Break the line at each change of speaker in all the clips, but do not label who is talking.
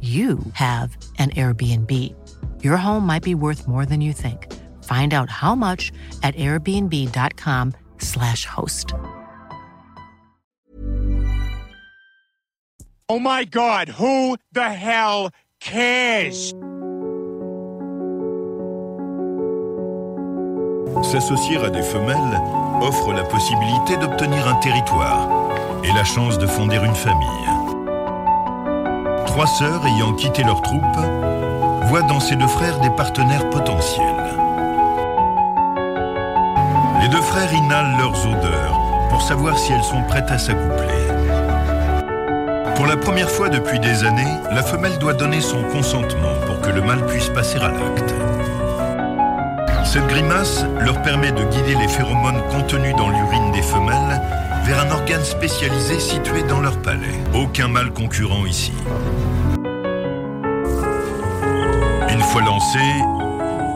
you have an Airbnb. Your home might be worth more than you think. Find out how much at airbnb.com/slash host.
Oh my God, who the hell cares?
S'associer à des femelles offre la possibilité d'obtenir un territoire et la chance de fonder une famille. Trois sœurs ayant quitté leur troupe voient dans ces deux frères des partenaires potentiels. Les deux frères inhalent leurs odeurs pour savoir si elles sont prêtes à s'accoupler. Pour la première fois depuis des années, la femelle doit donner son consentement pour que le mâle puisse passer à l'acte. Cette grimace leur permet de guider les phéromones contenus dans l'urine des femelles vers un organe spécialisé situé dans leur palais. Aucun mâle concurrent ici. Une fois lancé,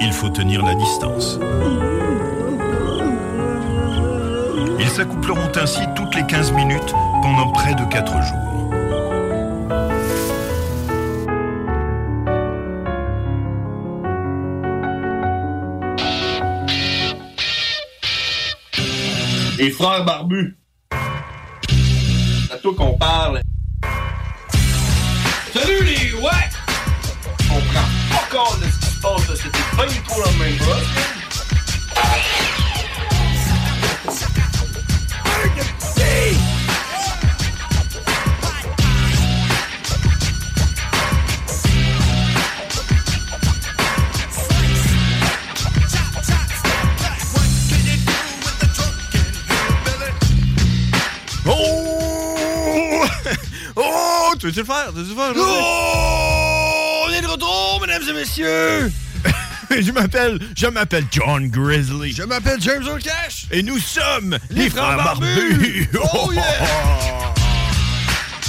il faut tenir la distance. Ils s'accoupleront ainsi toutes les 15 minutes pendant près de 4 jours.
Les frères barbus. C'est à toi qu'on parle. Salut les ouais! On prend pas compte de ce qui se passe, là. c'était pas du tout la même chose.
Oh! Oh! Tu veux-tu le faire? Tu veux-tu le faire?
Oh, on est de retour, mesdames et messieurs!
Je m'appelle, je m'appelle John Grizzly.
Je m'appelle James Earl Cash!
Et nous sommes
Les Frères Barbus. Oh, yeah!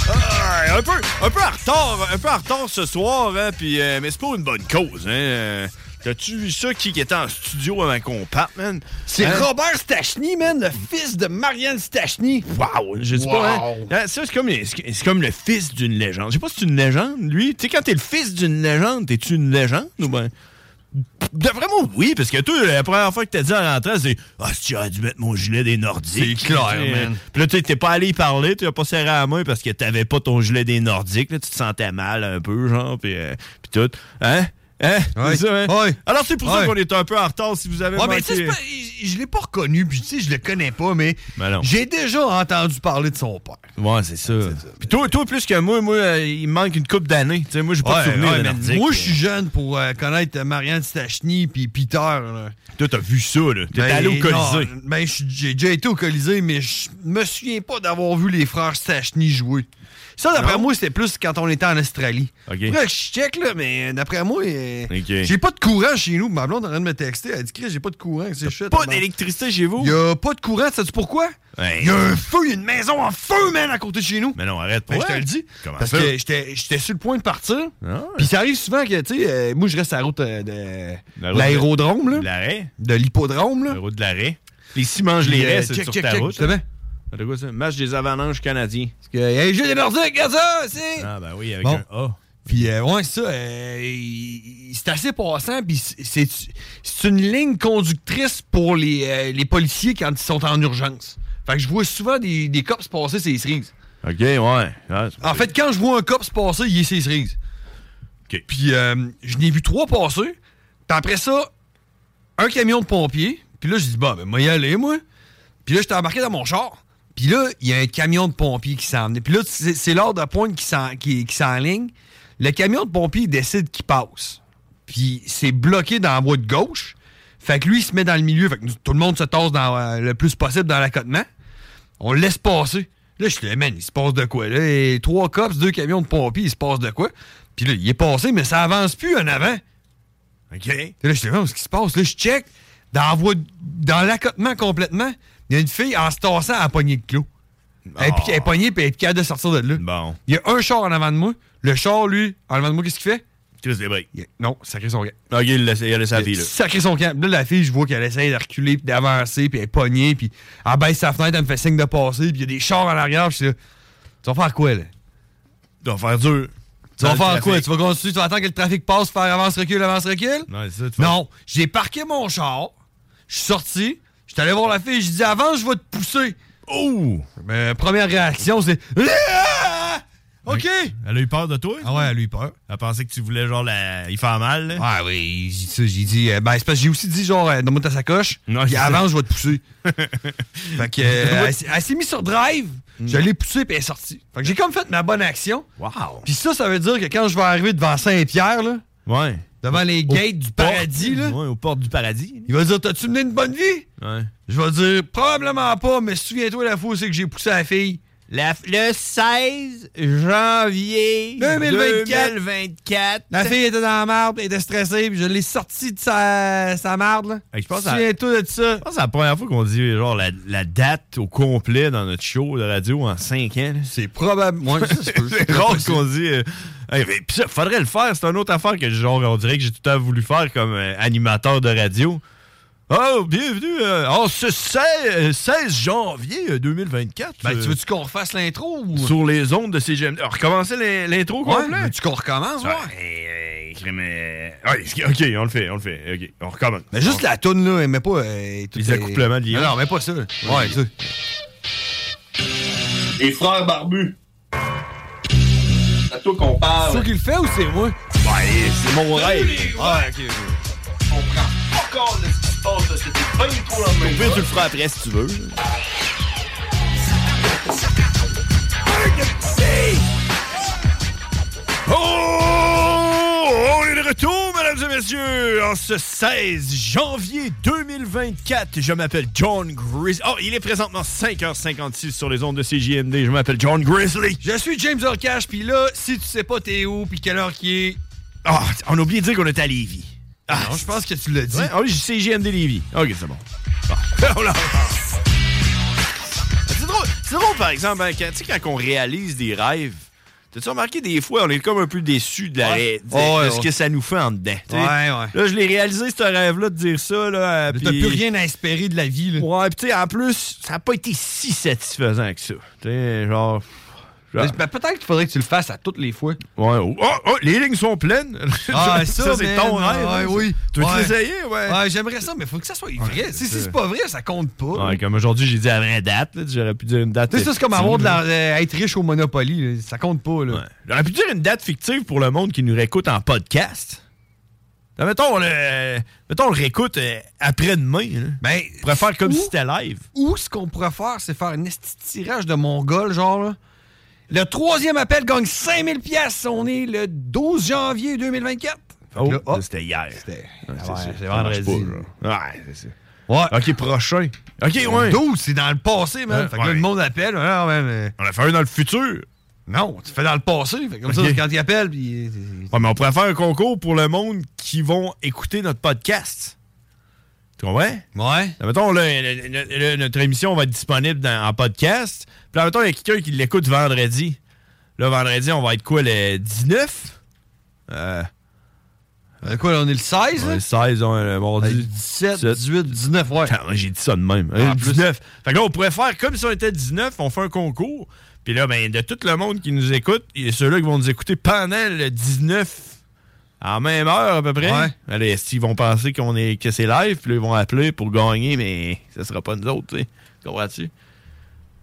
Ah, un peu, un peu en retard, un peu en retard ce soir, hein, puis, euh, mais c'est pour une bonne cause, hein. euh. T'as-tu vu ça qui, qui était en studio avant qu'on parte, man?
C'est
Hein?
Robert Stachny, man, le fils de Marianne Stachny.
Wow, je sais pas. hein.
Wow.
Hein, Ça, c'est comme, c'est c'est comme le fils d'une légende. Je sais pas si c'est une légende, lui. Tu sais, quand t'es le fils d'une légende, t'es-tu une légende ou ben. De vraiment, oui, parce que toi, la première fois que t'as dit en rentrant, c'est Ah, si j'aurais dû mettre mon gilet des Nordiques.
C'est clair,
Tu sais,
man.
Puis là, tu sais, t'es pas allé y parler, tu as pas serré à la main parce que t'avais pas ton gilet des Nordiques, là, tu te sentais mal un peu, genre, puis euh, puis tout. Hein? Hein?
Ouais.
C'est ça, hein?
Ouais.
Alors, c'est pour
Ouais.
ça qu'on est un peu en retard si vous avez
Ouais, mais tu sais,
manqué.
c'est pas- je je l'ai pas reconnu, puis tu sais, je le connais pas, mais
Ben non.
j'ai déjà entendu parler de son père.
Ouais, c'est ça. Puis toi, toi, plus que moi, moi, euh, il me manque une coupe d'années. Tu sais, moi, j'ai pas de souvenir
ouais,
de
mais
Nordique.
moi, je suis jeune pour euh, connaître Marianne Stachny puis Peter. là.
Toi, t'as vu ça, là. T'es allé au
Ben,
Colisée.
non, Ben, je suis- j'ai déjà été au Colisée, mais je me souviens pas d'avoir vu les frères Stachny jouer. Ça, d'après
Non?
moi, c'était plus quand on était en Australie.
Ok.
Là, je check, là, mais d'après moi, euh,
Ok.
j'ai pas de courant chez nous. Ma blonde est en train de me texter. Elle dit, Chris, j'ai pas de courant. C'est shit.
Pas
man.
d'électricité chez vous?
Il y a pas de courant, sais-tu pourquoi?
Ouais.
Il y a un feu, il y a une maison en feu, man, à côté de chez nous.
Mais non, arrête pas.
Ben, je te le dis.
Comment
parce
ça?
que j'étais j'étais sur le point de partir.
Ah.
Puis ça arrive souvent que, tu sais, euh, moi, je reste à la route euh, de
La route de-
l'aérodrome, là,
L'arrêt?
de l'hippodrome, là.
La route de l'arrêt? Les six mangent les
Euh,
restes
check,
sur
check,
ta
check,
route.
Justement.
Ah, de quoi ça? Match des avalanches canadiens.
Parce que, hey, j'ai des Nordiques, regarde ça, c'est.
Ah, ben oui, avec
Bon.
un A.
Puis, euh, ouais, ça, euh, il- il- c'est assez passant. Puis, c'est c'est une ligne conductrice pour les, euh, les policiers quand ils sont en urgence. Fait que je vois souvent des, des cops passer ces cerises.
OK, ouais. Ah, c'est-
En fait, quand je vois un cop se passer, il est ses cerises.
OK.
Puis euh, je n'ai vu trois passer. Puis après ça, un camion de pompiers. Puis là, je dis, bon, ben, moi y aller, moi. Puis là, j'étais embarqué dans mon char. Puis là, il y a un camion de pompiers qui s'en venait. Puis là, c'est c'est l'heure de pointe qui s'en- qui, qui s'enligne. Le camion de pompier il décide qu'il passe. Puis c'est bloqué dans la voie de gauche. Fait que lui, il se met dans le milieu. Fait que nous- tout le monde se tasse dans, euh, le plus possible dans l'accotement. On le laisse passer. Là, je suis là, man, il se passe de quoi? Là, Et trois cops, deux camions de pompiers, il se passe de quoi? Puis là, il est passé, mais ça avance plus en avant. OK. là, je suis là, ce qui se passe? Là, je check. Dans, la voie- dans l'accotement complètement, il y a une fille en se tassant à poignée de clous. Elle, est pi-
Ah.
elle est pognée puis elle est plus capable de sortir de là. Bon. Il y a un char en avant de moi. Le char, lui, en avant de moi, qu'est-ce qu'il fait? Chris des Non, sacré son camp.
Ok, il laisse- il a laissé la fille, là.
Sacré son camp. Là, la fille, je vois qu'elle essaie de reculer, puis d'avancer, puis elle est pognée, puis elle baisse sa fenêtre, elle me fait signe de passer, puis il y a des chars en arrière, puis je suis là. Tu vas faire quoi, là? Tu vas faire dur. Tu vas
Dans le
faire quoi?
trafic.
Tu vas continuer, tu vas attendre que le trafic passe, faire avance-recul, avance-recul?
Ouais, c'est ça, tu
Non, j'ai parqué mon char, je suis sorti, je suis allé voir la fille, je dit avant, je vais te pousser. Oh! première réaction, c'est. Ah! OK!
Elle a eu peur de toi? Ah
ouais, elle a eu peur.
Elle pensait que tu voulais, genre, la... il faire mal, là.
Ah oui, j'ai ça, j'ai dit. euh, ben, c'est parce que j'ai aussi dit, genre, euh, donne-moi ta sacoche. Puis avant, je vais te pousser. fait que. euh, elle, s'est- elle s'est mise sur drive,
Mm.
je l'ai poussée, puis elle est sortie. Fait que j'ai comme fait ma bonne action.
Wow!
Puis ça, ça veut dire que quand je vais arriver devant Saint-Pierre, là.
Ouais.
Devant les
Aux
gates du
portes.
paradis, là.
Ouais, aux portes du paradis.
Il va dire T'as-tu mené une bonne vie
Ouais.
Je vais dire probablement pas, mais souviens-toi la fois où c'est que j'ai poussé la fille. le 16 janvier 2024.
2024.
La fille était dans la marde, elle était stressée, puis je l'ai sortie de sa, sa marde. là.
Fait que je pense à-
Souviens-toi de ça.
Je pense que c'est la première fois qu'on dit genre la, la date au complet dans notre show de radio en 5 ans.
C'est probablement.
c'est rare qu'on dit. euh, Hey, mais pis ça, faudrait le faire. C'est une autre affaire que genre on dirait que j'ai tout le temps voulu faire comme euh, animateur de radio. Oh, bienvenue euh, en ce 16, euh, 16 janvier euh, 2024.
Ben, tu
euh,
veux-tu qu'on refasse l'intro ou.
sur les ondes de CGM. Alors, Ah, recommencer l'in- l'intro
Ouais,
complet?
veux-tu qu'on recommence, ouais?
Ah, hey, hey, crème, euh, ouais, ok, on le fait, on le fait. Ok, on recommence.
Mais juste la toune, là, elle met pas. euh, tout
Les
est-
accouplements de l'IA.
Non, non, mais pas ça. là. Ouais, ça.
Les frères barbus. C'est à toi qu'on
C'est
Ah,
parle.
toi qui le fait ou c'est moi
Ouais, c'est mon rêve.
Ouais, ok.
On prend pas compte de ce qui se passe, là. C'était pas du tout la
Au
même
pire, tu
chose.
le feras après si tu veux. Oh! On est de retour, mesdames et messieurs, en ce 16 janvier 2024. Je m'appelle John Grizzly. Oh, il est présentement 5h56 sur les ondes de CJMD. Je m'appelle John Grizzly.
Je suis James Orcash, puis là, si tu sais pas t'es où, puis quelle heure qui est.
Ah, on a oublié de dire qu'on était à Lévis. Ah,
Non, je pense que tu l'as dit.
Ouais, ah oui, c'est JMD Lévis. Ok, c'est bon. Bon. On la repasse. C'est drôle, c'est drôle, par exemple, hein, quand, tu sais, quand on réalise des rêves, t'as-tu remarqué des fois, on est comme un peu déçu de, la ré- de-
Ah, Ouais, ouais,
de ce que
ouais.
ça nous fait en dedans. tu sais.
Ouais, ouais.
Là, je l'ai réalisé, ce rêve-là, de dire ça. Là, euh,
T'as
puis-
plus rien à espérer de la vie, là.
Ouais, puis tu sais, en plus, ça n'a pas été si satisfaisant que ça. Tu sais, genre. genre-
Mais-
ben,
mais Peut-être qu'il faudrait que tu le fasses à toutes les fois.
Ouais, oh, oh, oh, les lignes sont pleines.
Ah, ça,
c'est
man,
ton
ouais,
rêve. hein,
oui.
Tu veux
Ouais.
l'essayer? Ouais.
Ouais, j'aimerais ça, mais faut que ça soit vrai. Tu sais, si
ça.
c'est pas vrai, ça compte pas.
Ouais, comme aujourd'hui, j'ai dit la vraie date. là, J'aurais pu dire une date.
Tu sais, ça, c'est comme
fictive,
avoir de la,
là.
euh, être riche au Monopoly. là. Ça compte pas, là.
Ouais. J'aurais pu dire une date fictive pour le monde qui nous réécoute en podcast. Là, mettons, on le, mettons, on le réécoute euh, après-demain. là.
Ben,
on pourrait faire comme
ou-
si c'était live.
Ou ce qu'on pourrait faire, c'est faire un esti de tirage de Mongol, genre, là. Le troisième appel gagne 5000 pièces. On est le 12 janvier 2024. Fait que
Oh,
là, hop,
ça, c'était hier.
c'était-
Ouais,
ouais,
ça,
c'est
ça marche
vendredi.
pas, là. Ouais, c'est ça.
Ouais.
Ok, prochain. Ok, ouais.
12, c'est dans le passé, man.
Ouais,
fait que là,
ouais.
le monde appelle. Ah, ouais, mais-
On a fait un dans le futur.
Non, tu fais dans le passé. Fait que comme
Ok.
ça, quand ils appellent, puis. euh,
Ouais, mais on pourrait faire un concours pour le monde qui vont écouter notre podcast. Tu comprends?
Ouais.
Là, mettons, là, le- le- le- notre émission va être disponible dans- en podcast. Puis là, mettons, il y a quelqu'un qui l'écoute vendredi. Là, vendredi, on va être quoi, le 19? Euh,
Euh, quoi, là, on est le 16,
on est
là?
le 16, on est le
Euh,
mardi.
17,
17.
18, 19, ouais.
Putain, J'ai dit ça de même. Euh,
en plus.
19. Fait que là, on pourrait faire comme si on était 19, on fait un concours. Puis là, ben, de tout le monde qui nous écoute, il y a ceux-là qui vont nous écouter pendant le 19, à la même heure à peu près.
Ouais.
Allez, est-ce qu'ils vont penser qu'on est, que c'est live? Puis là, ils vont appeler pour gagner, mais ça sera pas nous autres, tu sais. Comprends-tu?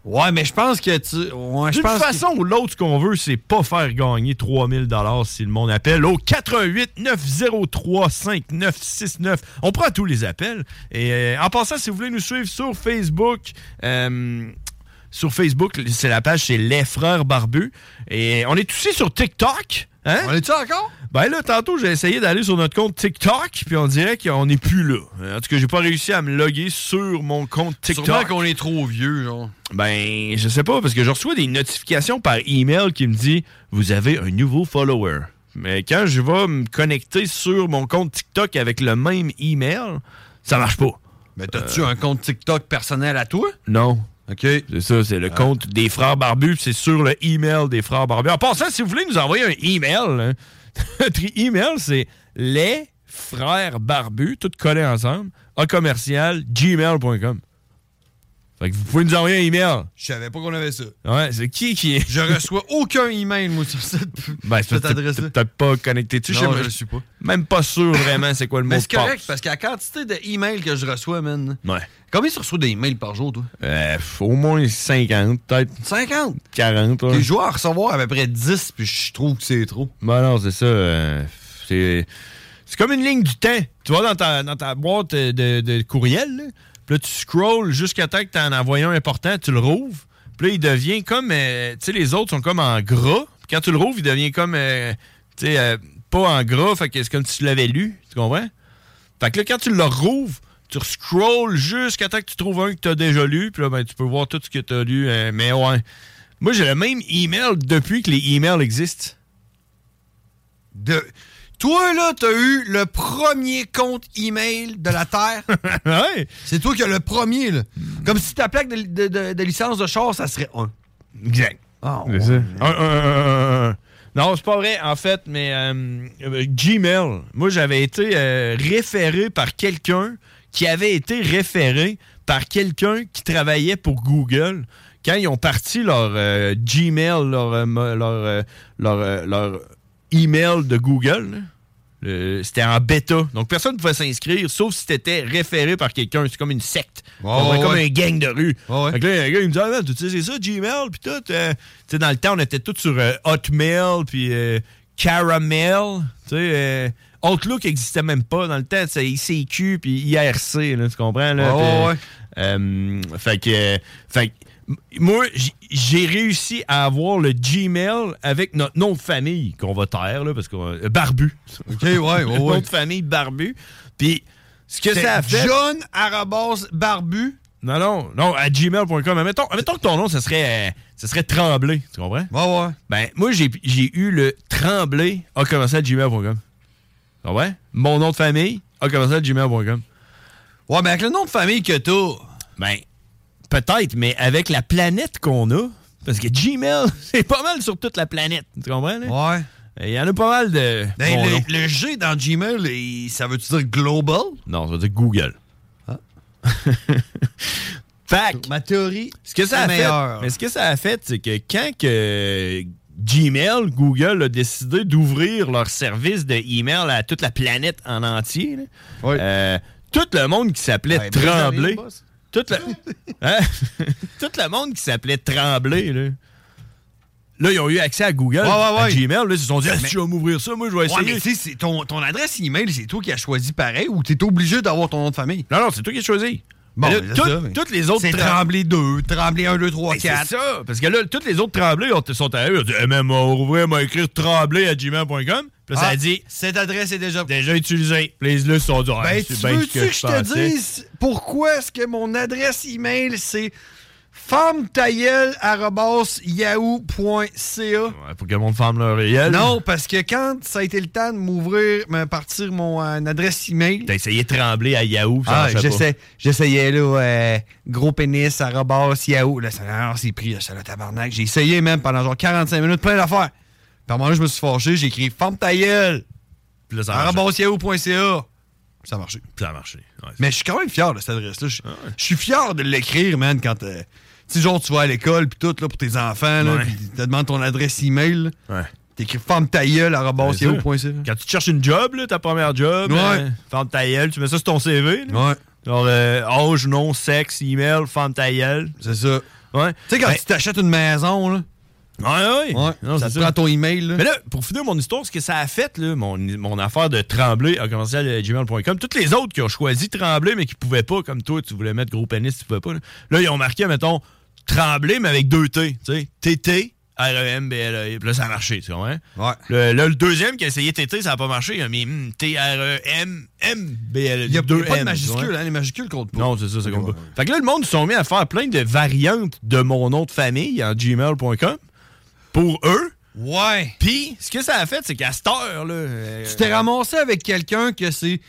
Ouais, mais je pense que tu. Ouais, je
D'une
pense. que-
façon ou l'autre, ce qu'on veut, c'est pas faire gagner 3000 dollars si le monde appelle au 88 903 5969. On prend tous les appels. Et euh, en passant, si vous voulez nous suivre sur Facebook, euh, sur Facebook, c'est la page, c'est Les Frères Barbus. Et on est aussi sur TikTok. On est-tu encore? Ben là, tantôt, j'ai essayé d'aller sur notre compte TikTok, puis on dirait qu'on n'est plus là. En tout cas, j'ai pas réussi à me loguer sur mon compte TikTok.
Sûrement
qu'on est trop vieux, genre. Ben, je sais pas, parce que je reçois des notifications par email qui me dit Vous avez un nouveau follower. Mais quand je vais me connecter sur mon compte TikTok avec le même email, ça marche pas. Mais
t'as-tu
un compte TikTok personnel à toi? Non. OK. Ah. C'est ça, c'est le compte des frères barbus, puis c'est sur le email des frères barbus. En passant, si vous voulez nous envoyer un email, hein, notre email, c'est les frères barbus, tout collé ensemble, à commercial, gmail.com. Fait que vous pouvez nous envoyer un email.
Je savais pas qu'on avait ça.
Ouais, c'est qui qui.
Je reçois aucun email, moi, sur cette,
Ben, c'est
cette
peut-être
adresse-là.
t'es peut-être pas connecté dessus.
Non,
sais,
je le suis pas.
Même pas sûr vraiment c'est quoi le
Mais
mot de
c'est correct,
passe.
parce que la quantité d'emails que je reçois, man.
Ouais.
Combien tu reçois d'emails par jour, toi?
Euh, au moins 50, peut-être.
50?
40.
Les joueurs à recevoir à peu près 10, puis je trouve que c'est trop.
Ben non, c'est ça. euh, c'est c'est comme une ligne du temps. Tu vas dans ta, dans ta boîte euh, de, de courriel, là, puis là, tu scrolls jusqu'à temps que tu en envoies un important, tu le rouvres. Puis là, il devient comme. euh, tu sais, les autres sont comme en gras. Puis quand tu le rouvres, il devient comme. euh, tu sais, euh, pas en gras, fait que c'est comme si tu l'avais lu. Tu comprends? Fait que là, quand tu le rouvres, tu scrolls jusqu'à temps que tu trouves un que tu as déjà lu, puis là, ben, tu peux voir tout ce que tu as lu. euh, mais ouais. Moi, j'ai le même email depuis que les emails existent.
De... Toi, là, t'as eu le premier compte email de la Terre.
ouais.
C'est toi qui as le premier, là. Comme si ta plaque de, de- de- de licence de char, ça serait un. Ah,
Exact. C'est ça. Un, un, un, un, un. Euh, Non, c'est pas vrai, en fait, mais euh, euh, Gmail, moi, j'avais été euh, référé par quelqu'un qui avait été référé par quelqu'un qui travaillait pour Google quand ils ont parti leur euh, Gmail, leur, euh, mo- leur, euh, leur, euh, leur email de Google. là. Le- C'était en bêta. Donc, personne ne pouvait s'inscrire, sauf si tu étais référé par quelqu'un. C'est comme une secte.
ouais,
comme
ouais.
un gang de rue. Fait que là, le gars, il me dit, ah, man, tu utilises ça, Gmail, puis tout. euh, tu sais, dans le temps, on était tous sur euh, Hotmail, puis euh, Caramel. Tu sais, euh, Outlook n'existait même pas dans le temps. C'est ICQ, puis IRC, là, tu comprends? Là,
Ouais, ouais, ouais.
Puis, euh, fait que, euh, fait que, m- moi, j- j'ai réussi à avoir le Gmail avec notre nom de famille qu'on va taire, là, parce qu'on. euh, barbu.
OK, ouais, ouais,
Le
ouais.
nom de famille Barbu. Puis, ce que
C'est
ça a fait.
John Arabas Barbu.
Non, non, non, à gmail.com. Mais Mettons, mettons que ton nom, ça serait, euh, ça serait Tremblay. Tu comprends?
Ouais, ouais.
Ben, moi, j'ai j'ai eu le Tremblay a commencé à gmail.com. Tu comprends? Mon nom de famille a commencé à gmail.com.
Ouais, mais avec le nom de famille que t'as.
Ben, peut-être, mais avec la planète qu'on a, parce que Gmail, c'est pas mal sur toute la planète. Tu comprends? là?
Ouais.
Il y en a pas mal de.
Ben,
bons
le,
noms.
le G dans Gmail, il- ça veut-tu dire global?
Non, ça veut dire Google. Fac.
Ma théorie,
Ce que ça
est
a fait,
meilleure.
mais ce que ça a fait, c'est que quand que Gmail, Google a décidé d'ouvrir leur service de email à toute la planète en entier, là, euh, tout le monde qui s'appelait
Ouais, brise la ligne,
Tremblay,
boss.
tout le, Hein? tout le monde qui s'appelait Tremblay, là, là, ils ont eu accès à Google,
Ouais, ouais,
à
ouais.
Gmail, là, ils se sont dit, Ah, si
Mais-
tu vas m'ouvrir ça, moi je vais
Ouais,
essayer.
mais tu sais, c'est ton, ton adresse email, c'est toi qui as choisi pareil ou t'es obligé d'avoir ton nom de famille?
non, non, c'est toi qui as choisi.
Bon,
Mais là,
mais c'est
tout-
ça, mais-
Toutes les autres
C'est Tremblay
Tremblay-
2, Tremblay 1, 2, 3,
Ben, C'est
4.
ça. Parce que là, toutes les autres Tremblay ils sont arrivés. Ils ont dit Eh, mais m'a ouvert, m'a écrit tremblay à gmail.com. Puis là, ça a dit
Ah, Cette adresse est déjà.
Déjà utilisé. Puis là, ils se sont dit Ah,
Ben,
c'est
tu
bien
veux-tu
ce
que, je
je
te
pensais.
dise pourquoi est-ce que mon adresse email, c'est femmetailleul.yahoo.ca?
Ouais, pour Ben, que le monde ferme leur réel.
Non, parce que quand ça a été le temps de m'ouvrir, me partir mon euh, adresse email,
T'as essayé tremblay à Yahoo. Ça
Ah,
marchait pas.
j'essaie- j'essayais, là, euh, gros pénis, à rebord, Yahoo. Là, ça, non, c'est pris, là, ça, le tabarnak. J'ai essayé même pendant genre 45 minutes, plein d'affaires. Puis à un moment donné, je me suis fâché, j'ai écrit Ferme ta gueule,
Puis là, ça a marché.
arobase yahoo.ca. Ça a marché.
Puis ça a marché. Ouais, Ah, c'est-
Mais je suis quand même fier de cette adresse-là. Je je suis fier de l'écrire, man, quand. euh, tu sais, genre, tu vas à l'école, puis tout, là, pour tes enfants, là,
Ouais.
puis tu demandes ton adresse email. là.
Ouais.
T'écris Ferme ta gueule, arobase
C'est ça.
yahoo.ca.
Quand tu te cherches une job, là, ta première job,
Ouais.
euh, ferme ta gueule, tu mets ça sur ton CV. là.
Ouais,
Genre, euh, âge, nom, sexe, email, ferme ta gueule.
c'est ça.
Ouais.
Tu sais, quand
Ben-
tu t'achètes une maison, là,
Ouais, ouais.
ouais,
Non,
ça
c'est
te prend ton email, là.
Mais là, pour finir mon histoire, ce que ça a fait, là, mon, mon affaire de Tremblay a commencé à le gmail.com. Toutes les autres qui ont choisi Tremblay, mais qui pouvaient pas, comme toi, tu voulais mettre gros pénis, tu pouvais pas. Là, Là, ils ont marqué, mettons, Tremblay, mais avec deux T. Tu sais, TT R-E-M-B-L-E. E Puis là, ça a marché, tu comprends? Ouais. Le, là, le deuxième qui a essayé TT, ça n'a pas marché. Il a mis hmm, T-R-E-M-M-B-L-E.
Il y a
E deux
pas de
M, tu
majuscule,
vois.
hein, les majuscules comptent pas.
Non, c'est ça, ça compte pas. Fait que là, le monde, ils sont mis à faire plein de variantes de mon nom de famille en gmail.com pour eux.
Ouais.
Puis, ce que ça a fait, c'est qu'à cette heure, là. euh,
Tu t'es ramassé avec quelqu'un que c'est.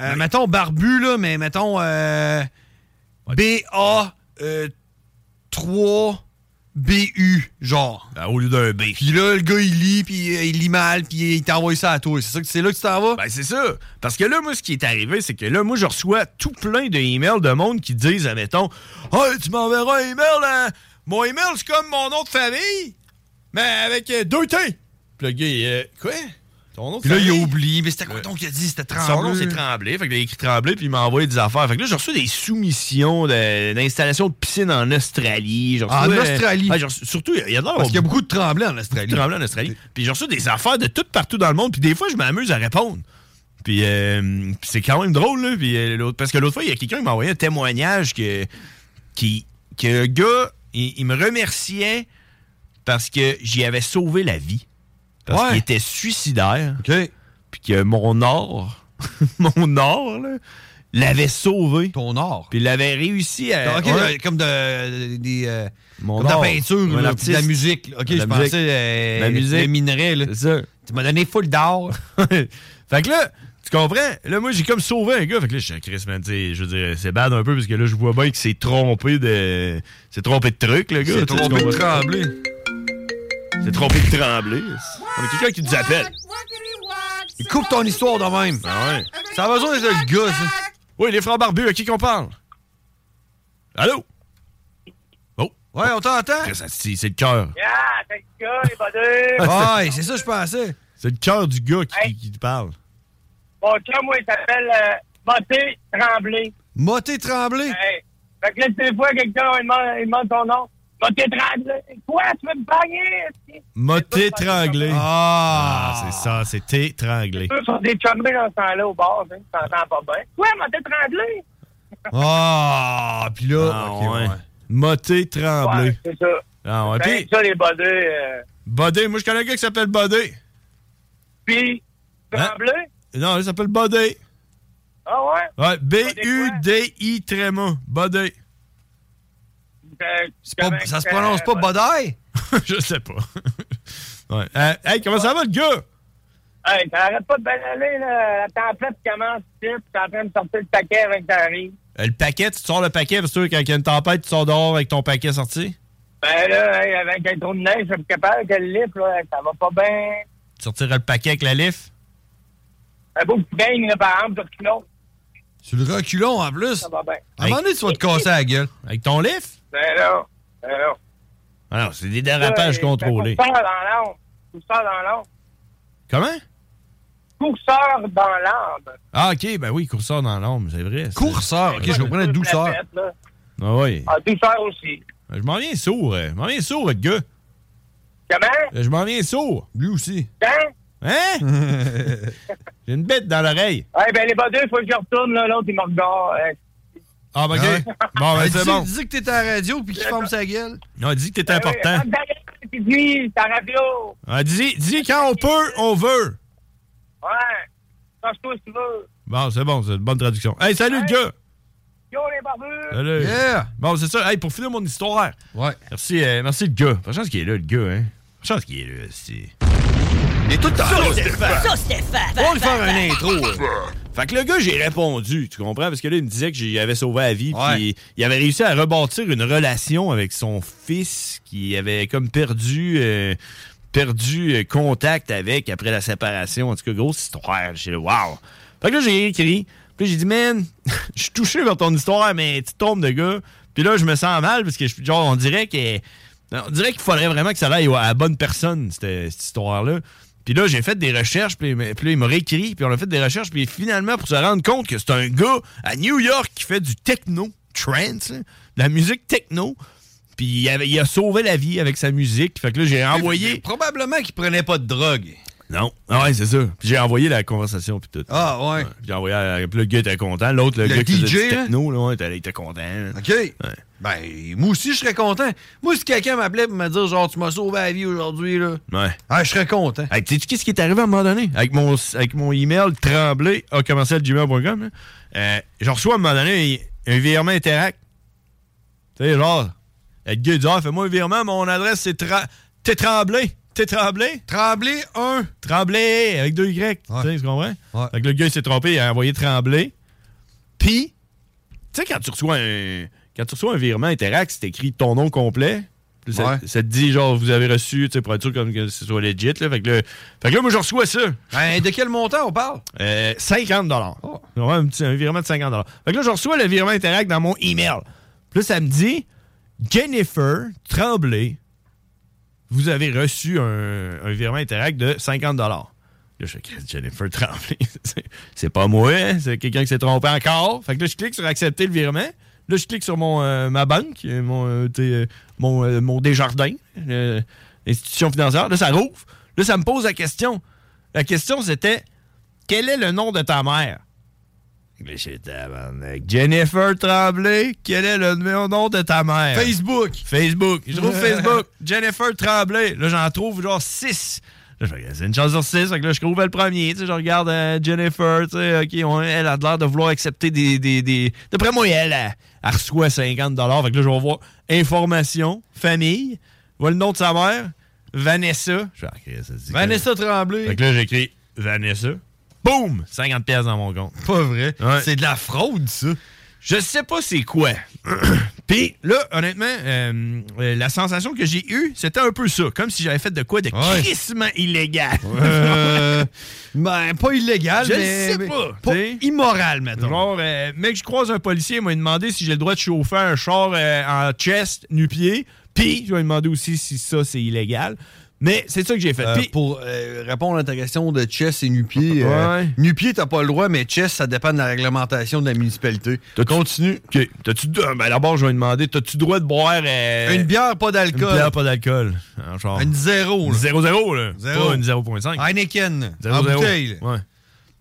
euh, Mettons barbu, là, mais mettons. euh, E B-A. 3 B-U, genre.
ben, au lieu d'un B.
Puis là, le gars, il lit, puis euh, il lit mal, puis il t'envoie ça à toi. C'est ça que c'est là que tu t'en vas?
Ben, c'est ça. Parce que là, moi, ce qui est arrivé, c'est que là, moi, je reçois tout plein de emails de monde qui disent, admettons, Hey, tu m'enverras un email, hein? Mon email, c'est comme mon nom de famille, mais avec euh, deux T. Puis le gars, il, euh, quoi? Ton nom de
Puis là, il
famille?
a oublié. Mais c'était quoi ton qu'il a dit? C'était
Son nom,
tremble.
c'est Tremblay. Fait que j'ai écrit Tremblay, puis il m'a envoyé des affaires. Fait que là, j'ai reçu des soumissions de- d'installation de piscine en Australie. J'ai reçu,
Ah, En
euh,
Australie?
ouais, j'ai reçu- surtout, il y a de l'air
Parce qu'il y a
beaucoup
beaucoup de tremblants en Australie.
de Tremblay en Australie. Puis j'ai reçu des affaires de tout partout dans le monde. Puis des fois, je m'amuse à répondre. Puis euh, puis c'est quand même drôle, là. Puis, euh, l'autre- parce que l'autre fois, il y a quelqu'un qui m'a envoyé un témoignage que, qui, que le gars, il, il me remerciait parce que j'y avais sauvé la vie. Parce
Ouais.
qu'il était suicidaire
OK.
puis que mon or, mon or, là, l'avait sauvé.
Ton or.
Puis il avait réussi à.
Ok,
Ouais.
euh, comme de, des, euh,
Mon
comme de la
or.
peinture,
Un
là, puis
artiste.
de la musique. là. Ok,
De la
je pensais
musique.
euh,
La musique.
le minerai. là.
C'est ça.
Tu m'as donné full d'or.
fait que là, tu comprends? Là, moi, j'ai comme sauvé un gars. Fait que là, je suis à Chris, man, tu sais, je veux dire, c'est bad un peu parce que là, je vois bien qu'il s'est trompé de. C'est trompé de truc, le gars.
J'ai
tu sais,
trompé
tu
de
comprends?
trembler.
C'est trompé de trembler. On a quelqu'un qui nous appelle.
Il coupe ton histoire de même.
Ah ouais.
Ça a besoin d'être le gars, ça.
Oui, les frères barbus, à qui qu'on parle? Allô? Oh,
Ouais, on t'entend?
Chris, c'est c'est le cœur.
Ah, t'es le gars, les bonheurs!
Ouais, c'est ça que je pensais.
C'est le cœur du gars qui, qui te parle.
Mon chum, moi, il s'appelle euh, Botté Tremblay.
Moté tremblé.
Hey. Fait que là, des fois, quelqu'un, il demande, il demande ton nom. Botté Tremblay. Quoi, tu veux me pogner? esti?
M'a
c'est pas
t'étranglé.
Ah,
Ah, c'est ça, c'est t'étranglé.
Eux sont des chumbés dans ce temps-là au bar, hein, tu t'entends pas bien. Quoi, Botté Tremblay?
Ah, puis là,
Ah,
ok, ouais.
ouais. Moté
Ouais,
tremblé.
c'est ça.
Ah, ouais.
C'est
Puis,
ça, les bonheurs. Euh,
Bodé, moi, je connais un gars qui s'appelle Bodé.
puis,
Hein?
Tremblay?
Non, il s'appelle Bodé.
Ah ouais?
Ouais, B-U-D-I tréma. E Bodé.
Euh,
C'est pas-
correct,
ça se prononce
euh,
pas Bodai?
je sais pas. ouais. Euh, hey, comment ça va, le gars?
Hey, t'arrêtes pas de balayer, là. La tempête commence, tu sais, pis t'es en train de sortir le paquet avec ta rive.
Euh, le paquet, tu sors le paquet, parce que quand il y a une tempête, tu sors dehors avec ton paquet sorti.
Ben là, hey, avec un trou de neige, je suis capable que le lift, là, ça va pas bien.
Tu sortiras le paquet avec la lif.
Un beau petit bang, là, par exemple, sur le culot,
Sur le reculon, en plus.
ça va bien.
À un moment donné, tu vas te casser la gueule.
Avec ton lif?
Ben là, ben là.
Ah non, c'est des dérapages
Là,
contrôlés.
Courseur dans l'ombre. Courseur dans l'ombre.
Comment?
Courseur dans l'ombre.
Ah, ok, ben oui, courseur dans l'ombre, c'est vrai. c'est-
Courseur, ok, je comprends la douceur.
La fête, là.
Ah oui. Ben,
Ah, douceur aussi.
Je m'en viens sourd. euh. Je m'en viens sourd, le gars. Euh,
Comment?
Je m'en viens sourd.
Lui aussi.
Hein?
Hein? J'ai une bête dans l'oreille.
Eh ben, les badeux, il faut que je retourne, là. L'autre, il me regarde. Hey,
Ah, ben, ok.
Ouais.
Bon, ben,
Ben,
c'est
dis,
bon.
dis que t'es à la radio puis qu'il ferme sa gueule.
On dit que t'es
ben
important.
oui, Marc-David, tu dis, ta radio.
On dit, dis quand on peut, on veut.
Ouais. Change-toi si tu veux.
Bon, c'est bon, c'est une bonne traduction. Hey, salut, le gars.
Yo, les barbus.
Salut.
Yeah!
Bon, c'est ça. Hey, pour finir mon histoire.
Ouais.
Merci, euh, merci, le gars. Pas chance qu'il est là, le gars, hein. Pas chance qu'il est là, c'est.
Il est tout le temps là, Stéphane.
On va lui faire un intro. hein. Fait que le gars, j'ai répondu, tu comprends? Parce que là, il me disait que j'y avais sauvé la vie.
Ouais.
Puis il avait réussi à rebâtir une relation avec son fils qui avait comme perdu, euh, perdu euh, contact avec après la séparation. En tout cas, grosse histoire. J'ai dit, wow. Fait que là, j'ai écrit. Puis j'ai dit, man, je suis touché par ton histoire, mais tu tombes de gars. Puis là, je me sens mal parce que, je- genre, on dirait que. On dirait qu'il faudrait vraiment que ça aille à la bonne personne, cette, cette histoire-là. Puis là, j'ai fait des recherches, puis, puis là, il m'a réécrit, puis on a fait des recherches, puis finalement, pour se rendre compte que c'est un gars à New York qui fait du techno, trance, là, de la musique techno, puis il, avait- il a sauvé la vie avec sa musique. Fait que là, j'ai envoyé...
Probablement qu'il prenait pas de drogue.
Non. Ah ouais, c'est ça. Puis j'ai envoyé la conversation, puis tout.
Ah, ouais.
Puis j'ai envoyé. à- Puis le gars était content. L'autre, le,
Le hein?
gars qui faisait
DJ,
du
là?
techno, là, ouais, était- il était content.
OK. Ben, moi aussi, je serais content. Moi, si quelqu'un m'appelait pour me dire, genre, tu m'as sauvé la vie aujourd'hui, là.
Ouais.
Ah, je serais content.
Hey, tu sais qu'est-ce qui est arrivé à un moment donné? Avec mon, avec mon email tremblé à commercial gmail.com, là, euh, je reçois à un moment donné un, un virement Interact. Tu sais, genre, le gars il dit ah, fais-moi un virement, mon adresse c'est tra- T'es tremblé. T'es tremblé?
Tremblé 1.
Tremblé avec deux Y. Tu sais, tu comprends? Fait que le gars il s'est trompé, il a envoyé tremblé. Puis, tu sais, quand tu reçois un. Quand tu reçois un virement Interact, c'est écrit ton nom complet. Puis Ça,
Ouais.
ça te dit, genre, vous avez reçu, tu sais, pour être sûr comme que ce soit legit. Là. Fait, que là, fait que là, moi, je reçois ça.
Ben, de quel montant on parle?
Euh, 50 J'aurais un, petit- un virement de 50 Fait que là, je reçois le virement Interact dans mon email. Puis là, ça me dit Jennifer Tremblay, vous avez reçu un, un virement Interact de 50 Là, je fais Christ, Jennifer Tremblay, c'est- c'est pas moi, hein, c'est quelqu'un qui s'est trompé encore. Fait que là, je clique sur accepter le virement. Là, je clique sur mon, euh, ma banque, euh, mon, euh, t'sais, euh, mon, euh, mon Desjardins, euh, institution financière. Là, ça rouvre. Là, ça me pose la question. La question, c'était quel est le nom de ta mère? Là, j'ai tabarnak. Jennifer Tremblay, quel est le nom nom de ta mère?
Facebook.
Facebook. Je trouve Facebook. Jennifer Tremblay. Là, j'en trouve genre 6. C'est une chance sur 6. Fait que là, je trouve le premier. Tu sais, je regarde euh, Jennifer. Tu sais, OK, on- elle a l'air de vouloir accepter des. des, des... D'après moi, elle, elle, elle reçoit 50 Fait que là, je vais voir information, famille. Je vois le nom de sa mère, Vanessa. Je vais ça se dit
Vanessa
que-
Tremblay.
Fait que là, j'écris Vanessa. Boum 50 pièces dans mon compte.
Pas vrai.
Ouais.
C'est de la fraude, ça.
Je sais pas c'est quoi. Puis là, honnêtement, euh, euh, la sensation que j'ai eue, c'était un peu ça. Comme si j'avais fait de quoi de
Ouais.
crissement illégal.
Euh, ben, pas illégal,
Je
mais.
sais
mais-
pas, t'sais.
immoral, mettons.
Genre, euh, mec, je croise un policier, il m'a demandé si j'ai le droit de chauffer un char euh, en chest, nu-pied. Puis, je vais demander aussi si ça, c'est illégal. Mais c'est ça que j'ai fait.
Euh,
Puis-
pour euh, répondre à ta question de chess et nu-pied, euh,
Ouais.
nu-pied, t'as pas le droit, mais chess, ça dépend de la réglementation de la municipalité.
continue. OK. T'as-tu... Ben, d'abord, je vais demander, t'as-tu droit de boire... euh,
Une bière, pas
Une bière,
d'alcool.
pas d'alcool. En char.
Une zéro, là.
0-0, là. Ah,
Zéro.
Pas une 0.5.
Heineken, en
0-0.
bouteille.
Ouais.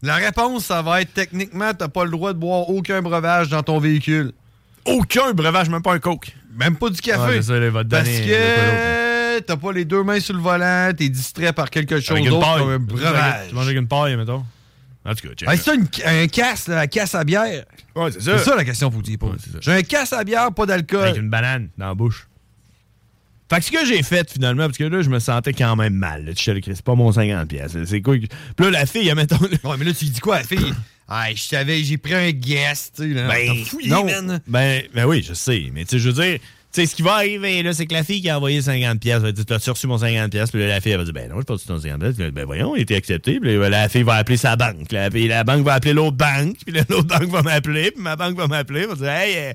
La réponse, ça va être techniquement, t'as pas le droit de boire aucun breuvage dans ton véhicule.
Aucun breuvage, même pas un coke.
Même pas du café.
Ouais, c'est Ah, ça, là, il va te
Parce
donner de quoi
que t'as pas les deux mains sur le volant, t'es distrait par quelque chose
Avec une
d'autre
paille.
comme un breuvage.
Tu manges avec une paille, mettons. En tout cas, check.
Hey, c'est ça, une- un casse, là, la casse à bière.
Ouais, c'est
C'est
ça.
ça la question que vous dites pas.
Ouais, c'est ça.
J'ai un casse à bière, pas
Avec
d'alcool.
une banane dans la bouche. Fait que ce que j'ai fait finalement, parce que là, je me sentais quand même mal. Là. Tu sais, Chris, c'est pas mon 50$. piastres, là. C'est quoi? que- Puis là, la fille, elle, mettons. là,
Ouais, mais là, tu dis quoi, la fille? Ah, je savais, j'ai pris un guest, tu sais, là. T'as fouillé,
Ben, non.
man.
Ben, ben oui, je sais. Mais tu sais, je veux dire, tu sais, ce qui va arriver, là, c'est que la fille qui a envoyé 50$, pièces va dire, t'as reçu mon 50$, piastres? puis là, la fille, elle va dire, ben non, je pas reçu ton 50$. piastres. Puis là, Ben voyons, il était accepté. Puis là, la fille va appeler sa banque. La, puis la banque va appeler l'autre banque. Puis là, l'autre banque va m'appeler. Puis ma banque va m'appeler. va dire, hey, euh,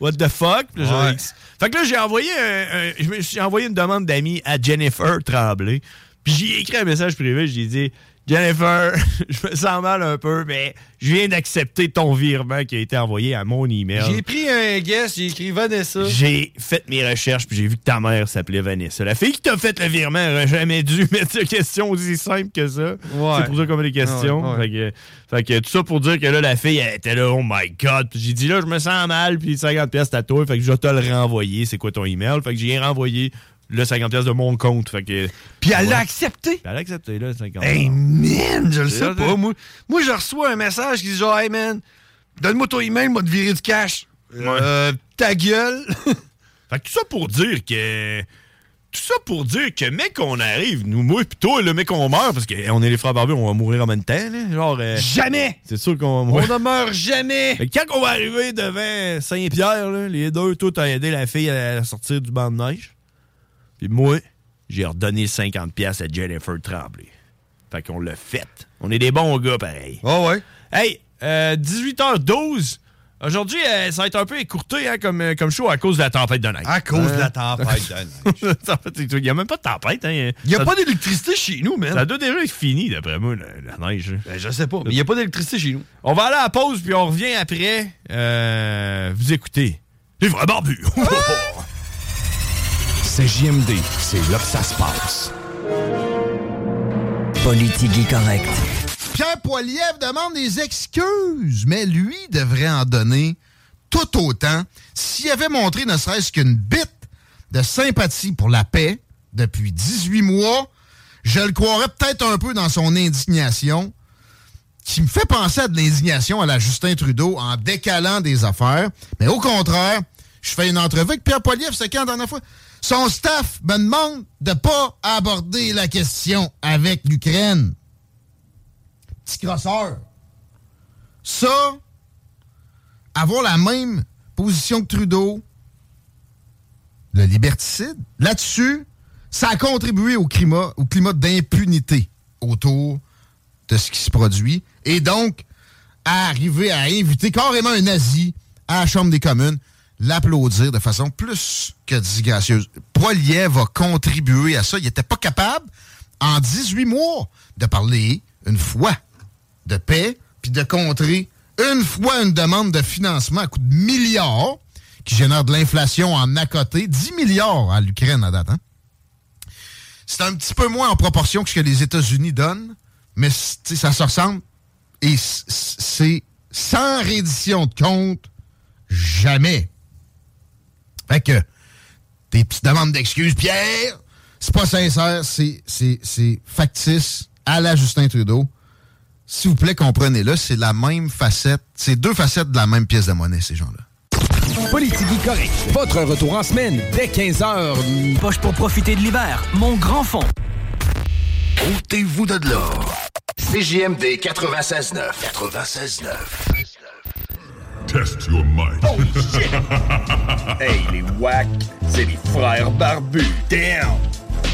what the fuck? Puis là, je vais
Ouais.
X. Fait que là, j'ai envoyé, un- un- je me- j'ai envoyé une demande d'amis à Jennifer Tremblay. Puis j'ai écrit un message privé, j'ai dit Jennifer, je me sens mal un peu, mais je viens d'accepter ton virement qui a été envoyé à mon
J'ai
email.
pris un guest, j'ai écrit Vanessa.
J'ai fait mes recherches, puis j'ai vu que ta mère s'appelait Vanessa. La fille qui t'a fait le virement n'aurait jamais dû mettre cette question aussi simple que ça.
Ouais.
C'est pour ça qu'on met les questions.
Ouais,
Fait, que, fait que tout ça pour dire que là, la fille, elle était là, oh my god. Puis j'ai dit là, je me sens mal, puis 50 pièces à toi. Fait que je vais te le renvoyer. C'est quoi ton email? Fait que j'ai renvoyé le 50 pièces de mon compte. Fait que.
Puis elle
Ouais.
l'a accepté.
Puis Ben, elle a accepté, là, 50
Hey man, je le sais
ça,
pas.
ça.
Moi, moi, je reçois un message qui dit genre, hey man, donne-moi ton email, moi te virer du cash. Euh, ta gueule.
Fait que tout ça pour dire que. Tout ça pour dire que, mec, on arrive, nous, moi, pis toi, le mec, on meurt, parce qu'on est les frères barbus, on va mourir en même temps, là. Genre, euh,
jamais.
c'est sûr qu'on va
On
mourir.
ne meurt jamais.
Fait que Quand on va arriver devant Saint-Pierre, là, les deux, toi, t'as aidé la fille à sortir du banc de neige. Puis moi, j'ai redonné 50$ piastres à Jennifer Tremblay. Fait qu'on l'a fait. On est des bons gars, pareil.
Ah ouais.
Hey, euh, 18h12. Aujourd'hui, euh, ça va être un peu écourté hein, comme, comme show à cause de la tempête de neige. Euh,
À cause de la tempête. Dan.
Il n'y a même pas de tempête. Hein.
Il n'y a
ça,
pas d'électricité chez nous, man.
ça doit déjà être fini, d'après moi, la, la neige. hein.
Ben, je sais pas, mais il n'y a pas d'électricité chez nous.
On va aller à la pause, puis on revient après. Euh, vous écoutez. Les vrais barbus.
C'est JMD, c'est là que ça se passe. Politique correct.
Pierre Poilievre demande des excuses, mais lui devrait en donner tout autant. S'il avait montré ne serait-ce qu'une bite de sympathie pour la paix depuis 18 mois, je le croirais peut-être un peu dans son indignation, qui me fait penser à de l'indignation à la Justin Trudeau en décalant des affaires. Mais au contraire, je fais une entrevue avec Pierre Poilievre, c'est quand la dernière fois? Son staff me demande de pas aborder la question avec l'Ukraine petit crosseur. Ça, avoir la même position que Trudeau, le liberticide, là-dessus, ça a contribué au climat, au climat d'impunité autour de ce qui se produit. Et donc, à arriver à inviter carrément un nazi à la Chambre des communes, l'applaudir de façon plus que disgracieuse. Poiliev a contribué à ça. Il n'était pas capable, en 18 mois, de parler une fois de paix, puis de contrer une fois une demande de financement à coût de milliards, qui génère de l'inflation en à côté, 10 milliards à l'Ukraine à date. hein. C'est un petit peu moins en proportion que ce que les États-Unis donnent, mais c'est- tu sais, ça se ressemble. Et c- c- c'est sans reddition de compte, jamais. Fait que tes petites demandes d'excuses, Pierre, c'est pas sincère, c'est- c'est c'est factice à la Justin Trudeau s'il vous plaît, comprenez-le, c'est la même facette, c'est deux facettes de la même pièce de monnaie, ces gens-là.
Politique correct. Votre retour en semaine dès 15h. Poche pour profiter de l'hiver. Mon grand fond.
Ôtez-vous de l'or. CJMD 96.9. 96.9.
Test your might. Oh, shit! hey, les wack, c'est les frères barbus. Damn!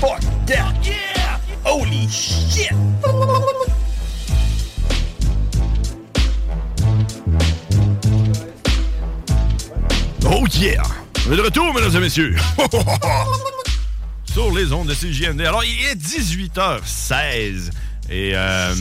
Fuck that! Yeah! Holy shit!
Oh yeah! On est de retour, mesdames et messieurs! Sur les ondes de CJMD. Alors, il est 18h16. Et... Euh,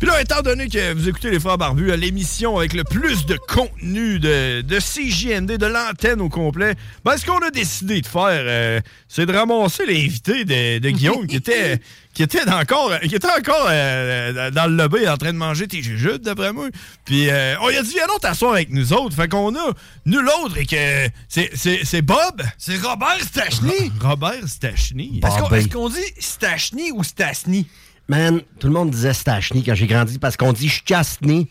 puis là, étant donné que vous écoutez les Frères Barbus à l'émission avec le plus de contenu de, de CJMD, de l'antenne au complet, ben, ce qu'on a décidé de faire, euh, c'est de ramasser l'invité de, de Guillaume qui était, qui était encore, qui était encore euh, dans le lobby en train de manger tes jujubes, d'après moi. Puis euh, on lui a dit, viens donc t'asseoir avec nous autres. Fait qu'on a nul autre et que c'est- c'est c'est Bob. C'est Robert Stachny. Robert Stachny.
Est-ce qu'on- est-ce
dit Stachny ou Stasny?
Man, tout le monde disait Stachny quand j'ai grandi parce qu'on dit Chastny,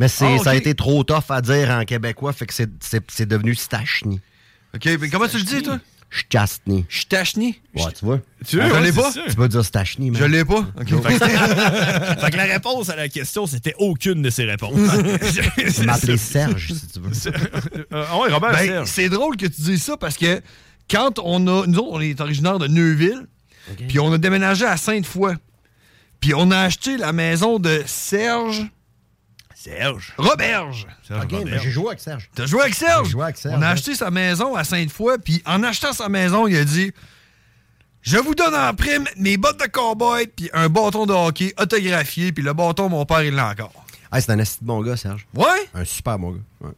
mais c'est,
Ah, ok.
ça a été trop tough à dire en québécois, fait que c'est, c'est, c'est devenu Stachny.
OK, mais comment tu le dis, toi?
Chastny.
Stachny?
Ouais, tu vois.
Tu veux,
Ah, je
ouais,
l'ai
c'est
pas?
ça.
Tu peux dire Stachny, man.
Je l'ai
pas.
Fait que, fait que la réponse à la question, c'était aucune de ces réponses.
Tu m'appelais Serge, si tu veux.
Euh, ah ouais, Robert
Ben,
Serge.
c'est drôle que tu dises ça parce que quand on a. Nous autres, on est originaire de Neuville, puis on a déménagé à Sainte-Foy. Puis on a acheté la maison de Serge.
Serge.
Roberge. Serge
Ok,
Roberge.
mais j'ai joué avec Serge.
T'as joué avec Serge?
J'ai joué avec Serge.
On a acheté sa maison à Sainte-Foy, puis en achetant sa maison, il a dit Je vous donne en prime mes bottes de cowboy, puis un bâton de hockey autographié, puis le bâton, mon père, il l'a encore.
Ah, c'est un esti de bon gars, Serge.
Ouais?
Un super bon gars. Ouais.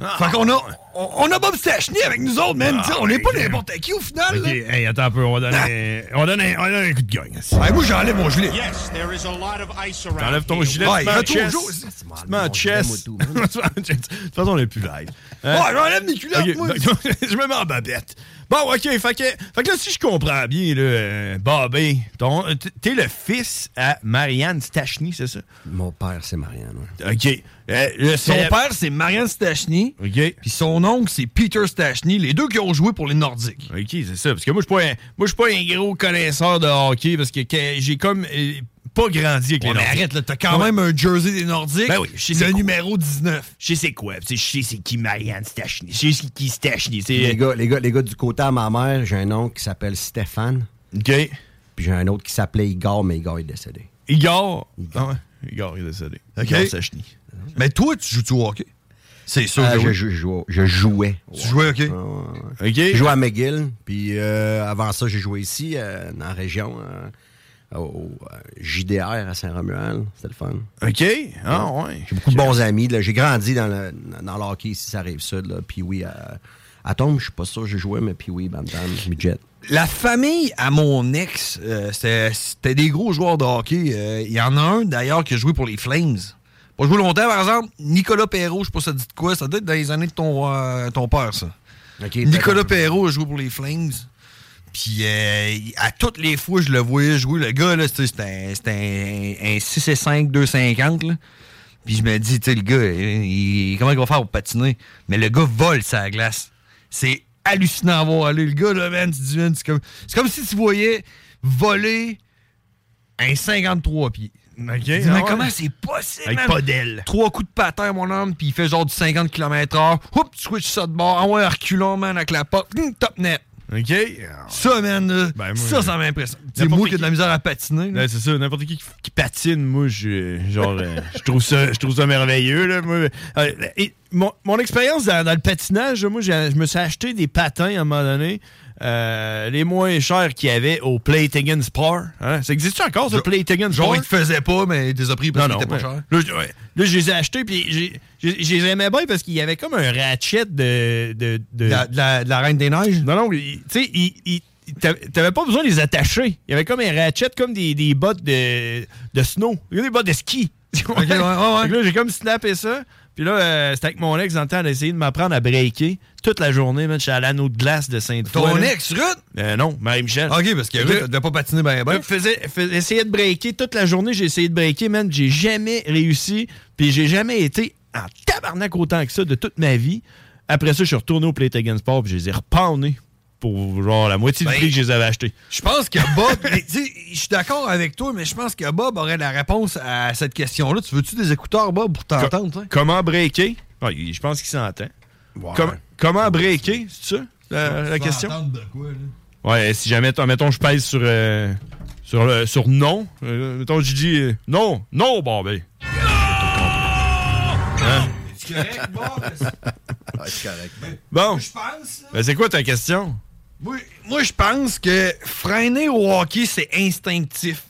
Ah. fait qu'on a, on, on a Bob Stachny avec nous autres, man.
Ah,
T'sais, on n'est pas
ouais.
n'importe qui au final.
Ok,
là.
hey, attends un peu, on va donner, un- on va donner, un- on va donner un coup de hein, gagne.
Hey, Ah, moi, j'enlève mon gilet.
Yes, there is a lot of ice around.
T'enlèves ton
here.
gilet, tu te mets en chess. Tu te mets en chess. De toute façon, on n'est plus live.
Ouais, j'enlève mes culottes,
ok,
moi.
ben, je me mets en babette. Bon, OK, fait que, fait que là, si je comprends bien, là, euh, Bobby, ton- t'es le fils à Marianne Stachny, c'est ça?
Mon père, c'est Marianne, ouais.
OK. Euh, le
Son
célèbre-
père, c'est Marianne Stachny. Puis son oncle, c'est Peter Stachny, les deux qui ont joué pour les Nordiques.
OK, c'est ça. Parce que moi, je suis pas un- moi, je suis pas un gros connaisseur de hockey parce que que j'ai comme euh, pas grandi avec les
Ouais, mais
Nordiques.
arrête, là, t'as quand même un jersey des Nordiques.
Ben oui, je sais
le
c'est quoi.
numéro 19.
Je sais c'est quoi. tu sais, Je sais c'est qui Marianne Stachny. Je sais c'est qui Stachny. c'est-
Les gars, les, gars, les gars du côté à ma mère, j'ai un oncle qui s'appelle Stéphane.
OK. Puis
j'ai un autre qui s'appelait Igor, mais Igor est décédé.
Igor. Ah ouais, Igor est décédé.
OK.
Igor Stachny.
Mais toi, tu joues-tu au hockey? C'est sûr
Ah,
que
je,
oui.
je jouais. Je jouais.
Tu jouais, OK.
J'ai joué à McGill. Puis euh, avant ça, j'ai joué ici, euh, dans la région, euh, au euh, JDR à Saint-Romuald. C'était le fun.
OK. Ah, ouais.
J'ai beaucoup de bons amis. là. J'ai grandi dans le, dans le hockey ici, ça arrive sud. Là. Puis oui, à, à Tombe, je suis pas sûr que j'ai joué, mais puis oui, Bantam, Midget.
la famille à mon ex, euh, c'était c'était des gros joueurs de hockey. Euh, Il y en a un, d'ailleurs, qui a joué pour les Flames. Pas joué longtemps, par exemple, Nicolas Perrault, je sais pas si ça te dit de quoi, ça doit être dans les années de ton, euh, ton père, ça. Nicolas Perrault a joué pour les Flames. Puis euh, à toutes les fois, je le voyais jouer. Le gars, là, c'était c'était un, c'était un, un 6 et 5, 250. là. Puis je me dis, tu sais, le gars, euh, il- comment il va faire pour patiner? Mais le gars vole sa glace. C'est hallucinant à voir aller. Le gars, là, man, tu te dis, man, c'est comme, c'est comme si tu voyais voler un 53 pieds. Tu te dis,
ah
mais
ouais.
comment c'est possible?
Avec
man?
pas d'aile.
Trois coups de patin, mon homme, puis il fait genre du 50 km/h. Hop, switch ça de bord. Envoie un reculon, man, avec la pop. top net.
OK. Ben,
Ça, man, là, ça,
je-
ça m'impressionne. C'est
N'importe
moi qui ai de la misère à patiner. là.
Ouais, c'est ça, n'importe qui, qui qui patine, moi, je, genre, euh, je, trouve ça, je trouve ça merveilleux. Là, moi. Euh, et mon, mon expérience dans, dans le patinage, moi, j'ai- je me suis acheté des patins à un moment donné, euh, les moins chers qu'il y avait au Playtagon Sport. hein. Ça existe encore, ce Playtagon Sport?
Genre, il te faisait pas, mais il les a pris parce
Non,
qu'il
non,
était pas
ouais.
cher.
Là, je, ouais. Là, je les ai achetés, puis j'ai- j'ai- je les aimais bien parce qu'il y avait comme un ratchet de. De, la,
Reine des Neiges?
Non, non, il- tu sais, il- il- t'a- T'avais pas besoin de les attacher. Il y avait comme un ratchet, comme des, des bottes de, de snow. Il y a des bottes de ski.
ouais, ouais, ouais.
Fait que là, j'ai comme snappé ça. Puis là, euh, c'était avec mon ex dans le temps d'essayer de m'apprendre à breaker toute la journée. man. J'étais à l'anneau de glace de Sainte-Foy.
Ton
là.
ex, Ruth?
Euh, non, Marie-Michel.
Ok, parce que
Fait
Ruth,
là-
elle devait pas patiner bien, ben.
Ouais, faisais- fais- essayais de breaker toute la journée, j'ai essayé de breaker, man. J'ai jamais réussi, puis j'ai jamais été en tabarnak autant que ça de toute ma vie. Après ça, je suis retourné au Playtagon Sport, puis je les ai repownés pour genre la moitié du
Ben,
prix que je les avais achetés.
Je pense que Bob, mais tu sais, je suis d'accord avec toi, mais je pense que Bob aurait la réponse à cette question-là. Tu veux-tu des écouteurs, Bob, pour t'entendre? toi?
Comment breaker Ah, il- Je pense qu'il s'entend. Com- comment breaker, c'est ça la, la
Tu vas
question
entendre de quoi, là?
Ouais, si jamais, t- mettons, je pèse sur, euh, sur, le, sur non, euh, mettons, je dis euh, non, non, bon, ben. Hein?
Ah! C'est correct, Bob? ben,
c'est correct.
Bon.
Je pense,
Ben, c'est quoi ta question?
Moi, moi, je pense que freiner au hockey, c'est instinctif.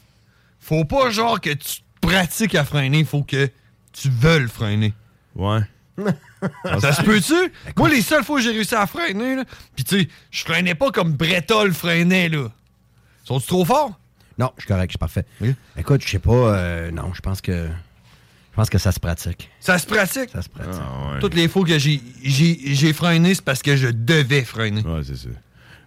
Faut pas genre que tu pratiques à freiner, faut que tu veuilles freiner.
Ouais.
Ça se peut-tu? Moi, les seules fois que j'ai réussi à freiner, là, pis tu sais, je freinais pas comme Bretol freinait, là. Sont-tu trop forts?
Non, je suis correct, je suis parfait. Écoute, je sais pas, euh, non, je pense que je pense que ça se pratique.
Ça se pratique?
Ça se pratique.
Ah,
Toutes les fois que j'ai- j'ai j'ai freiné, c'est parce que je devais freiner.
Ouais, c'est ça.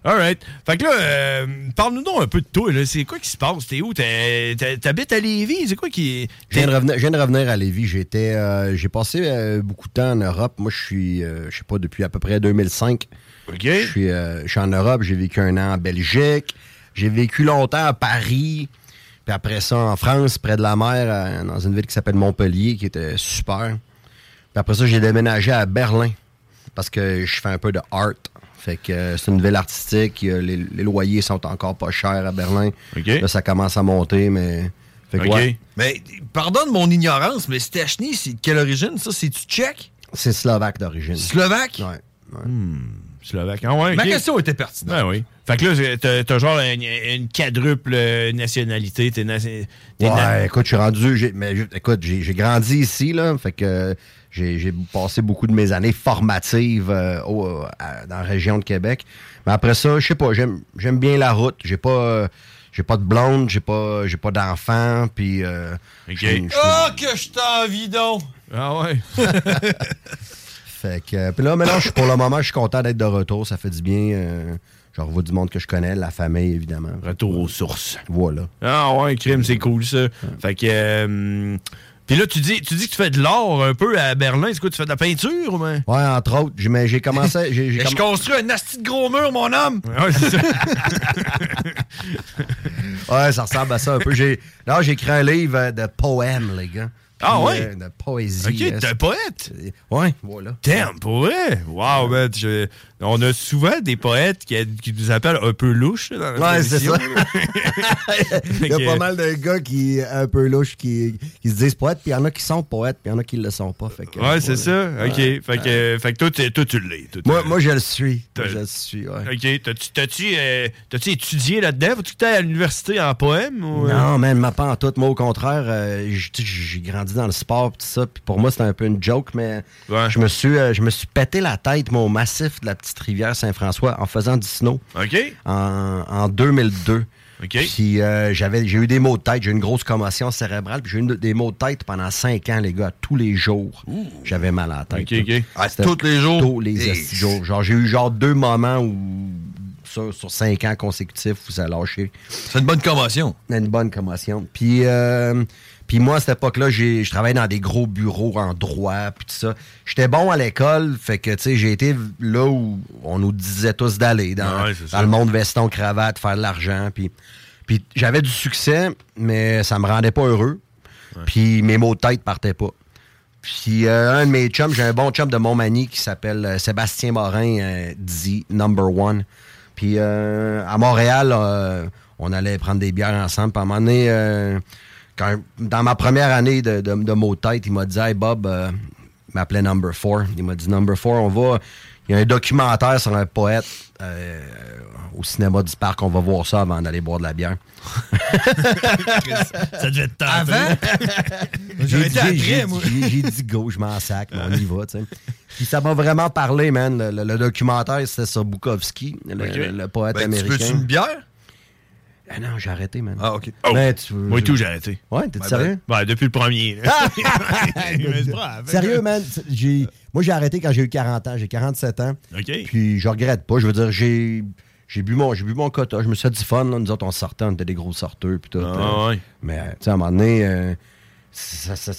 Alright. Fait que là, euh, parle-nous donc un peu de toi. là. C'est quoi qui se passe? T'es où? T'es- t'es- T'habites à Lévis? C'est quoi qui.
Je viens, de revenir, je viens de revenir à Lévis. J'étais, euh, j'ai passé euh, beaucoup de temps en Europe. Moi, je suis, euh, je sais pas, depuis à peu près 2005. Je suis, euh, je suis en Europe. J'ai vécu un an en Belgique. J'ai vécu longtemps à Paris. Puis après ça, en France, près de la mer, euh, dans une ville qui s'appelle Montpellier, qui était super. Puis après ça, j'ai déménagé à Berlin parce que je fais un peu de art. Fait que euh, c'est une ville artistique. Il y a Les, les loyers sont encore pas chers à Berlin. Là, ça commence à monter, mais. Fait que, ouais.
Mais pardonne mon ignorance, mais Stachny, c'est de quelle origine, ça? C'est-tu tchèque?
C'est slovaque d'origine.
Slovaque?
Ouais.
Slovaque. Ah ouais,
Ma
ok.
question était pertinente.
Ouais, oui. Fait que là, c'est- t'as- t'as genre une, une quadruple euh, nationalité. T'es na- t'es
Ouais,
na-
écoute, je suis rendu. j'ai- Mais je- écoute, j'ai j'ai grandi ici, là. Fait que j'ai j'ai passé beaucoup de mes années formatives euh, au- à- dans la région de Québec. Mais après ça, je sais pas, j'aime j'aime bien la route. J'ai pas. euh, j'ai pas de blonde, j'ai pas, j'ai pas d'enfant, puis. euh, je suis- je suis-
Ah, que je t'envie donc!
Ah ouais?
Fait que, euh, puis là, maintenant, je suis- pour le moment, je suis content d'être de retour. Ça fait du bien. euh, je revois du monde que je connais, la famille, évidemment.
Retour aux sources.
Voilà.
Ah ouais, crime, c'est cool ça. Fait que. euh, Puis là, tu dis, tu dis que tu fais de l'art un peu à Berlin. C'est quoi? Tu fais de la peinture ou ben?
Ouais, entre autres, j'ai- mais j'ai commencé. J'ai j'ai
Mais je
comm-
construis un asti de gros mur, mon homme!
Ouais, ça ressemble à ça un peu. J'ai, là, j'ai écrit un livre euh, de poèmes, les gars. Puis,
Ah ouais?
euh, de poésie.
Ok,
euh,
t'es un poète?
Ouais, voilà.
Damn, pour vrai? Wow, man. je- on a souvent des poètes qui, qui nous appellent un peu louches. là, Dans
Ouais, c'est
l'émission.
ça. Il y a
Ok.
pas mal de gars qui, un peu louches qui, qui se disent poètes, puis il y en a qui sont poètes, puis il y en a qui le sont pas. Fait que, euh,
Ouais, c'est ça.
voilà.
Ok.
Ouais.
Fait, que, euh, fait que toi, t'es- toi, tu l'es. toi, tu
Moi,
l'es.
moi, je le suis.
T'as-
Je le suis, ouais.
Ok. T'as-tu t'as-tu, euh, t'as-tu étudié là-dedans? Faut-tu que t'ailles à l'université en poème? Ou, euh?
Non, man, ma pas en tout. Moi, au contraire, euh, j- tu sais, j'ai grandi grandi dans le sport, pis tout ça. Puis pour moi, c'était un peu une joke, mais je, me suis, euh, je me suis pété la tête, mon massif de la petite rivière Saint-François, en faisant du snow.
OK.
En, en 2002. Puis euh, j'avais, j'ai eu des maux de tête, j'ai eu une grosse commotion cérébrale, puis j'ai eu une- des maux de tête pendant cinq ans, les gars, tous les jours. J'avais mal à la tête.
OK, OK. Ah,
C'était
tous les jours?
Tous les
Et-
estis jours. Genre, j'ai eu genre deux moments où, sur, sur cinq ans consécutifs, où ça a lâché.
C'est une bonne commotion.
Une bonne commotion. Puis, euh, puis moi, à cette époque-là, j'ai- je travaillais dans des gros bureaux en droit, puis tout ça. J'étais bon à l'école, fait que, tu sais, j'ai été là où on nous disait tous d'aller, dans,
Ah ouais, c'est
dans
ça.
le monde veston, cravate, faire de l'argent, puis... Puis j'avais du succès, mais ça me rendait pas heureux. Puis mes mots de tête partaient pas. Puis euh, un de mes chums, j'ai un bon chum de Montmagny qui s'appelle euh, Sébastien Morin, euh, dit Number One. Puis euh, à Montréal, euh, on allait prendre des bières ensemble. Puis à un moment donné, euh, quand- dans ma première année de, de, de mots de tête, il m'a dit Hey Bob, euh, il m'appelait Number Four. Il m'a dit Number Four, on va. Il y a un documentaire sur un poète euh, au cinéma du parc. On va voir ça avant d'aller boire de la bière.
Ça devait être
tenté. Avant?
J'aurais
J'ai
été
dit,
après,
j'ai
moi.
dit- j'ai dit go, je m'en sac, mais on y va, tu sais. Puis ça m'a vraiment parlé, man. Le, le- le documentaire, c'était sur Bukowski, le,
Ok.
le- le poète
Ben, tu
américain.
veux-tu une
bière?
Ah non, j'ai arrêté, man.
Ah, OK.
Ben, tu-
Oh. Moi et tout, j'ai arrêté.
Ouais, t'es sérieux?
Ben, ben, depuis le premier. là. Mais c'est pas grave.
Sérieux, man. c'est- j'ai- Moi, j'ai arrêté quand j'ai eu 40 ans. J'ai 47 ans.
OK.
Puis je regrette pas. Je veux dire, j'ai. J'ai bu, mon, j'ai bu mon quota. Je me suis dit fun. Là. Nous autres, on sortait, on était des gros sorteurs. Puis tout,
Ah,
Euh,
ouais.
Mais, tu sais, à un moment donné, euh, ça, ça-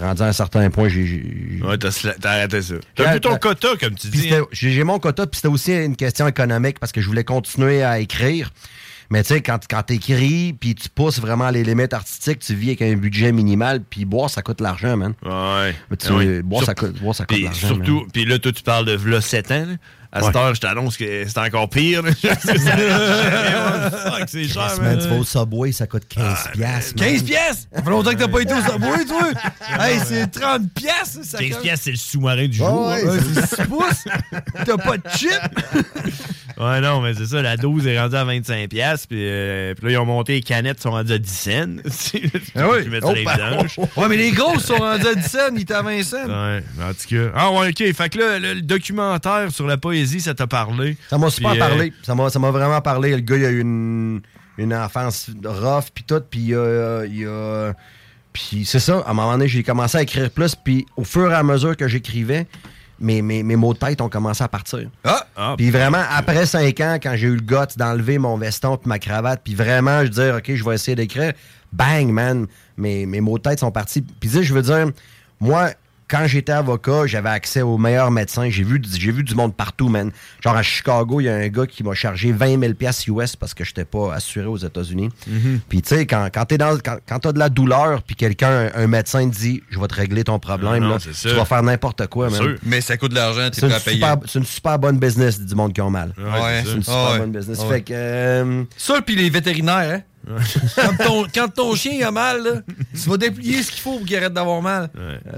rendu à un certain point, j'ai- j'ai,
Ouais, t'as sla- t'as arrêté ça. T'as plus ton quota, comme tu
Puis
dis. hein?
c'était- J'ai j'ai mon quota, puis c'était aussi une question économique parce que je voulais continuer à écrire. Mais tu sais, quand, quand t'écris, puis tu pousses vraiment les limites artistiques, tu vis avec un budget minimal, puis boire, ça coûte de l'argent, man.
Ouais.
Mais tu-
Ah oui.
boire, ça
Surtout-
coûte- boire, ça coûte de
puis
l'argent,
Surtout, puis là, toi, tu parles de v'là 7 ans. là. À cette heure, je t'annonce que c'est encore pire. là. Ça marche jamais, ouais. Fuck, c'est cher,
Chris, man,
man.
tu vas au Subway, ça coûte 15 piastres. Ah, man.
15 pièces! Ça fait longtemps que t'as pas été au Subway, toi! hey, c'est 30 pièces! ça
15
coûte.
piastres, c'est le sous-marin du jour.
Ouais,
hein.
c'est 6 pouces! T'as pas de chip!
Ouais, non, mais c'est ça, la 12 est rendue à 25$, piastres, puis, euh, puis là, ils ont monté les canettes, sont rendues à 10 cents. ah oui?
Oh, ben, Ouais, mais les grosses sont rendues à 10 cents, ils étaient à 20 cents.
Ouais, en tout cas. Ah ouais, OK. Fait que là, le, le documentaire sur la poésie, ça t'a parlé.
Ça m'a super
Puis, euh,
parlé. Ça m'a ça m'a vraiment parlé. Le gars, il a eu une, une enfance rough, puis tout, puis euh, il a... Puis c'est ça, à un moment donné, j'ai commencé à écrire plus, puis au fur et à mesure que j'écrivais, mes, mes, mes mots de tête ont commencé à partir.
Ah!
puis vraiment, après cinq ans, quand j'ai eu le guts d'enlever mon veston puis ma cravate, puis vraiment, je disais, OK, je vais essayer d'écrire, bang, man, mes, mes mots de tête sont partis. Puis tu sais, je veux dire, moi, quand j'étais avocat, j'avais accès aux meilleurs médecins. J'ai vu, j'ai vu du monde partout, man. Genre à Chicago, il y a un gars qui m'a chargé 20 000 piastres US parce que je n'étais pas assuré aux États-Unis.
Mm.
Puis tu sais, quand, quand t'es dans, quand, quand t'as de la douleur, puis quelqu'un, un, un médecin te dit, je vais te régler ton problème,
Ah Non, non,
là,
c'est
tu
ça.
vas faire n'importe quoi, man.
Mais ça coûte de l'argent, t'es
C'est
prêt
une,
à payer.
super, c'est une super bonne business du monde qui ont mal.
Ouais,
c'est une
ça.
super
Ah ouais.
bonne business.
Ah ouais.
Fait que, euh,
Ça, puis les vétérinaires, hein? quand, ton, quand ton chien il a mal, là, tu vas déplier ce qu'il faut pour qu'il arrête d'avoir mal.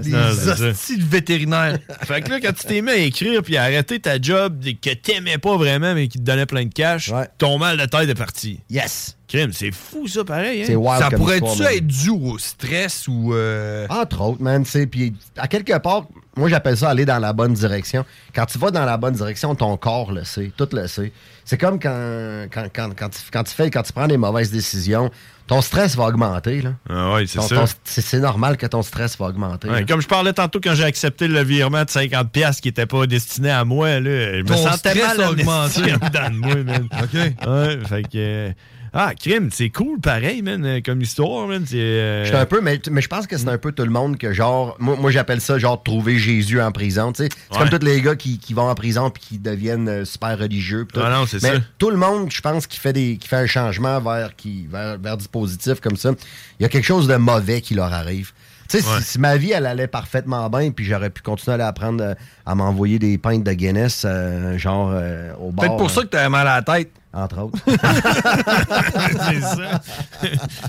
Des
Non, c'est ça.
hosties de vétérinaires.
Fait que là, quand tu t'es mis à écrire puis à arrêter ta job que t'aimais pas vraiment, mais qui te donnait plein de cash, ton mal de tête est parti.
Yes.
Crime, c'est fou ça, pareil. Hein?
C'est wild
Ça
comme
pourrait-tu
histoire, man.
être dû au stress ou. euh,
Entre autres, man, tu sais, puis à quelque part, moi j'appelle ça aller dans la bonne direction. Quand tu vas dans la bonne direction, ton corps le sait, tout le sait. C'est comme quand, quand, quand, quand tu, quand tu fais, quand tu prends des mauvaises décisions, ton stress va augmenter, là.
Ah ouais, c'est
Ton-
ça.
ton- C'est c'est normal que ton stress va augmenter.
Ouais,
là.
comme je parlais tantôt quand j'ai accepté le virement de 50$ piastres qui n'était pas destiné à moi, là, je me
Ton
sentais
stress
mal
a
augmenté
augmenté.
dans de moi, man. OK. Ouais, fait que. euh, Ah, crime, c'est cool pareil, man, euh, comme histoire, man. c'est, euh,
Je suis un peu, mais, mais je pense que c'est un peu tout le monde que genre, moi, moi, j'appelle ça genre trouver Jésus en prison, tu sais. C'est
Ouais.
comme tous les gars qui, qui vont en prison puis qui deviennent euh, super religieux. pis tout.
Ah non, c'est
mais
ça.
tout le monde, je pense, qui fait, des, qui fait un changement vers, qui, vers, vers du positif comme ça, il y a quelque chose de mauvais qui leur arrive. Tu sais, si-
Ouais.
si, ma vie, elle allait parfaitement bien, puis j'aurais pu continuer à aller apprendre euh, à m'envoyer des pintes de Guinness, euh, genre euh, au bar.
Peut-être pour
hein.
ça que t'as mal à la tête.
entre autres.
c'est ça.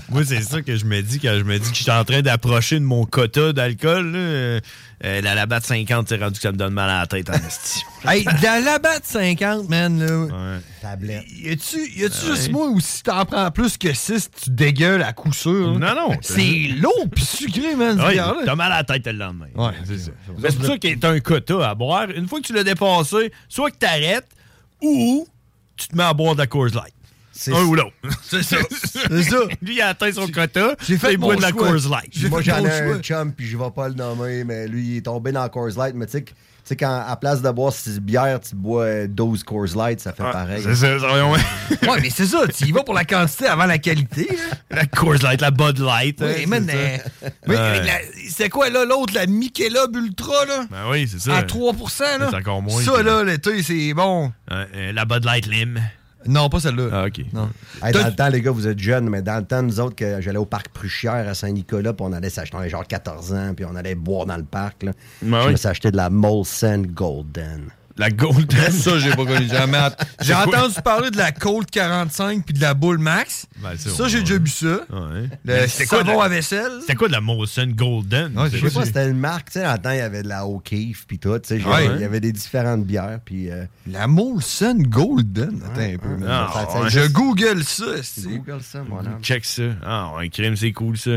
Moi, c'est ça que je me dis quand je me dis que je suis en train d'approcher de mon quota d'alcool. là. Euh, euh, la labatte 50, c'est rendu que ça me donne mal à la tête en esti.
Hey, dans la batte 50, man, là.
Tablette.
Y a-tu y a-tu juste moi ou si t'en prends plus que 6, tu dégueules à coup sûr? hein?
Non, non.
C'est long pis sucré, man, ce
Ouais,
bière-là.
T'as mal à la tête le lendemain.
Ouais,
c'est ça. Mais C'est pour ça qu'il est un quota à boire. Une fois que tu l'as dépassé, soit que t'arrêtes ou tu te mets à boire de la Coors Light. Un ou l'autre.
C'est ça.
C'est ça. Lui, il a atteint son quota.
J'ai fait
il boit
mon
de la
choix.
Coors Light.
Moi, j'en ai un chum, puis je vais pas le nommer, mais lui, il est tombé dans Coors Light. Mais tu sais, que- tu sais, quand à place de boire 6 bières, tu bois euh, 12 Coors Light, ça fait pareil.
Ah, C'est ça, ça ouais.
ouais, mais c'est ça. Tu y vas pour la quantité avant la qualité. là.
La Coors Light, la Bud Light.
Oui,
hein,
man,
c'est
euh,
ça.
mais
Ouais.
avec la- c'est quoi, là, l'autre, la Michelob Ultra, là?
Ben oui, c'est ça.
À 3 là.
C'est encore moins.
Ça, là, l'été, c'est bon.
Euh, euh, la Bud Light Lim.
Non, pas celle-là.
Ah, OK.
Hey, dans le temps, les gars, vous êtes jeunes, mais dans le temps, nous autres, que j'allais au parc Pruchière à Saint-Nicolas, puis on allait s'acheter, on avait genre 14 ans, puis on allait boire dans le parc. Là.
Ben
je
oui.
me suis acheté de la Molson Golden.
La Golden.
Ça, j'ai pas connu. Jamais. att-
C'est
J'ai
quoi?
entendu parler de la Colt 45 puis de la Bull Max.
Ben, c'est
ça,
bon,
j'ai
ouais.
déjà bu ça. Le
Mais
savon
de la-
à vaisselle.
C'était quoi de la Molson Golden?
je sais pas, c'était une marque, tu sais, dans le temps, il y avait de la O'Keeffe, puis tout, tu sais,
Ouais.
il y avait des différentes bières, puis... euh,
La Molson Golden. Attends un peu.
Ah,
Ça- ça-
ouais.
Je google ça. c'est-
Check ça. Ah, un crime, c'est cool, ça.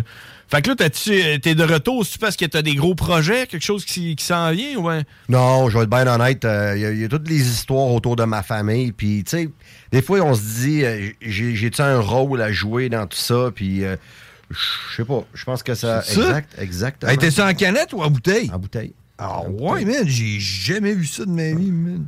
Fait que là, t'as-tu- euh, t'es de retour, c'est-tu parce que t'as des gros projets, quelque chose qui, qui s'en vient? ou hein? Ouais.
Non, je vais être bien honnête. euh, Il y a- il y, a toutes les histoires autour de ma famille. Puis, tu sais, des fois, on se dit, euh, j'ai- j'ai-tu un rôle à jouer dans tout ça? Puis, euh, je sais pas. Je pense que ça.
C'est ça?
Exact, exactement.
Hey, T'es-tu en canette ou en bouteille?
En bouteille. Ah.
Ah ouais, man, j'ai jamais vu ça de ma vie, man.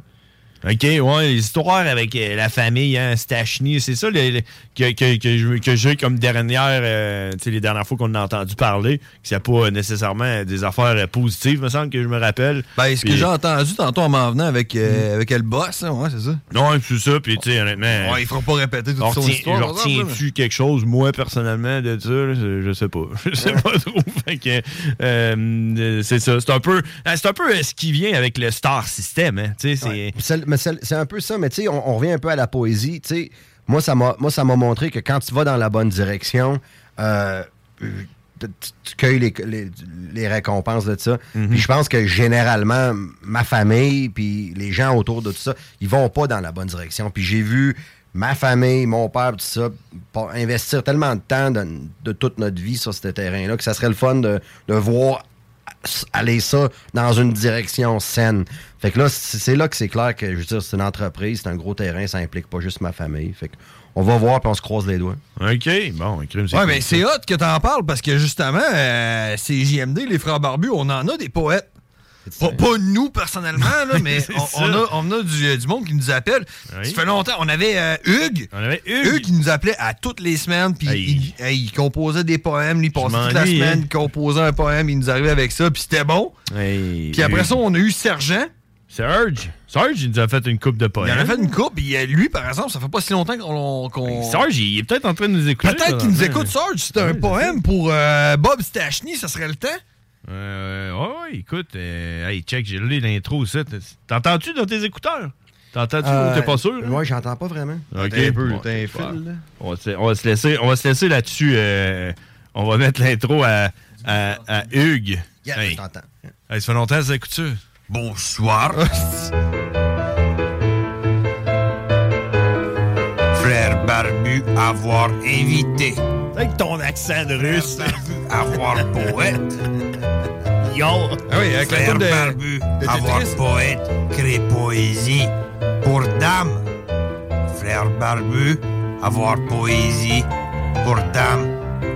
OK, ouais, les histoires avec euh, la famille, hein, Stachny, c'est ça le- le- que, que- que je- que j'ai comme dernière, euh, tu sais, les dernières fois qu'on a entendu parler, que c'est pas euh, nécessairement des affaires euh, positives, me semble que je me rappelle.
Ben, ce que
Puis- Hmm.
j'ai entendu tantôt en m'en venant avec, euh, avec le boss, hein, ouais, c'est ça.
Non, c'est ça, puis tu sais, honnêtement...
Ouais, il fera pas répéter toute
on
son
retient-
histoire.
je
par exemple, là,
retiens-tu quelque chose, moi, personnellement, de ça? là, Je je sais pas. Je sais pas trop. Fait que, euh, c'est ça. C'est un peu, euh, c'est un peu euh, ce qui vient avec le star system. Hein. Tu sais, c'est-
C'est- mais c'est c'est un peu ça, mais tu sais, on, on revient un peu à la poésie. Tu sais, moi, ça m'a moi, ça m'a montré que quand tu vas dans la bonne direction, euh, tu, tu cueilles les, les- les récompenses de ça.
Mhm.
Puis je pense que généralement, ma famille, puis les gens autour de tout ça, ils vont pas dans la bonne direction. Puis j'ai vu ma famille, mon père, tout ça, pas- investir tellement de temps de, de toute notre vie sur ce terrain-là que ça serait le fun de, de voir aller ça dans une direction saine. Fait que là, c'est c'est là que c'est clair que, je veux dire, c'est une entreprise, c'est un gros terrain, ça implique pas juste ma famille. Fait que on va voir, puis on se croise les doigts.
OK, bon, un crime, c'est
Ouais,
cool,
mais
ça.
c'est hot que t'en parles parce que justement, euh, c'est JMD, les frères barbus, on en a des poètes. Pas, pas nous personnellement, là, mais
C'est
on, on
ça.
a, on a du, du monde qui nous appelle.
Oui.
Ça fait longtemps. On avait euh, Hugues.
On avait Hugues.
Hugues qui nous appelait à toutes les semaines. Puis il- hey, il, composait des poèmes. Il passait toute la
m'ennuie,
semaine.
hein.
Il composait un poème. Il nous arrivait avec ça. Puis c'était bon.
Hey,
Puis après
lui-
ça, on a eu Sergent.
Serge. Serge, il nous a fait une coupe de
Il en
poèmes.
a fait une coupe. Puis euh, lui, par exemple, ça fait pas si longtemps qu'on. qu'on-
Serge, Ben, il est peut-être en train de nous écouter.
Peut-être qu'il nous
euh,
écoute, Serge. C'est un poème pour euh, Bob Stachny. Ça serait le temps.
Euh, ouais, ouais, écoute, euh, hey, check, j'ai lu l'intro, ça. T'entends-tu dans tes écouteurs? T'entends-tu ou
Euh,
t'es pas sûr? là?
Moi, j'entends pas vraiment.
Ok.
Un peu,
Bon,
t'as un
c'est pas-
fil, là.
On va, se, on va se laisser, on va se laisser là-dessus. euh, on va mettre l'intro à, à, à Hugues.
Yeah,
Hey.
je t'entends.
Hey, ça fait longtemps que ça écoute ça. Bonsoir.
Frère Barbu avoir invité.
Avec ton accent de russe.
avoir poète. Yo.
Ah oui, avec la
Frère
toune de-
Barbu
de
avoir
Tetris.
poète crée poésie pour dame. Frère Barbu avoir poésie pour dame.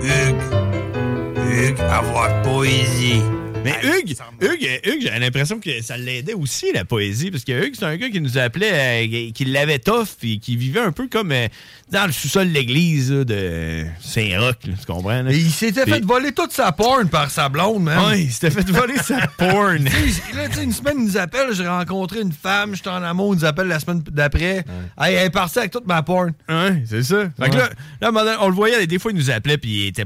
Hugues. Hugues avoir poésie.
Mais Hugues, Hugues, euh, Hugues, j'ai l'impression que ça l'aidait aussi, la poésie, parce que Hugues, c'est un gars qui nous appelait, euh, qui l'avait tough, puis qui vivait un peu comme euh, dans le sous-sol de l'église là, de Saint-Roch, là, tu comprends? là?
Et il s'était
Puis-
fait voler toute sa porn par sa blonde, man.
Ouais, il s'était fait voler sa porn.
Tu sais, là, tu sais, une semaine, il nous appelle, j'ai rencontré une femme, j'étais en amour, il nous appelle la semaine d'après. Hey, elle est partie avec toute ma porn.
Ouais, c'est ça. Fait que là, là, madame, on le voyait, des fois, il nous appelait, puis il était,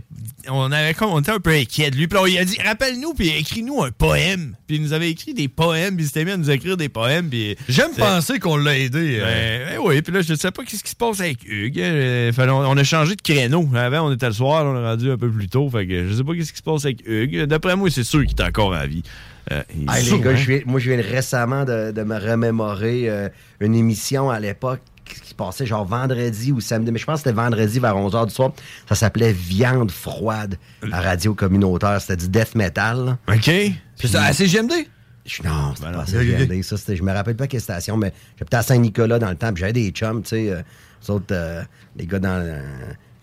on, avait, comme- on était un peu inquiet de lui. Puis là, il a dit Rappelle-nous, puis écris nous un poème. Puis il nous avait écrit des poèmes, puis il s'était mis à nous écrire des poèmes. Puis
J'aime
C'est-
penser qu'on l'a aidé. euh.
Ben, ben oui, puis là, je ne sais pas quest ce qui se passe avec Hugues. Euh, fallait- on, on a changé de créneau. Avant, on était le soir, on est rendu un peu plus tôt. Fait que je sais pas quest ce qui se passe avec Hugues. D'après moi, c'est sûr qu'il est encore à vie. Euh, il-
Ah, les
Sûrement.
gars, je viens- moi, je viens récemment de, de me remémorer euh, une émission à l'époque qui qui passait genre vendredi ou samedi, mais je pense que c'était vendredi vers 11h du soir. Ça s'appelait Viande froide à Radio Communautaire. C'était du death metal.
OK.
C'est ça, à CGMD? Non, c'était pas à CGMD. Ça, c'était- je me rappelle pas quelle station, mais j'étais à Saint-Nicolas dans le temps, puis j'avais des chums, tu sais. euh, eux autres, euh, les gars dans... euh,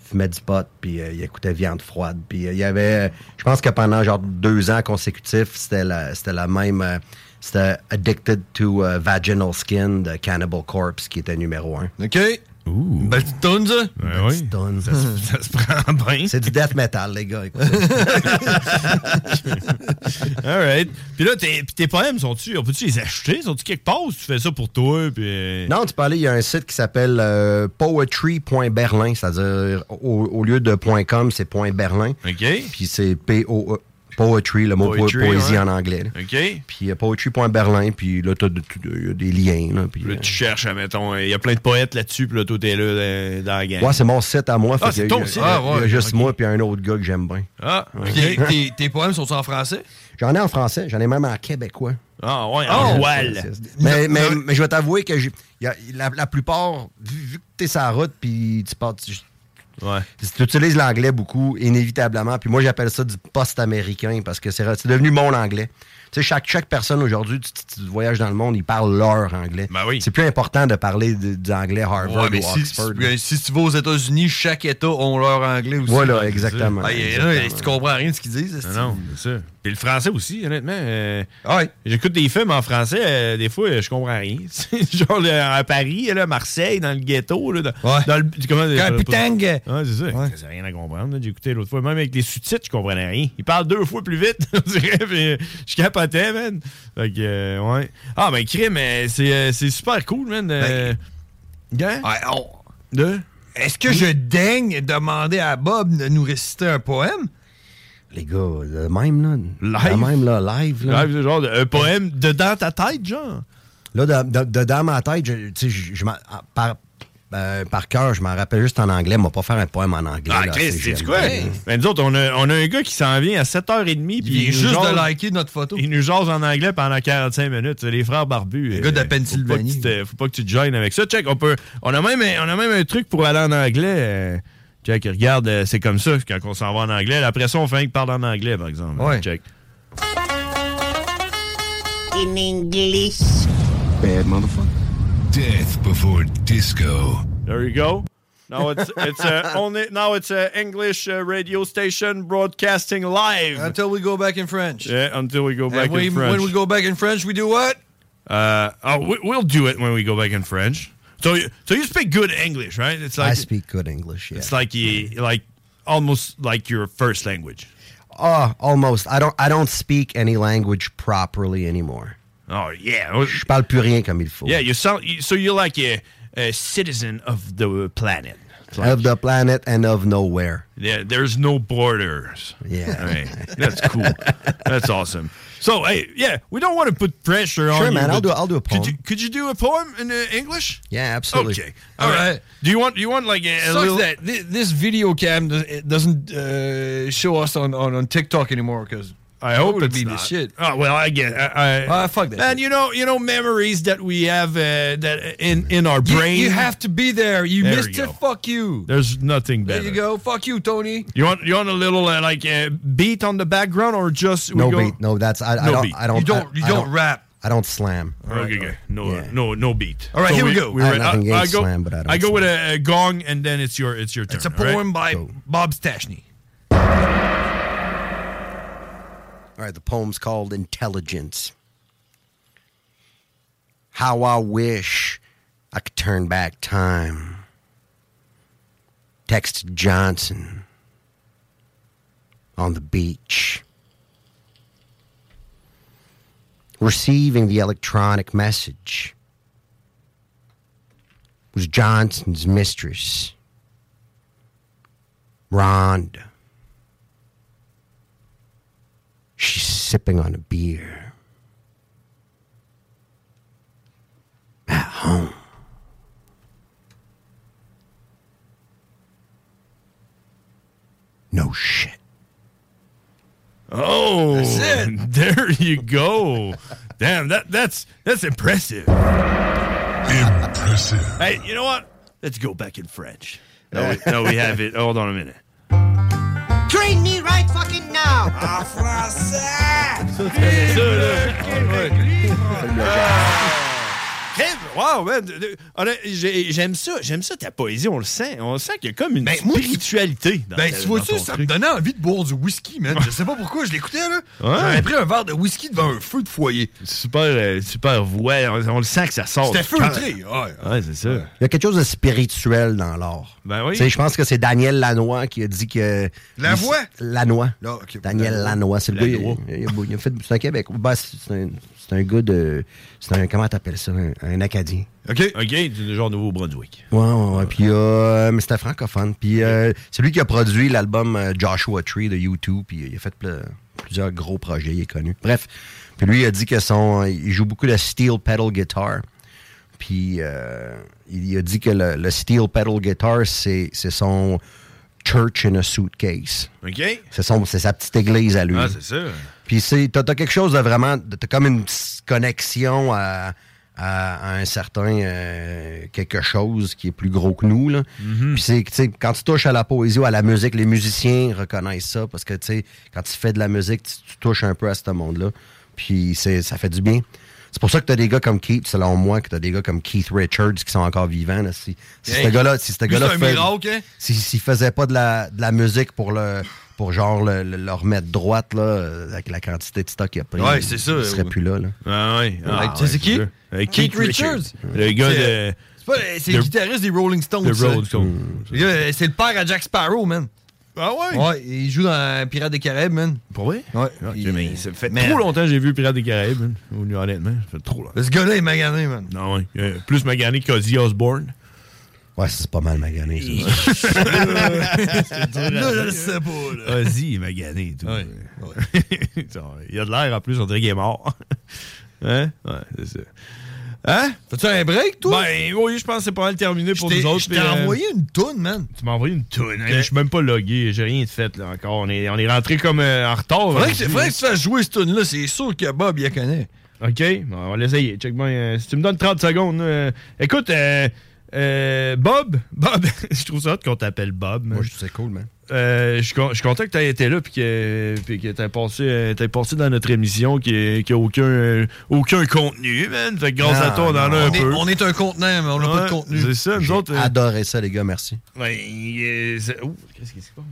fumaient du pot, puis euh, ils écoutaient viande froide. Puis euh, il y avait... euh, je pense que pendant genre deux ans consécutifs, c'était la, c'était la même... euh, c'était Addicted to euh, Vaginal Skin de Cannibal Corpse, qui était numéro un.
OK. Belle petite toune, ça?
Ben oui.
Ça,
se prend bien.
C'est du death metal, les gars. écoutez.
All right. Puis là, tes, puis tes poèmes, sont-tu, on peut-tu les acheter? Sont-tu quelque part ou tu fais ça pour toi? Puis... euh,
Non, tu parlais, il y a un site qui s'appelle euh, poetry.berlin, c'est-à-dire au, au lieu de .com, c'est point .berlin.
OK.
Puis c'est P-O-E, poetry, le mot po-
Poetry,
poésie
ouais.
en anglais. là.
OK.
Puis euh, poetry.berlin, puis là, t'as de- tu- il y a des liens. Là, puis,
Là, tu cherches, mettons, il y a plein de poètes là-dessus, puis là, toi, t'es là euh, dans la gang.
ouais, c'est mon site à moi.
Ah,
fait
c'est
que
ton
il y a-
site.
il y a-
Ah, ouais,
il y a juste
ok.
moi, puis un autre gars que j'aime bien.
Ah,
Ouais.
Tes- tes- tes poèmes sont en français?
J'en ai en français, j'en ai même en québécois.
Ah, ouais,
Ah,
en
c'est-
voile.
c'est- Mais, mais, mais je vais t'avouer que j'ai- y a- la, la plupart, vu, vu que t'es sur la route, puis tu pars... tu- Si Tu utilises l'anglais beaucoup, inévitablement. Puis moi, j'appelle ça du post-américain parce que c'est c'est devenu mon anglais. Tu sais, chaque, chaque personne aujourd'hui, tu, tu- tu voyages dans le monde, ils parlent leur anglais.
Ben
C'est plus important de parler de- du anglais Harvard
Ouais, mais
ou
si,
Oxford.
si- si tu vas aux États-Unis, chaque État ont leur anglais aussi.
Voilà, exactement.
Ah, et là,
Exactement.
tu comprends rien de ce qu'ils disent.
Ah non, c'est ça. Puis le français aussi, honnêtement. euh,
Ah
J'écoute des films en français, euh, des fois, euh, je comprends rien. Genre le- à Paris, là, Marseille, dans le ghetto. Là, dans, dans le, comment, euh,
Capitang.
Ouais, c'est ça. C'est rien à comprendre. là. J'ai écouté l'autre fois, même avec les sous-titres, je comprenais rien. Ils parlent deux fois plus vite, on dirait. puis, euh, je capotais, man. Fait que, euh, ouais. Ah, ben, crime, euh, c'est euh, c'est super cool, man. euh,
Ben,
hein?
Oh! Est-ce que je daigne demander à Bob de nous réciter un poème?
Les gars, le même, là.
Live?
Le même, là, live. Là.
Live, c'est genre un poème dedans ta tête, genre.
Là, de- de- dedans ma tête, je, tu sais, je- je m'en- ah, par, euh, par cœur, je m'en rappelle juste en anglais. On va pas faire un poème en anglais.
Ah,
là,
Chris,
c'est
c'est
gênant.
quoi? Ben, nous autres, on a, on a un gars qui s'en vient à 7h30. puis
vient
nous
juste
jase-
de liker notre photo.
Il nous jase en anglais pendant 45 minutes. Les frères barbus. Les gars de la
Pennsylvanie.
Faut pas que tu, te, faut pas que tu te joignes avec ça. Check, on, peut, on, a même, on a même un truc pour aller en anglais. euh, Check, regarde, euh, c'est comme ça quand on s'en va en anglais. Après ça, on fait un qui parle en anglais, par exemple. Check.
In English.
Bad motherfucker. Death before disco.
There you go. Now it's, it's uh, only now it's a English uh, radio station broadcasting live.
Until we go back in French.
Yeah, until we go
And
back
we-
in French.
When we go back in French, we do what?
Uh, oh, we, we'll do it when we go back in French. So, you- so you speak good English, right? It's like
I speak good English, yeah.
It's like you, like almost like your first language.
Ah, almost. I don't, I don't speak any language properly anymore.
Oh yeah,
Je parle plus rien comme il faut.
yeah. You sound you- so you're like a, a citizen of the planet. It's like,
Of the planet and of nowhere.
yeah, there's no borders.
Yeah.
I mean, that's cool. that's awesome. So hey, yeah, we don't want to put pressure on.
Sure,
you,
man, I'll
but
do- I'll do a poem.
Could you, could you do a poem in uh, English?
Yeah, absolutely.
Okay. All right. Do you want? Do you want like a, a
Sucks
little?
that thi- this video cam does, it doesn't uh, show us on, on, on TikTok anymore because
I hope
would
it's
be the
not.
shit.
Oh well, I get. I, I
Ah, fuck that.
And you know, you know, memories that we have uh, that in in our
You-
brain.
You, have to be there. You
There
missed
you
it.
go.
Fuck you.
There's nothing
There
better.
you go. Fuck you, Tony.
You want you want a little uh, like uh, beat on the background or just
No
we go?
beat. No, that's I, I
No
don't.
beat.
I don't.
You don't-
I-
you
I
don't rap.
I don't slam.
okay, okay. No, no, no beat.
All right, here we go. I
were-
have nothing
I, I
against
go,
slam, but I don't
go with a, a gong, and then it's your it's your turn. It's a
Poem by Bob Stashny.
All right, the poem's called Intelligence. How I wish I could turn back time. Text Johnson on the beach. Receiving the electronic message was Johnson's mistress, Rhonda. She sipping on a beer. At home. No shit.
Oh, there you go. Damn, that that's that's impressive. Impressive. Hey, you know what? Let's go back in French. No, we, no, we have it. Hold on a minute.
Train me right fucking now! En français!
Kev, Ah, Wow, man. Honnêt- j'ai- J'aime ça. J'aime ça, ta poésie. On le sent. On sent qu'il y a comme une spiritualité. dans
Ben,
ta-
tu
dans
vois-tu,
ton
ça
truc.
me donnait envie de boire du whisky, man. Je sais pas pourquoi, je l'écoutais, là.
Ouais.
J'avais pris un verre de whisky devant un feu de foyer.
Super, euh, super. Ouais, on, on le sent que ça sort.
C'était
du cœur.
feutré, ouais.
Ouais, c'est ça.
Il y a quelque chose de spirituel dans l'art.
Ben oui.
Tu sais, Je pense que c'est Daniel Lanois qui a dit que.
La voix?
Lanois.
Là, ok.
Daniel Lanois. C'est le gars.
Lanois.
Il, il a- il a fait. C'est un Québec. Ben, c'est c'est un, c'est un gars de. C'est un. Comment t'appelles ça? Un, un Acadien.
OK. OK, du genre Nouveau-Brunswick.
Ouais, ouais, ouais. Puis, euh, mais c'était francophone. Puis, euh, c'est lui qui a produit l'album euh, Joshua Tree de U2. Puis, il a fait ple- plusieurs gros projets. Il est connu. Bref. Puis, lui, il a dit que son. euh, Il joue beaucoup de steel pedal guitar. Puis, euh, il a dit que le, le steel pedal guitar, c'est c'est son church in a suitcase.
OK?
C'est son- c'est sa petite église à lui.
Ah, c'est ça.
Puis c'est, t'as, t'as quelque chose de vraiment, t'as comme une petite connexion à, à- à un certain euh, quelque chose qui est plus gros que nous. Là.
Mm-hmm.
Puis c'est, tu sais, quand tu touches à la poésie ou à la musique, les musiciens reconnaissent ça parce que, tu sais, quand tu fais de la musique, tu, tu touches un peu à ce monde-là. Puis c'est, ça fait du bien. C'est pour ça que t'as des gars comme Keith, selon moi, que t'as des gars comme Keith Richards qui sont encore vivants. là. Si, si
Hey,
ce gars-là, si ce
lui,
gars-là
c'est un
fait-
miracle, hein?
si- S'ils faisaient pas de la, de la musique pour le pour genre le, le- le remettre droite là, euh, avec la quantité de stock qu'il a pris,
Ouais, c'est ça,
il serait
ouais.
plus là. là.
Ah, ouais. Ah,
tu sais, c'est qui?
sûr. Euh,
Keith Richards.
Le gars
C'est-
de.
C'est pas- euh, c'est le
The-
guitariste des Rolling Stones.
The
ça.
Rolling Stones.
Hmm.
Le gars, C'est le père à Jack Sparrow, man.
Ah ouais?
Ouais, il joue dans Pirates des Caraïbes, man.
Pour vrai? Ah,
Ouais.
Ok,
Il-
mais ça fait
Man.
trop longtemps que j'ai vu Pirates des Caraïbes, hein. Au- honnêtement. Ça fait trop longtemps.
Ce gars-là est magané, man.
Non, ouais. Euh, plus magané qu'Ozzy Osbourne.
Ouais, c'est pas mal magané.
Là,
je sais pas, là.
Ozzy est magané et tout. Il a de l'air, en plus, on dirait qu'il est mort. Hein? Ouais, c'est ça. Hein?
T'as-tu un break, toi?
Ben oui, je pense que c'est pas mal terminé pour
Je t'ai-
nous autres.
Je
mais,
t'ai
euh,
envoyé une toune, man.
Tu m'as envoyé une toune. hein? Je suis même pas logué, j'ai rien de fait là encore. On est, on est rentré comme euh, en retard.
Faudrait que,
hein.
tu- faudrait que tu fasses jouer cette tune-là, c'est sûr que Bob, il la connaît.
OK, bon, on va l'essayer. Check bien. euh, si tu me donnes 30 secondes. euh, écoute, euh, euh, Bob, Bob, je trouve ça hot qu'on t'appelle Bob. Moi,
je c'est cool, man.
Euh, je suis con- je suis content que tu été là puis que, puis que tu passé, euh, t'aies passé dans notre émission qui est- qui a aucun, euh, aucun contenu, man. Fait que grâce
Non,
à toi, on en
Ah, non.
a un
On est-
peu.
on
est un contenant, mais on n'a pas de contenu.
C'est ça, nous autres. euh,
Adoré ça, les gars, merci.
ouais, euh, c'est- ouh, qu'est-ce qui se passe?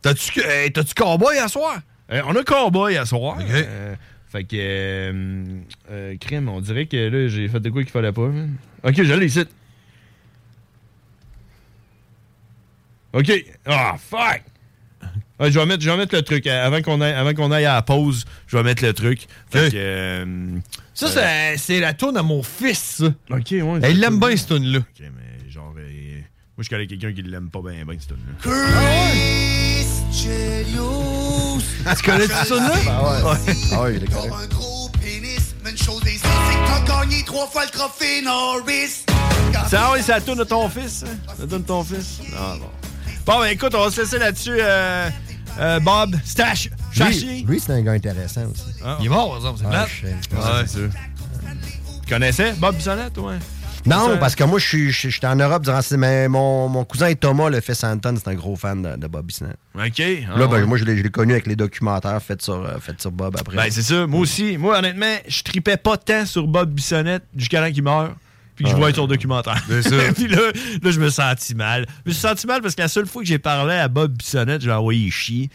T'as-tu que- hey, t'as-tu Cowboy à soir?
Euh, on a Cowboy à soir. Euh, fait que. euh, euh, crime, on dirait que là, j'ai fait de quoi qu'il fallait pas, man. Ok, je l'ai ici. Ok. Ah, fuck! Ah, je, vais mettre, je vais mettre le truc. euh, Avant qu'on aille, avant qu'on aille à la pause, je vais mettre le truc. Fait que, euh,
Ça,
euh,
c'est- c'est la toune à mon fils, ça.
Ok, ouais.
Il l'aime bien, cette tune-là.
mais genre. euh, moi, je connais quelqu'un qui l'aime pas bien, bien, cette tune-là.
Tu connais-tu ça, là?
Ah ouais, il est correct.
Même chose ici, c'est que t'as gagné trois fois le trophée Norris.
Ça, ah oui, ça tourne ton fils. hein? Ça tourne ton fils. Ah, bon. Bon, ben, écoute, on va se laisser là-dessus. euh, euh, Bob, Stash, Chachi.
Lui, lui, c'est un gars intéressant aussi.
Il est mort, par exemple, c'est
Ah,
plate.
je sais.
Ouais, c'est sûr. Tu connaissais Bob Bissonnette, toi?
Non, parce que moi, je suis- je- j'étais en Europe durant. ces- Mais mon, mon cousin Thomas, le fait Santon, c'est un gros fan de, de Bobby Snell.
OK. ah,
Là, ben,
ouais.
moi, je l'ai je l'ai connu avec les documentaires faits sur, euh, faits sur Bob après.
Ben, c'est ça. Moi aussi. Moi, honnêtement, je tripais pas tant sur Bob Bissonnette jusqu'à l'an qu'il meurt. Puis que je
Ah.
voyais ton documentaire.
ça.
puis là, là, je me sentis mal. Je me suis senti mal parce que la seule fois que j'ai parlé à Bob Bissonnette, je l'ai envoyé chier.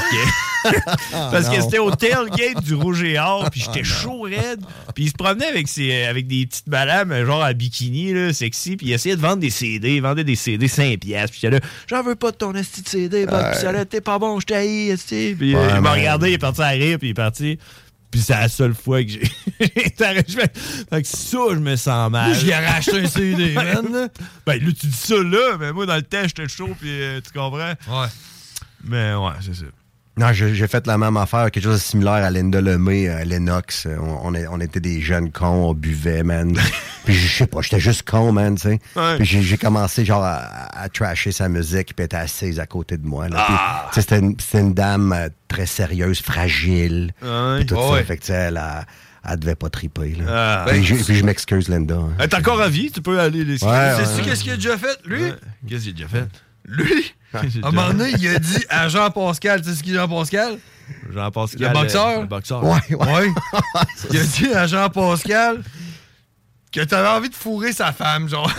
Parce que, parce que
non.
c'était au tailgate du Rouge et Or, puis
Ah,
j'étais
non.
chaud raide. Puis il se promenait avec, ses, avec des petites madames, euh, genre à bikini, là, sexy, puis il essayait de vendre des CD. Il vendait des CD 5$. piastres. Puis j'étais là, j'en veux pas de ton esti de CD, Bob
Ouais.
Bissonnette, t'es pas bon, je t'haïs, esti. Puis euh,
Ouais,
il
mais-
m'a regardé, il est parti à rire, puis il est parti. Puis c'est la seule fois que j'ai j'ai été arraché. Fait que ça, je me sens mal.
Moi, je lui ai racheté un CD, man,
Ben, ben là, tu dis ça là, mais moi, dans le temps, j'étais chaud, puis euh, tu comprends? Ouais. Mais ouais, c'est ça.
Non, j'ai j'ai fait la même affaire, quelque chose de similaire à Linda Lemay, à Lennox. Euh, On, on est- on était des jeunes cons, on buvait, man. puis je sais pas, j'étais juste con, man, tu sais.
Ouais.
Puis j'ai- j'ai commencé, genre, à, à trasher sa musique, puis elle était assise à côté de moi. là. Puis,
Ah!
tu sais, c'était une, c'était une dame euh, très sérieuse, fragile.
Ouais.
Puis tout
Ouais,
ça,
ouais.
fait que, tu sais, elle, a- elle devait pas triper, là.
Ah.
puis,
Ben,
j'ai- puis je m'excuse, Linda. hein.
Elle est encore à vie, tu peux aller les
Ouais, ouais.
Sais-tu qu'est-ce qu'il a déjà fait, lui?
Qu'est-ce qu'il a déjà fait?
Lui?
Qu'est-ce qu'il
À
a
un moment
déjà
donné,
fait?
il a dit à Jean-Pascal, tu sais ce qu'il dit Jean-Pascal? Le
Jean-Pascal.
boxeur?
Le boxeur.
Ouais, ouais. il a dit à Jean-Pascal que t'avais envie de fourrer sa femme, genre.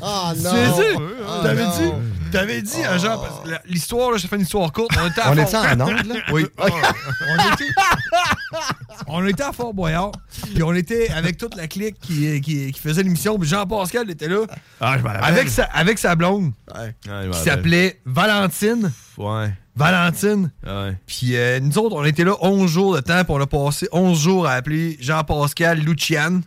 Ah
Tu sais, tu sais, t'avais dit, t'avais dit à Jean, parce que la- l'histoire, là, j'ai fait une histoire courte. On était à
On
Fort-
était en onde, là?
Oui. on, était, on était à Fort Boyard, puis on était avec toute la clique qui, qui, qui faisait l'émission, puis Jean-Pascal était là.
Ah, je m'en rappelle.
avec, sa, avec sa blonde,
Ouais, je m'en
qui
rappelle.
s'appelait Valentine.
Ouais.
Valentine.
Ouais.
Puis euh, nous autres, on était là 11 jours de temps, puis on a passé 11 jours à appeler Jean-Pascal Lucian.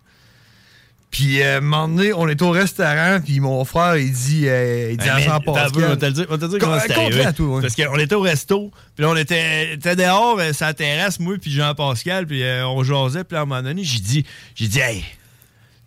Puis, euh, un moment donné, on était au restaurant, puis mon frère, il dit, euh, il dit à
Ah, Mais, t'as vu, On va
Jean-Pascal.
te le dire, on va te le dire
Com- euh,
comment c'est
compte-le
arrivé.
à toi, ouais.
Parce qu'on était au resto, puis là, on était, était dehors, euh, sur la terrasse, moi puis Jean-Pascal, puis euh, on jasait, puis là, à un moment donné, j'ai dit, j'ai dit, hey,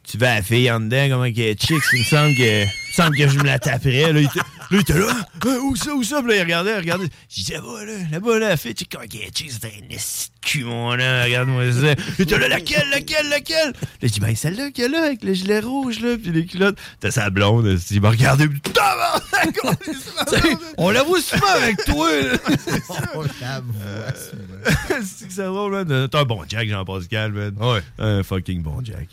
tu vas à la fille en dedans, comment qu'elle est chic, il me semble que, il me semble que je me la taperais. Là, il était là, il était là, Hein, où ça, où ça, puis là, il regardait, regardait. J'ai dit, là-bas, là, là-bas, là, la fille, tu sais, comment qu'elle est chic, c'est un esti de cul, mon là, regarde-moi ça. Il était là, laquelle, laquelle, laquelle? Là, j'ai dit, ben, celle-là qu'il y a là, avec le gilet rouge, là, puis les culottes. T'as sa blonde, esti, il m'a regardé, on l'avoue souvent avec toi.
On l'avoue.
C'est que c'est drôle, man. T'es un bon Jack, Jean-Pascal, man. Ouais. Un fucking bon Jack.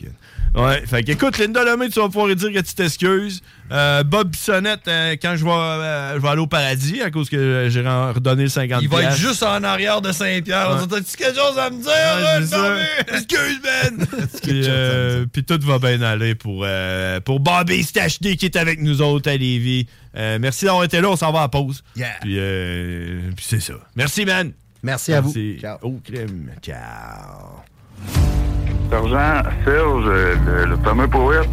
man. Ouais. Fait que, écoute, Linda Lemay, tu vas pouvoir lui dire que tu t'excuses. Euh, Bob Bissonnette, euh, quand je vais, euh, je vais aller au paradis à cause que euh, j'ai ren- redonné le 50
Il va être
piastres.
juste en arrière de Saint-Pierre. On
Ouais.
dit, T'as-tu quelque chose à me dire?
Ouais,
euh,
c'est ça.
Bobby? Excuse, man!
Puis, euh, puis tout va bien aller pour, euh, pour Bobby Stachny qui est avec nous autres à Lévis. Euh, merci d'avoir été là. On s'en va à la pause.
Yeah.
Puis, euh, puis c'est ça. Merci, man.
Merci à vous.
Ciao. Au crime. Ciao.
Sergent Serge, euh, le, le fameux poète.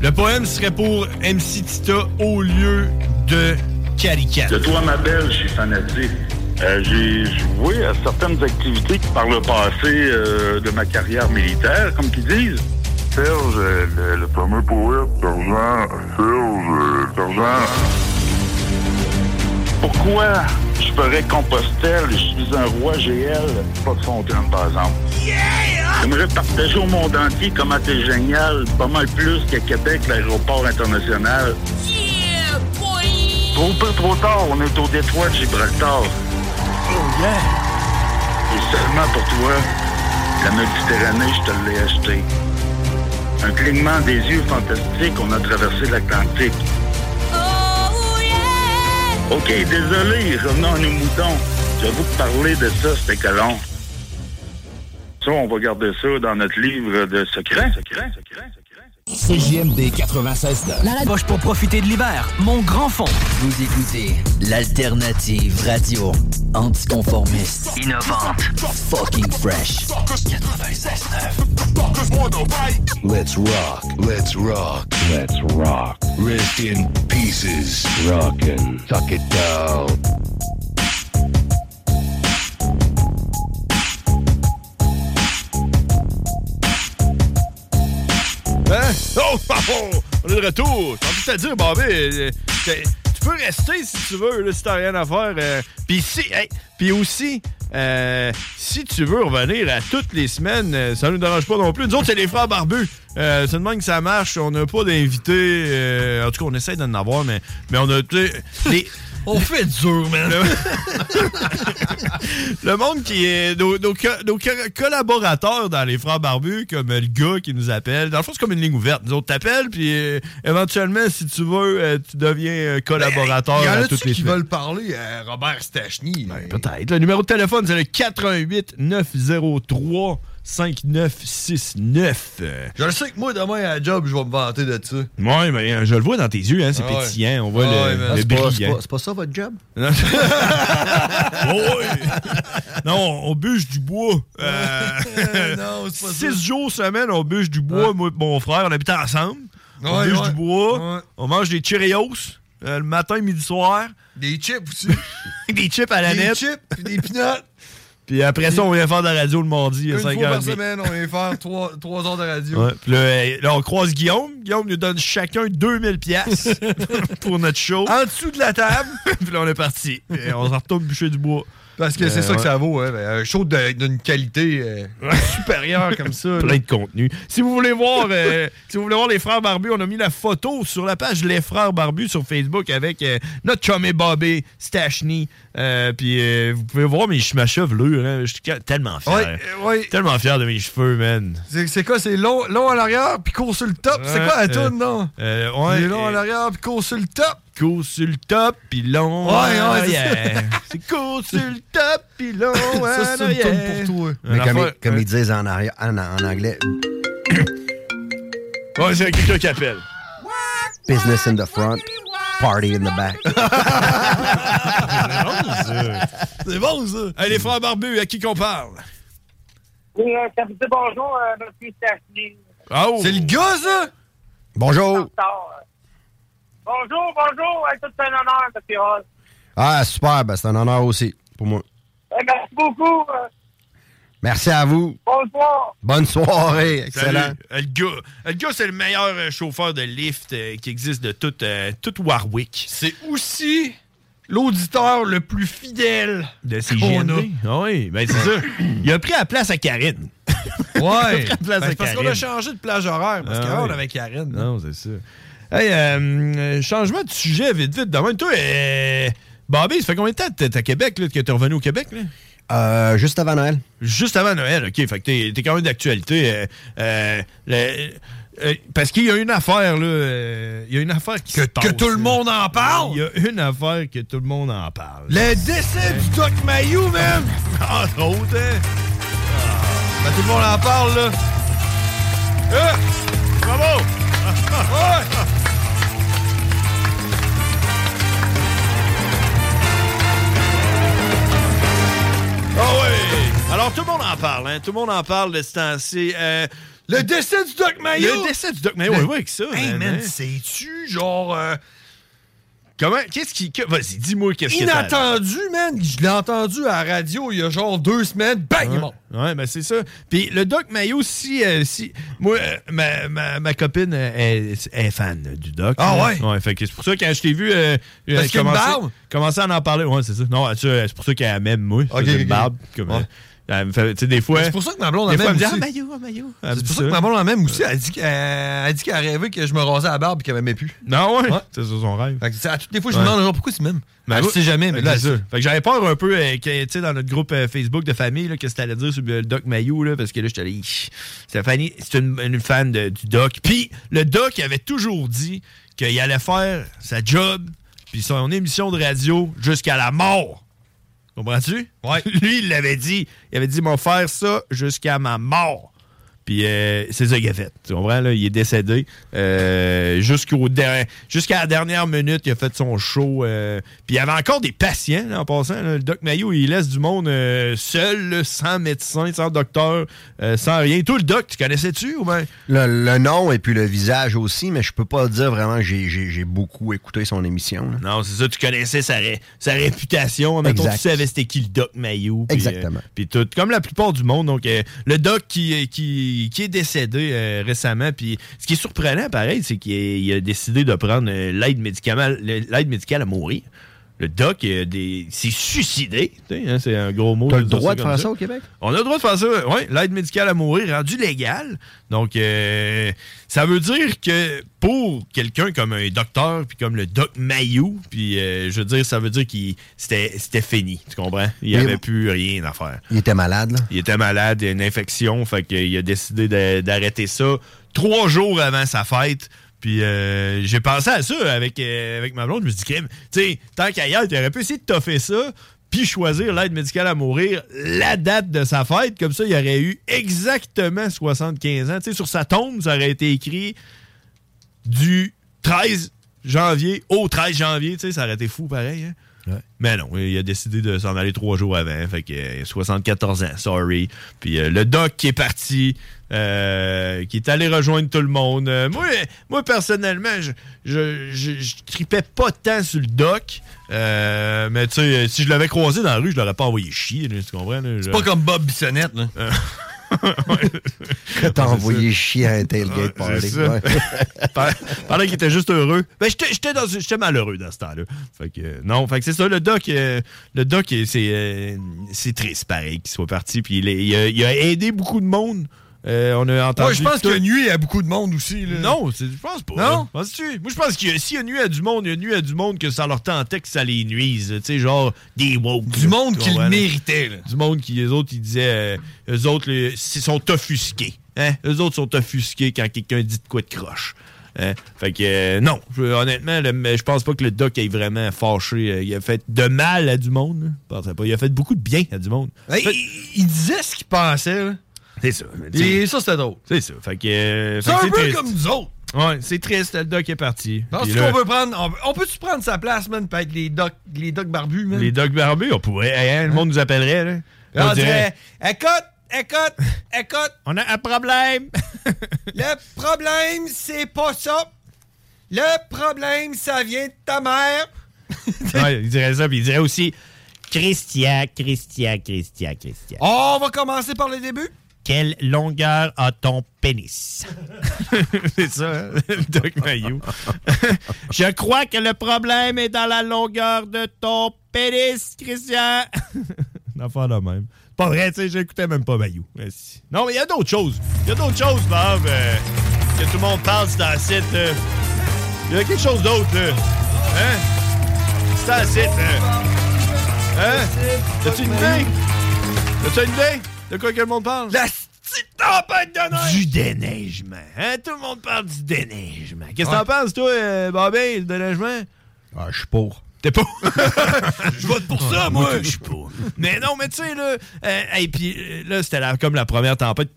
Le poème serait pour MC Tita au lieu de Caricat.
De toi, ma belle, je suis fanatique. Euh, J'ai joué à certaines activités par le passé euh, de ma carrière militaire, comme qu'ils disent. Serge, euh, le, le fameux poète. Sergent Serge, euh, Sergent. Pourquoi je ferais Compostelle? Je suis un roi GL, pas de fontaine, par exemple. J'aimerais partager au monde entier comment t'es génial, pas mal plus qu'à Québec, l'aéroport international. Trop peu, trop tard, on est au détroit de Gibraltar. Oh yeah! Et seulement pour toi, la Méditerranée, je te l'ai achetée. Un clignement des yeux fantastique, on a traversé l'Atlantique. OK, désolé, revenons à nos moutons. J'avoue que parler de ça, c'était colon. Ça, on va garder ça dans notre livre de secrets. Secrets, secrets.
CJMD 96 La poche pour profiter de l'hiver. Mon grand fond.
Vous écoutez l'alternative radio anticonformiste, innovante, fucking fresh.
96.9. Let's rock, let's rock, let's rock. Rest in pieces. Rockin', tuck it down.
Hein? Oh, oh, oh, on est de retour. T'as envie de te dire, Bobby, euh, t'es- tu peux rester si tu veux, là, si t'as rien à faire. euh. Puis si, hey, puis aussi, euh, si tu veux revenir à toutes les semaines, euh, ça nous dérange pas non plus. Nous autres, c'est les frères barbus. Euh, c'est demande que ça marche. On n'a pas d'invités. euh, en tout cas, on essaie d'en avoir, mais, mais on a... tu sais, les-
On fait dur, man.
le monde qui est. Nos, nos co- nos co- collaborateurs dans les Frères Barbus, comme euh, le gars qui nous appelle. Dans le fond, c'est comme une ligne ouverte. Nous autres, t'appelles, puis euh, éventuellement, si tu veux, euh, tu deviens euh, collaborateur
Il Ben, y en
à
a-tu
toutes les
qui
semaines.
veulent parler à Robert Stachny?
Peut-être. Le numéro de téléphone, c'est le 88 903 5969. Euh,
Je le sais que moi, demain, à la job, je vais me vanter de ça.
Ouais, mais euh, je le vois dans tes yeux, hein, c'est
Ah ouais.
pétillant. On voit
Ah ouais,
le, hein.
man.
le
C'est pas-
brillant.
c'est pas- c'est
pas ça votre job?
Non. Oh oui. Non, on, on bûche du bois. Euh,
non, c'est pas ça.
six jours semaine, on bûche du bois, moi et mon frère, on habite ensemble. on
Ouais,
bûche
ouais.
du bois, on mange des Cheerios euh, le matin, midi, soir.
Des chips aussi.
des chips à la
Des
nette.
chips, puis des peanuts.
Puis après ça, on vient faire de la radio le mardi à
Une
5
fois par
h
semaine, on va faire trois, trois heures de radio.
Ouais. Puis là, euh, là, on croise Guillaume. Guillaume nous donne chacun 2000 pièces pour notre show. En dessous de la table. Puis là, on est parti. Et on s'en retourne bûcher du bois. Euh,
Parce que c'est ça que ça vaut, hein, ben, un show de- d'une qualité euh, supérieure comme ça.
Plein de contenu. Si vous voulez voir, euh, si vous voulez voir les frères barbus, on a mis la photo sur la page Les frères barbus sur Facebook avec euh, notre chumé Bobby Stachny. Euh, puis euh, vous pouvez voir mes ch- ma chevelure. hein. Je suis ca- tellement fier.
Ouais, euh, ouais.
Tellement fier de mes cheveux, man.
C'est c'est quoi, c'est long, long à l'arrière, puis court sur le top? c'est quoi la
Euh,
toune, non?
euh, ouais,
Il est long
euh,
à l'arrière, puis court sur le top?
Court sur le top, puis long.
Ouais, ouais, c'est
Ah, yeah.
ça.
C'est cool sur le top, puis long.
Ça, c'est une toune pour toi.
Mais
Un
comme,
affaire, euh,
ils, comme
ouais.
ils disent en, arri- en- en anglais,
Ouais, c'est quelqu'un qui appelle.
business in the front, party in the back.
C'est bon, ça. Hey, les frères barbus, à qui qu'on parle?
Oui, euh, ça vous dit bonjour, euh, notre fils Stachny.
C'est le
gars, ça?
Bonjour.
Bonjour, bonjour, euh, c'est un honneur, monsieur Ross.
Ah, super, ben, c'est un honneur aussi pour moi.
Euh, merci beaucoup, euh,
Merci à vous.
bonsoir.
Bonne soirée. Excellent.
Salut. Euh, Le gars, euh, le gars, c'est le meilleur euh, chauffeur de lift euh, qui existe de toute euh, toute Warwick. C'est
Aussi, l'auditeur le plus fidèle
de
qu'on a.
CGND. Ah oui, ben c'est ça. Il a pris la place à Karine.
Ouais.
Il a pris la place
Ben,
à
c'est parce qu'on
Karine.
a changé de plage horaire, parce
Ah
qu'avant,
ouais.
on avait Karine.
Non, c'est ça. Hey, euh, euh, changement de sujet, vite, vite. Demain, toi, euh, Bobby, ça fait combien de temps que t'es à Québec, là, que t'es revenu au Québec? Là?
Euh, juste avant Noël.
Juste avant Noël, OK. Fait que t'es, t'es quand même d'actualité. euh, euh, le- euh, parce qu'il y a une affaire, là. euh, Il y a une affaire qui se passe,
que tout le
là.
monde en parle?
Il y a une affaire que tout le monde en parle.
Le décès du Doc Mayou, même!
Entre autres, hein.
Ben, tout le monde en parle, là. Euh,
bravo!
Ouais.
Ah oui! Alors, tout le monde en parle, hein? Tout le monde en parle de ce temps-ci. Euh,
Le décès du Doc Mayo!
Le décès du Doc Mayo, oui, oui, avec ça.
Hey,
man,
man,
hein?
c'est-tu genre. euh,
Comment? Qu'est-ce qui. que- Vas-y, dis-moi qu'est-ce que t'as.
Inattendu, man! Je l'ai entendu à la radio il y a genre deux semaines. Bang! Ah, il est mort.
Ouais, ben c'est ça. Puis le Doc Mayo, si. euh, si moi, euh, ma, ma, ma copine euh, est, est fan du Doc.
Ah
là.
ouais?
Ouais, fait que c'est pour ça que quand je t'ai vu. euh, euh,
Parce qu'il y a une
commencer-
barbe?
Commencer à en parler. Ouais, c'est ça. Non, tu sais, c'est pour ça qu'elle m'aime, moi. J'ai une
ok.
barbe. comme, euh, elle me fait- Tu sais, des fois.
C'est pour ça que ma blonde
des
a
fois,
même
elle me
aussi.
dit, Ah, Mayo, ah, Mayo. Elle me
C'est
dit
pour ça que
ça.
ma blonde a même aussi. Elle dit qu'elle elle dit qu'elle rêvait que je me rasais la barbe et qu'elle m'aimait plus.
Non, Ah, ouais. C'est ça son rêve.
Fait que c'est- à toutes les fois, je
Ouais. Ben
me demande genre pourquoi tu m'aimes.
Mais
Elle sait jamais, mais là,
c'est
elle
ça. Fait que j'avais peur un peu, euh, que, tu sais, dans notre groupe euh, Facebook de famille, là, que c'était allait dire sur le Doc Mayo, là, parce que là, j'étais allé, Ih, Stéphanie, c'est une, une fan de- du Doc. Puis, le Doc avait toujours dit qu'il allait faire sa job, puis son émission de radio jusqu'à la mort. Comprends-tu? Ouais. Lui, il l'avait dit. Il avait dit, m'en faire ça jusqu'à ma mort. Puis euh, c'est ça qu'il a fait. Tu comprends? Là, il est décédé. Euh, jusqu'au der- Jusqu'à la dernière minute, il a fait son show. euh, puis il y avait encore des patients, là, en passant. là. Le Doc Mayo, il laisse du monde euh, seul, là, sans médecin, sans docteur, euh, sans rien. Tout le Doc, tu connaissais-tu ou bien?
Le, le nom et puis le visage aussi, mais je peux pas dire vraiment que j'ai- j'ai j'ai beaucoup écouté son émission. là.
Non, c'est ça, tu connaissais sa, ré- sa réputation. Mettons,
Exact.
tu savais c'était qui le Doc Mayo. puis,
Exactement.
euh, Puis tout, comme la plupart du monde. Donc, euh, le Doc qui, qui, qui est décédé euh, récemment. Puis ce qui est surprenant, pareil, c'est qu'il est- il a décidé de prendre euh, l'aide médicale, l'aide médicale à mourir. Le doc euh, des- s'est suicidé. Tu sais, hein, c'est un gros mot.
T'as le
dire
droit de
comme
faire ça au Québec?
on a le droit de faire ça, oui. L'aide médicale à mourir rendue légale. Donc, euh, ça veut dire que pour quelqu'un comme un docteur, puis comme le doc Mayou, puis euh, je veux dire, ça veut dire qu'il c'était c'était fini, tu comprends? Il n'y
Mais
avait
vous-
plus rien à faire.
Il était malade, là.
Il était malade, il y a une infection, fait qu'il a décidé de- d'arrêter ça trois jours avant sa fête. Puis euh, j'ai pensé à ça avec, euh, avec ma blonde. Je me suis dit, Crime, tu sais, tant qu'ailleurs, tu aurais pu essayer de toffer ça, puis choisir l'aide médicale à mourir, la date de sa fête. Comme ça, il aurait eu exactement 75 ans. Tu sais, sur sa tombe, ça aurait été écrit du 13 janvier au 13 janvier. Tu sais, ça aurait été fou pareil. hein. Mais non, il a décidé de s'en aller trois jours avant. Fait que euh, 74 ans, sorry. Puis euh, le doc qui est parti, euh, qui est allé rejoindre tout le monde. Euh, moi, moi, personnellement, je, je, je- je tripais pas tant sur le doc. Euh, mais tu sais, si je l'avais croisé dans la rue, je l'aurais pas envoyé chier. là, Euh, tu comprends? C'est
pas comme Bob Bissonnette. Là.
T'as envoyé chier à un
Ouais,
tailgate
c'est
party.
ça.
ouais.
Par- Pendant qu'il était juste heureux. Ben, j'étais- j'étais dans- j'étais malheureux dans ce temps-là. Fait que, euh, non, fait que c'est ça. Le doc, euh, le doc, euh, c'est euh, c'est triste, pareil, qu'il soit parti. Puis il, est- il a, il a aidé beaucoup de monde. Euh, on a entendu.
Ouais, je pense
tout-
qu'il a nuit à beaucoup de monde aussi. Là.
Non, c'est- je pense pas.
Non?
Penses-tu? Moi, je pense que s'il y a nuit à du monde, il y a nuit à du monde que ça leur tentait que ça les nuise. Tu sais, genre des woke.
Du monde qui le méritait,
Du monde qui, les autres, ils disaient, les eux autres, les- ils sont offusqués. Hein? Eux autres sont offusqués quand quelqu'un dit de quoi de croche. Hein? Fait que, euh, non, je- honnêtement, le- mais je pense pas que le doc ait vraiment fâché. euh, il a fait de mal à du monde. là. Je pensais pas. Il a fait beaucoup de bien à du monde.
il, il disait ce qu'il pensait. là.
Ben, C'est ça.
Et ça, c'était drôle.
C'est ça. Fait que. euh,
C'est
fait que
un peu
triste.
comme nous autres.
Ouais, c'est triste, le doc est parti.
Parce
Puis
qu'on
là-
peut prendre. On, on peut-tu prendre sa place, man, pis être les docs les docs barbus, man?
Les Doc Barbus, on pourrait. Hey, hein, le monde nous appellerait. Là.
Là, on
On dirait,
dirait, écoute, écoute, écoute.
On a un problème.
Le problème, c'est pas ça. Le problème, ça vient de ta mère.
Ouais, il dirait ça, puis il dirait aussi Christian, Christian, Christian, Christian.
On va commencer par le début.
Quelle longueur a ton pénis? C'est ça, hein, le Doc Mayou. Je crois que le problème est dans la longueur de ton pénis, Christian. L'affaire de même. Pas vrai, tu sais, j'écoutais même pas Mayou. Merci. Non, mais il y a d'autres choses. Il y a d'autres choses, Bob, euh, que tout le monde parle c'est dans le site. euh. Il y a quelque chose d'autre, là. Hein? C'est dans le site. euh. Hein? T'as-tu une idée? T'as-tu une idée? De quoi que le monde parle? La petite tempête de neige! Du déneigement. Hein? Tout le monde parle du déneigement. Qu'est-ce que t'en penses, toi, euh, Bobin, du déneigement?
Ah, je suis pour.
T'es pas. Je vote pour ça,
Ouais,
moi.
moi, je suis
pas. Mais non, mais tu sais, là. euh, hey, puis euh, là, c'était la- comme la première tempête.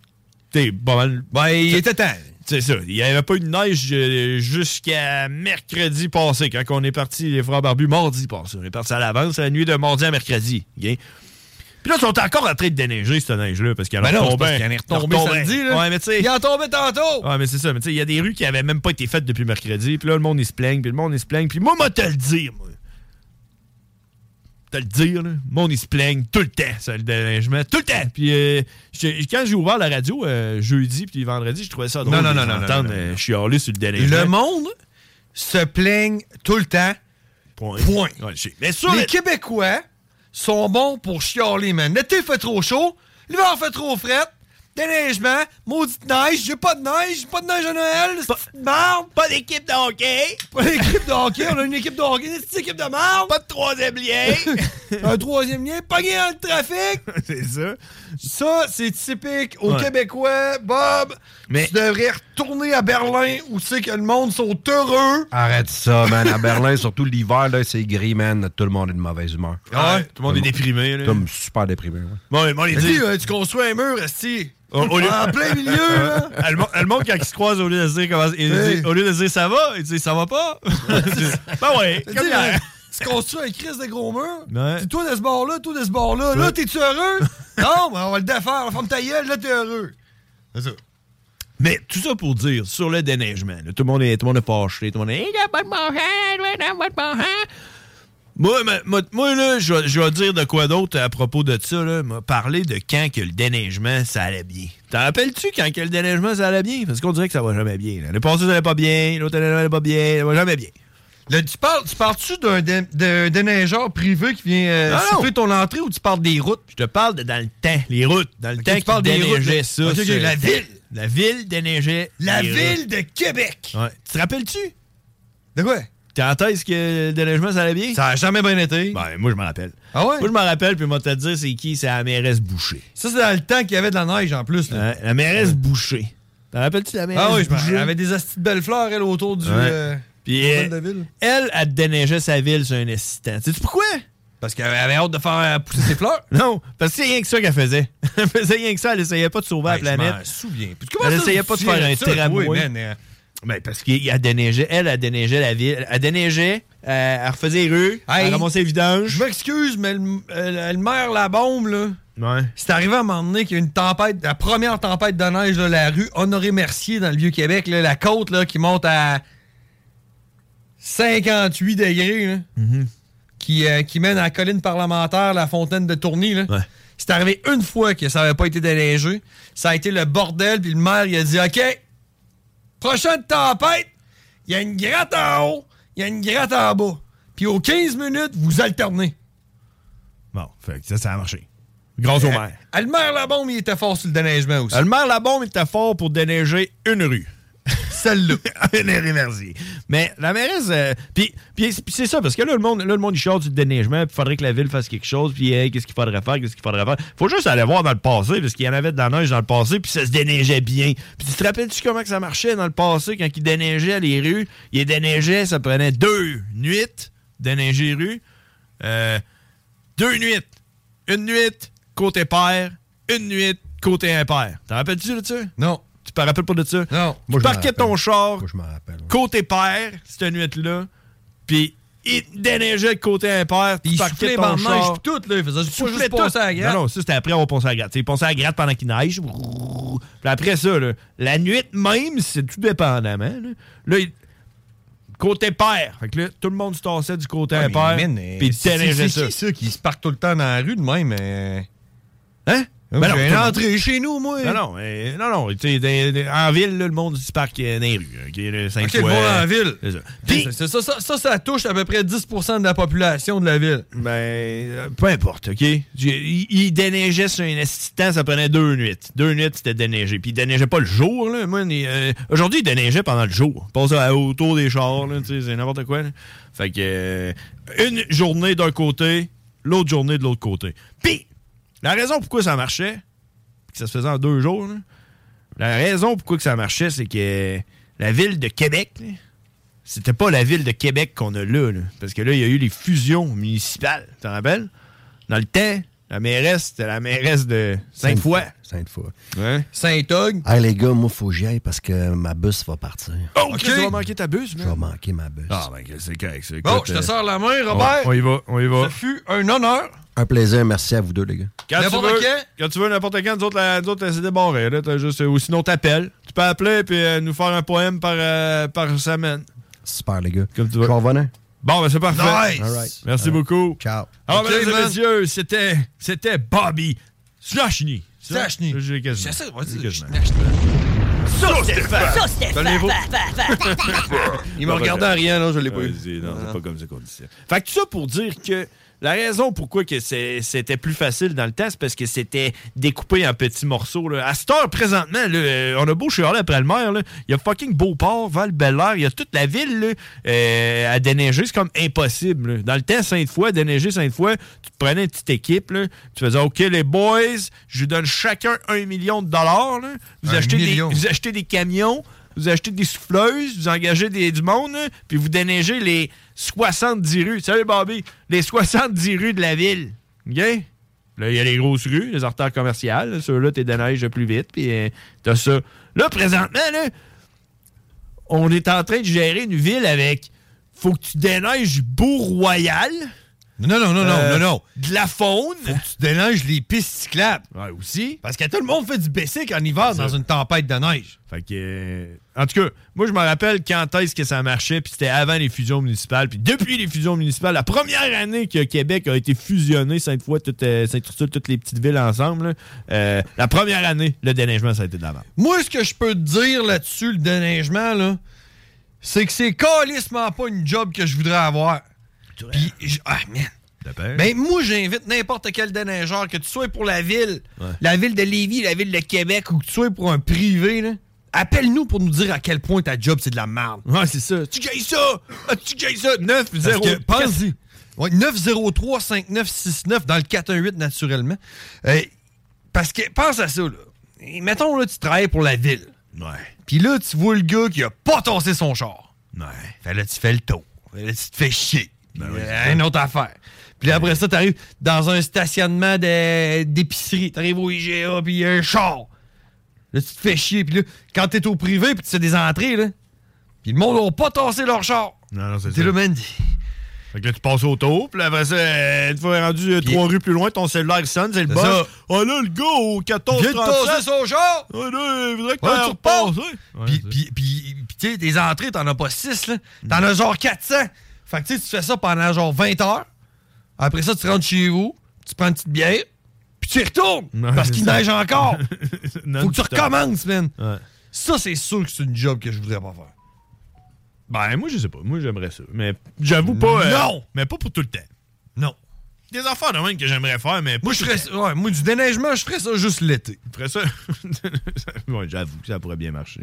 T'es pas mal. Ben, il était temps. C'est ça. Il n'y avait pas eu de neige euh, jusqu'à mercredi passé, quand on est parti, les frères barbus, mardi passé. On est parti à l'avance, la nuit de mardi à mercredi. ok? Puis là, ils sont encore en train de déneiger, cette neige-là, parce qu'elle
Ben non, c'est
retombe.
parce qu'elle est retombée samedi, là.
Ouais, mais tu sais.
Il en tombait tantôt.
Ouais, mais c'est ça. Mais tu sais, il y a des rues qui n'avaient même pas été faites depuis mercredi. Puis là, le monde, il se plaigne. Puis le monde, il se plaigne. Puis moi, moi, te le dire, moi. Te le dire, là. Le monde, il se plaigne tout le temps, ça, le déneigement. Tout le temps. Puis euh, j'ai- quand j'ai ouvert la radio euh, jeudi puis vendredi, je trouvais ça drôle.
Non, non,
de
non,
les
non, non,
entendre,
non,
euh, chialer sur le déneigement.
Le monde se plaigne tout le temps.
Point.
Point.
Ouais, je sais. mais sur
les
le-
Québécois sont bons pour chialer, man. L'été fait trop chaud, l'hiver fait trop fret, déneigement, maudite neige, j'ai pas de neige, j'ai pas de neige à Noël, pas, marde.
Pas d'équipe de hockey.
Pas d'équipe de hockey, on a une équipe de hockey, une petite équipe de marde. Pas
de troisième lien.
Un troisième lien, pogné dans le trafic.
c'est ça.
Ça, c'est typique aux
Ouais.
Québécois. Bob, tu devrais retourner à Berlin où tu sais que le monde sont heureux.
Arrête ça, man. À Berlin, surtout l'hiver, là, c'est gris, man. Tout le monde est de mauvaise humeur.
Ouais,
Ah tout le monde est déprimé, là.
Tout le monde est super déprimé, ouais.
Bon, le monde, il
Mais
dit-
dis, euh, tu construis un mur, Esti.
Au- au lieu-
En plein milieu, hein. là.
Ouais. oh, Ah, Le monde- le monde, quand il se croise, au lieu de se dire, comment- il
Hey.
dit- au lieu de se dire ça va, il dit ça va pas. ben ouais,
Dis,
comme
euh,
hier.
tu construis un crise de gros mur.
Ouais.
Dis, Toi, de ce bord-là, toi, de ce bord-là. Là,
Ouais.
t'es-tu heureux? non, mais on va le défaire. La forme ta gueule, là, t'es heureux. C'est ça.
Mais tout ça pour dire, sur le déneigement, là, tout le monde est, tout le monde est fâché, tout le monde est. Moi, ma- moi, moi, là, je vais- je vais dire de quoi d'autre à propos de ça. Là. M'a parlé de quand que le déneigement, ça allait bien. T'en rappelles-tu quand que le déneigement, ça allait bien? Parce qu'on dirait que ça va jamais bien. là. Le passé, ça allait pas bien. L'autre, ça allait pas bien. Ça va jamais bien.
tu parles, tu parles-tu d'un dé- d'un déneigeur privé qui vient euh,
Non, non.
souffler ton entrée ou tu parles des routes?
Je te parle de dans le temps, les routes. Dans le temps,
tu
qu'ils
parles des routes,
déneigeaient
là.
ça.
Ok, ok,
ça,
la
ça.
ville.
La ville déneigeait.
La
les
ville
routes.
de Québec!
Ouais. Tu te rappelles-tu?
De quoi?
T'es en thèse que le déneigement, ça allait bien? Ça
a jamais bien été.
Ben, moi, je m'en rappelle.
Ah ouais?
Moi, je m'en rappelle, puis moi, te dire, c'est qui? C'est la mairesse Boucher.
Ça, c'est dans le temps qu'il y avait de la neige en plus. là.
Ouais, la mairesse Boucher. T'en rappelles-tu de la mairesse
Ah oui, je me-
Boucher?
elle avait des astis de belles fleurs, elle, autour du.
Ouais.
euh,
Puis
autour
elle,
de la ville.
elle, elle déneigeait sa ville sur un assistant. Sais-tu pourquoi?
Parce qu'elle avait hâte de faire pousser ses fleurs.
Non, parce que c'est rien que ça qu'elle faisait. Elle faisait rien que ça, elle essayait pas de sauver la planète.
Je m'en souviens. plus.
elle
ça,
essayait
tu
pas de
te souviens
faire un
ça, toi,
tramway.
man, euh?
Ben, parce qu'elle déneigeait, elle, elle déneigeait la ville. Elle déneigeait euh, elle refaisait les rues, elle ramassait les vidanges.
Je m'excuse, mais le, euh, le maire La Bombe, là. C'est arrivé à un moment donné qu'il y a une tempête, la première tempête de neige de la rue Honoré Mercier dans le Vieux-Québec, là, la côte là, qui monte à 58 degrés, là,
Mm-hmm.
qui, euh, qui mène à la colline parlementaire, la fontaine de Tourny. là. C'est arrivé une fois que ça n'avait pas été déneigé. Ça a été le bordel, puis le maire, il a dit OK, prochaine tempête, il y a une gratte en haut, il y a une gratte en bas. Puis aux 15 minutes, vous alternez.
Bon, fait que ça, ça a marché. Grâce au
Euh,
maire. Euh,
Almer Labombe, il était fort sur le déneigement aussi.
Le maire Labombe était fort pour déneiger une rue.
Celle-là.
une rue, merci. Mais la mairesse. euh, puis puis c'est- puis c'est ça, parce que là, le monde, là, le monde il chiale du déneigement, puis il faudrait que la ville fasse quelque chose, puis hey, qu'est-ce qu'il faudrait faire, qu'est-ce qu'il faudrait faire. faut juste aller voir dans le passé, parce qu'il y en avait de la neige dans le passé, puis ça se déneigeait bien. Puis tu te rappelles-tu comment que ça marchait dans le passé, quand ils déneigeaient les rues Ils déneigeaient, ça prenait deux nuits, déneiger les rues. Euh, deux nuits. Une nuit côté pair, une nuit côté impair. T'en rappelles-tu de ça?
Non.
Tu te rappelles pas de ça?
Non.
Tu parquais ton char
Moi, je m'en rappelle.
côté pair, cette nuit-là, puis il déneigeait le côté impair, tu
Il
parquais
soufflait
ton
dans la neige,
char.
puis tout, là. Il faisait juste,
Tu
juste passer à la gratte.
Non, non, ça c'était après, on pensait à la gratte. T'sais, Il pensait à la gratte pendant qu'il neige. Brrr. Puis après ça, là, la nuit même, c'est tout dépendamment. Là, Là, il- côté pair. Fait que là, tout le monde se tassait du côté impair. Puis il déneigeait ça.
C'est qui ça qui se parque tout le temps dans la rue de même? euh?
Hein?
Ben
Ben
non, J'ai
non, tout le
une
monde.
entrée chez nous, moi.
Non, non, euh, non, non. tu sais, dans- dans- en ville, là, le monde se parque euh, dans les rues. OK, là, cinq
Ok, le
fois.
monde en ville.
C'est ça.
C'est- c'est ça, ça, ça, ça touche à peu près 10 de la population de la ville.
Ben, peu importe, OK? Il, il déneigeait sur un assistant, ça prenait deux nuits. Deux nuits, c'était déneigé. Puis il déneigeait pas le jour, là. Moi, il, euh, aujourd'hui, il déneigeait pendant le jour. Pas ça autour des chars, là, tu sais, c'est n'importe quoi. là. Fait que, euh, une journée d'un côté, l'autre journée de l'autre côté. Puis, la raison pourquoi ça marchait, que ça se faisait en deux jours, là, la raison pourquoi que ça marchait, c'est que la ville de Québec, là, c'était pas la ville de Québec qu'on a là, là. Parce que là, il y a eu les fusions municipales, t'en rappelles? Dans le temps, la mairesse, c'était la mairesse de Sainte-Foy.
Sainte-Foy.
Saint-Og.
Hey, les gars, moi, faut que j'y aille parce que ma bus va partir.
Oh, Chris, tu vas manquer ta buse,
Je vais manquer ma bus.
Ah, ben, c'est correct, c'est
Bon, Oh, je te sers la main, Robert.
On y va, on y va.
Ça fut un honneur.
Un plaisir, merci à vous deux, les gars.
Quand tu,
N'importe
veux,
quand.
quand tu veux, n'importe quand, nous autres, la- nous autres la- c'est débarré. Là, t'as juste, ou sinon, t'appelles. Tu peux appeler et nous faire un poème par, euh, par semaine.
Super, les gars. Je vais revenir.
Bon, ben c'est parfait.
Nice. All right.
Merci
All right.
beaucoup.
Ciao.
Alors,
Ok,
Ah, mesdames et
man.
messieurs, c'était, c'était Bobby Slashny.
Slashny.
J'ai
C'est
quasiment.
ça, on va
J'ai
dire.
quasiment.
Stéphane. Donnez-vous. Il me regardait en rien, non, je l'ai pas eu.
Bah, Vas-y, Non, c'est pas comme ça qu'on dit ça. Fait que tout ça pour dire que la raison pourquoi que c'est- c'était plus facile dans le temps, c'est parce que c'était découpé en petits morceaux. là. À cette heure, présentement, là, euh, on a beau chialer après le maire. là. Il y a fucking Beauport, val belair il y a toute la ville là, euh, à déneiger. C'est comme impossible. là. Dans le temps, Sainte-Foy, déneiger Sainte-Foy, tu te prenais une petite équipe. là, tu faisais OK, les boys, je vous donne chacun un million de dollars. là. Vous,
Un
achetez des,
million.
vous achetez des camions, vous achetez des souffleuses, vous engagez des- du monde, hein, puis vous déneigez les 70 rues. Salut, Bobby! Les 70 rues de la ville. OK? Là, il y a les grosses rues, les artères commerciales. là, Ceux-là, tu déneiges plus vite, puis euh, t'as ça. Là, présentement, là, on est en train de gérer une ville avec... Faut que tu déneiges Bourg-Royal.
Non, non, non, non,
Euh,
non, non.
De la faune. Faut
que tu déneiges les pistes cyclables.
Ouais, aussi.
Parce que tout le monde fait du basic en hiver dans une tempête de neige.
Fait que. euh, En tout cas, moi, je me rappelle quand est-ce que ça marchait, puis c'était avant les fusions municipales. Puis depuis les fusions municipales, la première année que Québec a été fusionné, Sainte-Foy, toute, euh, Saint-Ursule, toutes les petites villes ensemble, là, euh, la première année, le déneigement, ça a été d'avant.
Moi, ce que je peux te dire là-dessus, le déneigement, là, c'est que c'est calissement pas une job que je voudrais avoir. Puis, je- ah, man.
Hein?
Ben, moi, j'invite n'importe quel déneigeur, que tu sois pour la ville, la ville de Lévis, la ville de Québec, ou que tu sois pour un privé, là, appelle-nous pour nous dire à quel point ta job, c'est de la merde.
Ouais, c'est ça. Tu gagnes ça! Ah, tu gagnes ça! 9 0
Pense-y. Ouais, 903-5969 dans le 418, naturellement. Euh, parce que, pense à ça, là. Et mettons, là, tu travailles pour la ville.
Ouais.
Puis là, tu vois le gars qui a pas tassé son char.
Ouais.
Fait là, tu fais le tour. Fait là, tu te fais chier.
Ben
Puis, euh, une autre affaire. Puis là, après ça, t'arrives dans un stationnement de- d'épicerie. T'arrives au IGA, puis il y a un char. Là, tu te fais chier. Puis là, quand t'es au privé, puis tu fais des entrées, là, puis le monde n'a pas tassé leur char.
Non, non, c'est
T'es
ça.
là, man,
Fait que là, tu passes au taux, puis là, après ça, euh, une fois rendu euh, trois rues plus loin, ton cellulaire sonne, c'est le
C'est
boss.
ça.
Oh là, le gars au 14
Viens de tasser son genre!
Ouais, là, il faudrait que
Ouais,
t'ailles
tu repasses, ouais. Puis, puis, puis, puis, tu sais, tes entrées, t'en as pas 6, là. T'en as genre 400. Fait que, tu sais, tu fais ça pendant genre 20 heures. Après ça, tu rentres chez vous, tu prends une petite bière, puis tu y retournes. parce
c'est
qu'il
ça.
neige encore. Faut que tu
Non-stop.
recommences, man.
Ouais.
Ça, c'est sûr que c'est une job que je voudrais pas faire.
Ben, moi, je sais pas. Moi, j'aimerais ça. Mais j'avoue pas. euh,
Non!
Mais pas pour tout le temps.
Non.
Des affaires de même que j'aimerais faire, mais.
Moi, je ferais ça- ouais, moi, du déneigement, je ferais ça juste l'été.
Je ferais ça. Ouais, j'avoue que ça pourrait bien marcher.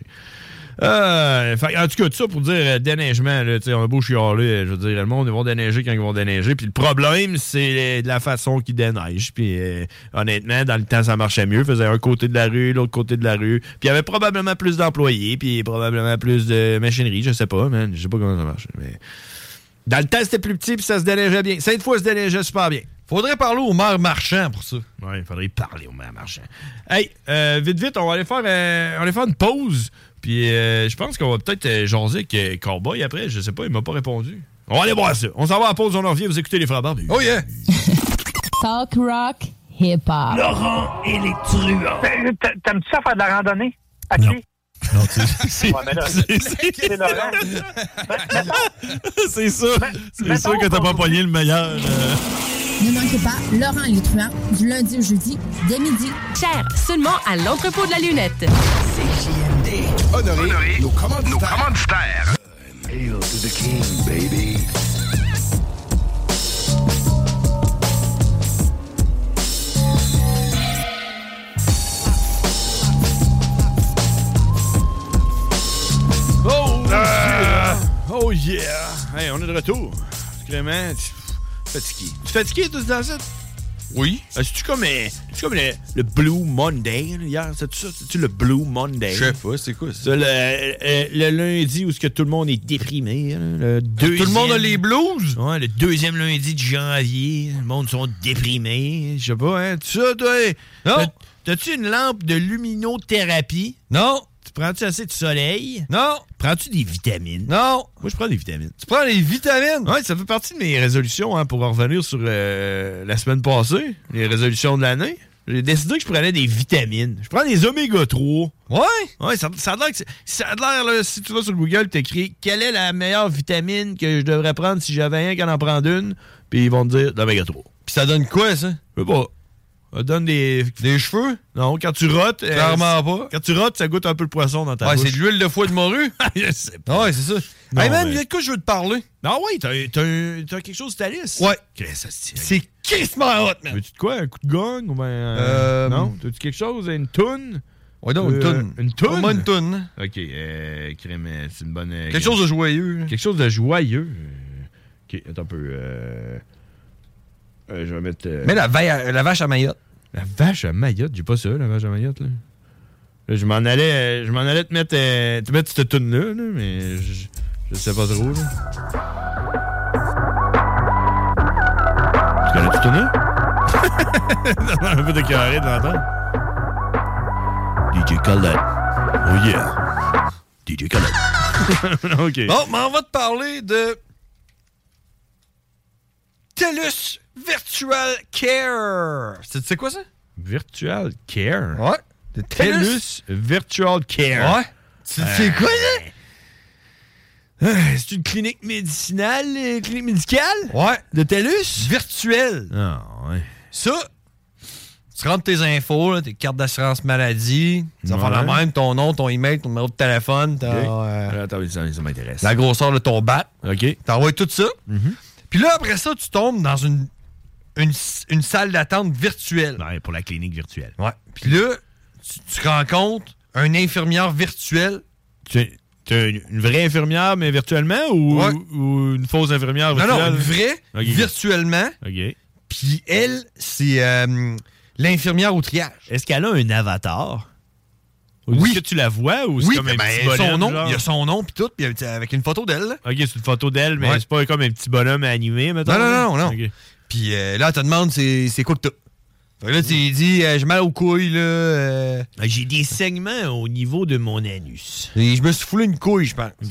Euh, fait- en tout cas, tout ça pour dire euh, déneigement, là, tu sais, on a beau chialer, euh, je veux dire, le monde, ils vont déneiger quand ils vont déneiger. Puis le problème, c'est euh, de la façon qu'ils déneigent. Puis euh, honnêtement, dans le temps, ça marchait mieux. Faisait un côté de la rue, l'autre côté de la rue. Puis il y avait probablement plus d'employés, puis probablement plus de machinerie, je sais pas, man. Je sais pas comment ça marche. Mais... Dans le temps, c'était plus petit, puis ça se déneigeait bien. Cette fois, ça se déneigeait super bien.
Faudrait parler au maire marchand pour ça.
Ouais, il faudrait parler au maire marchand. Hey, euh, vite, vite, on va aller faire, euh, on va aller faire une pause. Puis euh, je pense qu'on va peut-être euh, jaser avec euh, Cowboy après. Je sais pas, il m'a pas répondu. On va aller voir ça. On s'en va à la pause, on en revient. Vous écoutez les frères barbus.
Oh yeah!
Talk rock, hip hop.
et les truands. Euh, T'aimes-tu ça faire de la randonnée? À
Non.
pied?
Non, c'est
Ouais, mais là, c'est Laurent.
C'est sûr.
mettons
C'est sûr que t'as pas pogné le meilleur. euh.
Ne manquez pas Laurent Les Truands du lundi au jeudi dès midi. Cher, seulement à l'entrepôt de la lunette.
Honoré, nos commanditaires. Hail to the king, baby.
Oh, yeah. Oh yeah! Hey, on est de retour. Clément, tu- fatigué. Tu es fatigué, tous dans ça? Oui. C'est-tu comme, euh, c'est-tu comme le, le Blue Monday là, hier? C'est-tu ça? C'est-tu le Blue Monday?
Je sais pas, c'est quoi ça?
C'est le, euh, le lundi où ce que tout le monde est déprimé. hein, le
Tout le monde a
deuxième-
les blues?
Ouais, le deuxième lundi de janvier. Le monde sont déprimés. Je sais pas, hein. Tu ça, toi? Non. T'as-tu une lampe de luminothérapie?
Non.
Tu prends-tu assez de soleil?
Non.
Prends-tu des vitamines?
Non.
Moi, je prends des vitamines.
Tu prends les vitamines?
Ouais, ça fait partie de mes résolutions, hein, pour en revenir sur euh, la semaine passée, les résolutions de l'année. J'ai décidé que je prenais des vitamines. Je prends des oméga 3.
Ouais?
Ouais, ça, ça a l'air que c'est- ça a l'air, là, si tu vas sur Google, t'écris quelle est la meilleure vitamine que je devrais prendre si j'avais rien qu'à en prendre une, puis ils vont te dire d'oméga 3.
Puis ça donne quoi, ça?
Je sais pas. Ça donne des.
Des cheveux?
Non, quand tu rotes. euh,
Clairement pas.
Quand tu rotes, ça goûte un peu le poisson dans ta
Ouais,
bouche.
c'est de l'huile de foie de morue?
je sais
Ouais, c'est ça.
Non,
hey man,
mais-
il y a de quoi je veux te parler?
Ah ouais, t'as, t'as un- t'as quelque chose de ta liste?
Ouais.
Qu'est-ce que ça se tient?
C'est crissement hot, man!
Veux-tu de quoi? Un coup de gong? Ou ben,
Euh,
euh, non? T'as-tu quelque chose? Une toune? Euh,
Ouais, donc, une toune.
Une toune?
Au moins une toune.
OK. Euh, crème, euh, c'est une bonne... euh,
Quelque chose de joyeux. là.
Quelque chose de joyeux. Euh, OK, attends un peu. Euh, euh, je vais mettre... euh,
Mais la, vaille- la vache à Mayotte.
la vache à Mayotte. J'ai pas ça, la vache à Mayotte, là. Là, je m'en allais, euh, je m'en allais te mettre, euh, te mettre cette toune là, mais je, je sais pas trop. Là. Tu connais cette toune là un peu de carré de l'entendre. DJ Khaled. Oh yeah. DJ Khaled. OK.
Bon, mais on va te parler de TELUS Virtual Care. C'est tu sais quoi ça?
Virtual Care.
Ouais. De
TELUS Virtual Care. Euh,
Ouais. C'est c'est quoi ça? Euh,
Ah, C'est une clinique médicinale, euh, clinique médicale?
Ouais.
De TELUS?
Virtuel.
Ah, ouais.
Ça, tu rentres tes infos, là, tes cartes d'assurance maladie, ça va la
Ouais.
même, ton nom, ton email, ton numéro de téléphone, ta- euh,
Attends, ça, ça m'intéresse.
la grosseur de ton bat.
OK. Mm-hmm.
T'envoies tout ça. Puis là, après ça, tu tombes dans une, une, une salle d'attente virtuelle.
Ouais, Ben, pour la clinique virtuelle.
Ouais. Puis là, tu, tu rencontres un infirmière virtuelle.
Tu es, tu es une, une vraie infirmière, mais virtuellement, ou,
Ouais.
ou une fausse infirmière
Non,
virtuelle?
non, une vraie,
Ok.
virtuellement.
OK.
Puis elle, c'est euh, l'infirmière au triage.
Est-ce qu'elle a un avatar? Ou
Oui.
Est-ce que tu la vois ou c'est
Oui,
comme un
ben,
petit
son
bonhomme?
nom,
genre?
il y a son nom, puis tout, puis euh, avec une photo d'elle. là.
OK, c'est une photo d'elle, mais
Ouais.
c'est pas comme un petit bonhomme animé, mettons.
Non, non, non, non.
OK.
Puis euh, là, elle te demande c'est c'est quoi que t'as. Fait que là, tu lui dis, euh, j'ai mal aux couilles, là. euh,
Ben, J'ai des segments au niveau de mon anus.
et je me suis foulé une couille, je pense.
OK.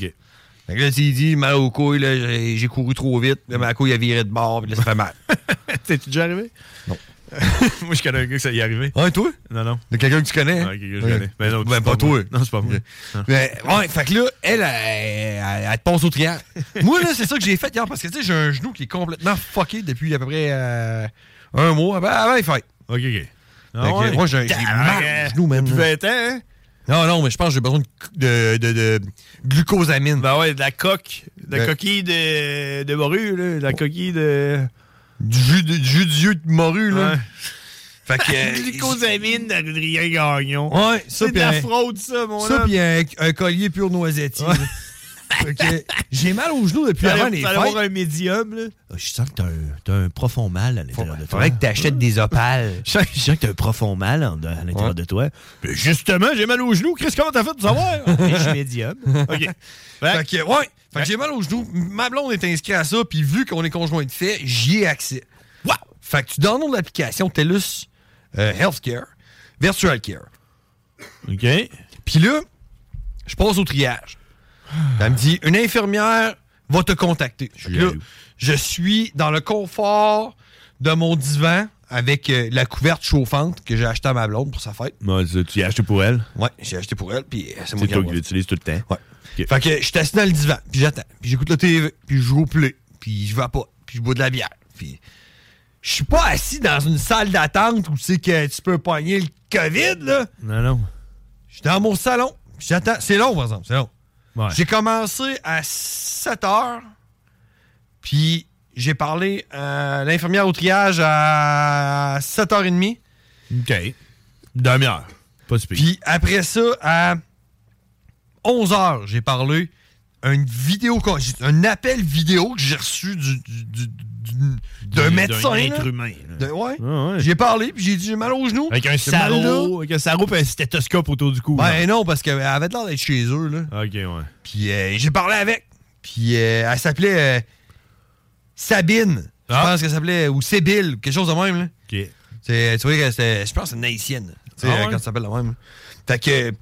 Fait que là, tu dit, mal aux couilles, là, j'ai j'ai couru trop vite, là, ma couille a viré de bord, puis là, ça fait mal.
T'es-tu déjà arrivé?
Non.
Moi, je connais un gars que ça y est arrivé.
Ouais, Ah, toi?
Non, non.
De quelqu'un que tu connais? hein?
Ouais, quelqu'un que je
Ouais.
connais. Ben non, c'est
pas
pas
toi.
moi. Non, c'est pas moi. Ah.
Ok. Ben, ouais, fait que là, elle, elle, elle- elle te pense au triangle. Moi, là, c'est ça que j'ai fait hier, parce que, tu sais, j'ai un genou qui est complètement fucké depuis à peu près euh, un mois. Ben, avant, il fait.
OK, OK. Ah
Fait que, Moi, j'ai j'ai mal au genou, même.
Depuis
là.
20 ans, hein?
Non, non, mais je pense que j'ai besoin de, de, de, de glucosamine.
Ben ouais, de la coque. De la
Ben- Oh.
coquille de, de morue, là. De la coquille de...
Du jus de, du jus de yeux de morue, là. Fait que... euh,
Glucosamine d'Adrien Gagnon.
Ouais, ça,
C'est de
puis
la
un-
fraude, ça, mon
ça,
homme.
puis un, un collier pur noisettier. là. Fait que j'ai mal au genou depuis
Fallait-
avant les
fallait avoir
fêtes.
un médium, là.
Ah, Je sens que t'as un, t'as un profond mal à l'intérieur de toi.
faudrait que t'achètes des
opales. Je sens, je sens que t'as un profond mal en- à l'intérieur de toi.
Ben,
Mais Justement, j'ai mal aux genoux. Chris, comment t'as fait de savoir?
Je suis médium.
OK. Fait que, ouais. Fait que j'ai mal au genou. Ma blonde est inscrite à ça, puis vu qu'on est conjoint de fait, j'y ai accès. Wow! Fait que tu downloads l'application TELUS euh, Healthcare, Virtual Care.
OK.
Puis là, je passe au triage. Elle me dit, une infirmière va te contacter. Fait que là, Je, suis dans le confort de mon divan avec euh, la couverte chauffante que j'ai achetée à ma blonde pour sa fête.
Moi, tu tu l'as acheté pour elle?
Ouais, j'ai acheté pour elle, puis euh, c'est moi qui
C'est toi
la
qui
vois.
l'utilises tout le temps.
Ouais. Fait que je suis assis dans le divan, puis j'attends, puis j'écoute la TV, puis je joue au play, puis je vais pas, puis je bois de la bière, puis je suis pas assis dans une salle d'attente où c'est que tu peux pogner le COVID, là.
Non, non.
Je suis dans mon salon, puis j'attends. C'est long, par exemple, c'est long.
Ouais.
J'ai commencé à 7 heures, puis j'ai parlé à l'infirmière au triage à 7h30.
OK. Demi-heure. Pas super.
Puis après ça, à 11 heures, j'ai parlé une vidéo, con- un appel vidéo que j'ai reçu du- du- du- du- d'un
Du-
médecin.
d'un
là.
être humain, là.
De- ouais.
Ah, Ouais, ouais.
J'ai parlé, puis j'ai dit j'ai mal au genou.
Avec un
J'ai mal là.
sarrau, avec un sarrau et un stéthoscope autour du cou.
Ben non, parce qu'elle avait l'air d'être chez eux. Là.
OK, ouais.
Puis euh, j'ai parlé avec. Puis euh, elle s'appelait euh, Sabine. Je pense qu'elle s'appelait, ou Sébille, quelque chose de même. Là.
Ah. OK.
C'est- Tu vois, que c'était- je pense que c'est une haïtienne. Tu sais, euh,
Ah ouais?
quand ça s'appelle la même. Fait que. euh,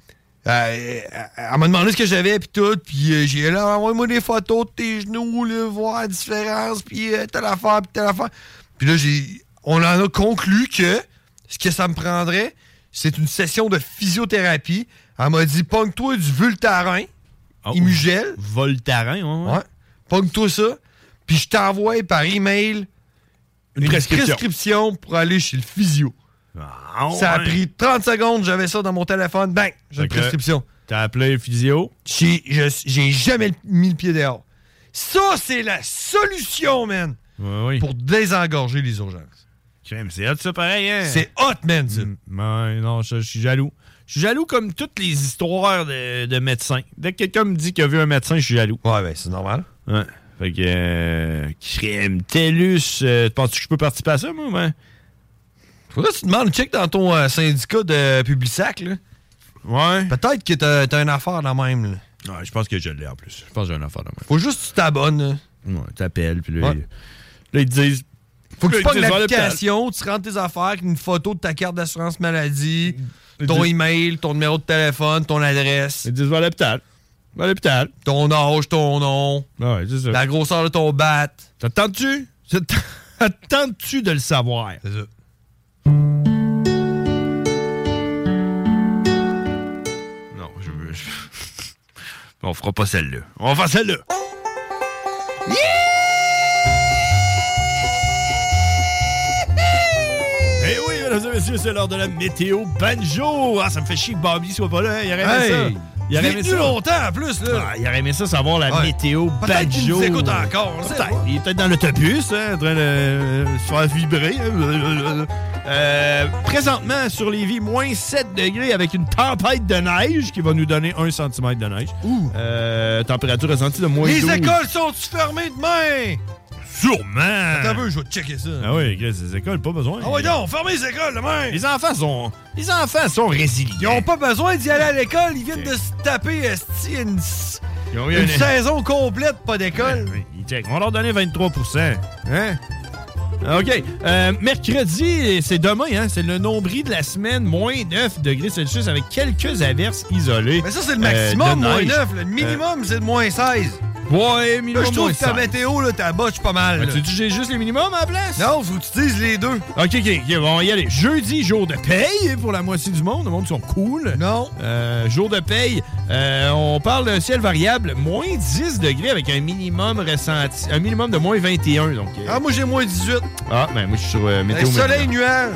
euh, elle m'a demandé ce que j'avais, puis tout. Puis euh, j'ai dit, là, envoie-moi des photos de tes genoux, là, voir la différence, puis euh, telle affaire, puis telle affaire. Puis là, j'ai. On en a conclu que ce que ça me prendrait, c'est une session de physiothérapie. Elle m'a dit, pogne-toi du Vultarin, Imugel.
Voltaren, Oh, ouais. ouais.
Ouais. Pogne-toi ça, puis je t'envoie par email
Une
une
prescription. Ah,
prescription pour aller chez le physio. Ça a
ouais.
pris 30 secondes, j'avais ça dans mon téléphone. Bang, j'ai
Fait
une
que
prescription.
T'as appelé le physio.
J'ai je- j'ai jamais mis le pied dehors. Ça, c'est la solution, man,
Ouais, oui.
pour désengorger les urgences.
Crème, c'est hot, ça, pareil, hein? Mm,
C'est hot, man, ça.
Ouais, non, je, je suis jaloux. Je suis jaloux comme toutes les histoires de, de médecins. Dès que quelqu'un me dit qu'il a vu un médecin, je suis jaloux.
Ouais, ben, c'est normal.
Ouais. Fait que. euh, crème, TELUS, euh, penses-tu que je peux participer à ça, moi, ouais?
Faudrait que tu demandes, check dans ton euh, syndicat de Publisac, là.
Ouais.
Peut-être que t'as t'as une affaire dans le même, là.
Ouais, je pense que je l'ai en plus. Je pense que j'ai un affaire de moi.
Faut juste que tu t'abonnes.
Ouais, t'appelles, puis là,
Ouais.
ils- là, ils te disent.
Faut que
là,
tu
ils
pognes
disent, va à l'hôpital.
l'application, tu rentres tes affaires avec une photo de ta carte d'assurance maladie, ton
dis-
email, ton numéro de téléphone, ton adresse.
Ils disent va à l'hôpital. Va à l'hôpital. Ah
Ton âge, ton nom.
Ouais, c'est ça.
La grosseur de ton bat.
T'attends-tu? T'attends-tu de le savoir?
C'est ça.
Non, je veux. je- On fera pas celle-là. On va faire celle-là. Eh oui, mesdames et messieurs, c'est l'heure de la météo banjo. Ah, ça me fait chier que Bobby soit pas là. hein. Il aurait aimé
Hey!
ça. Il aurait
est
aimé
tenu
ça.
longtemps en plus, là.
Ah, il aurait aimé ça savoir la
Ouais.
météo
Peut-être qu'il
banjo.
nous écoute encore, on sait
Peut-être.
pas.
Il est peut-être dans l'autobus, hein, en train de euh, se faire vibrer. hein. Euh, présentement, sur Lévis, moins 7 degrés avec une tempête de neige qui va nous donner 1 cm de neige. Euh, température ressentie de moins
Les
12.
écoles sont fermées demain?
Sûrement!
Attends un peu, je vais te checker ça.
Ah oui, Chris, les écoles, pas besoin.
Ah ouais, non, fermez les écoles demain!
Les enfants sont. Les enfants sont résilients.
Ils ont pas besoin d'y aller à l'école, ils viennent de se taper esti, une, s-
Ils ont eu
une
un-
saison complète, pas d'école.
Oui, ils checkent. On va leur donner 23 Hein? OK. Euh, mercredi, c'est demain, hein? C'est le nombril de la semaine, moins 9 degrés Celsius avec quelques averses isolées.
Mais ça, c'est le maximum,
euh, de
moins
neige.
9. Le
Euh,
minimum, c'est le moins 16.
Ouais, minimum
Là, je trouve
moins
que ta
cinq.
météo, là, ta botche pas mal.
Ben,
là.
tu dis j'ai juste les minimums à la place? Non, faut que tu dises les deux. OK, OK, ok, bon, on va y aller. Jeudi, jour de paye pour la moitié du monde. Le monde sont cool. Non. jour de paye, euh, on parle d'un ciel variable, moins 10 degrés avec un minimum ressenti, un minimum de moins 21. Donc,
euh,
Ah, moi, j'ai moins 18. Ah, ben, moi, je suis sur euh, météo.
Un soleil,
Météo.
nuage.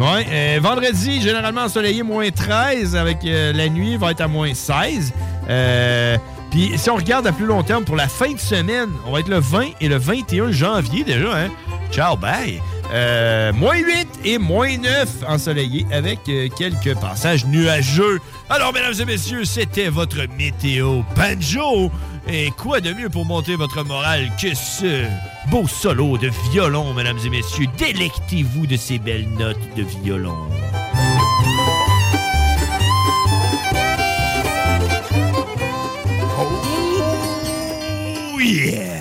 Ouais, euh, vendredi, généralement ensoleillé, moins 13, avec euh, la nuit, va être à moins 16. Euh, Puis si on regarde à plus long terme, pour la fin de semaine, on va être le 20 et le 21 janvier déjà. Hein? Ciao, bye! Euh, moins 8 et moins 9 ensoleillé, avec euh, quelques passages nuageux. Alors, mesdames et messieurs, c'était votre météo banjo. Et quoi de mieux pour monter votre morale que ce beau solo de violon, mesdames et messieurs. Délectez-vous de ces belles notes de violon. Oh yeah!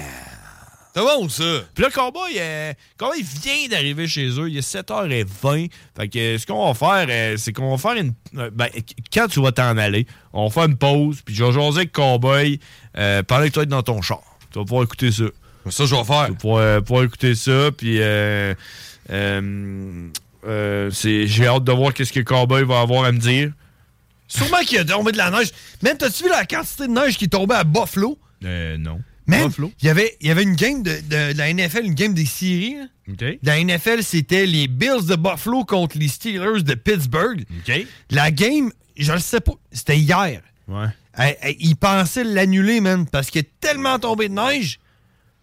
C'est bon, ça! Puis là, le Cowboy, euh, Cowboy vient d'arriver chez eux. Il est 7h20. Fait que euh, ce qu'on va faire, euh, c'est qu'on va faire une... euh, ben, qu- quand tu vas t'en aller, on va faire une pause, puis je vais jaser avec Cowboy euh, pendant que tu vas être dans ton char. Tu vas pouvoir écouter ça. Ça, je vais faire. Tu vas pouvoir, euh, pouvoir écouter ça, puis... euh, euh, euh, c'est- J'ai hâte de voir qu'est-ce que Cowboy va avoir à me dire.
Sûrement qu'il a tombé de la neige. Même, t'as-tu vu la quantité de neige qui tombait à Buffalo?
Euh, non.
Même, il y avait, il y avait une game de, de- de la NFL, une game des séries. là. De La NFL, c'était les Bills de Buffalo contre les Steelers de Pittsburgh. La game, je le sais pas, c'était hier.
Ouais.
Elle- elle- ils pensaient l'annuler, man, parce qu'il est tellement tombé de neige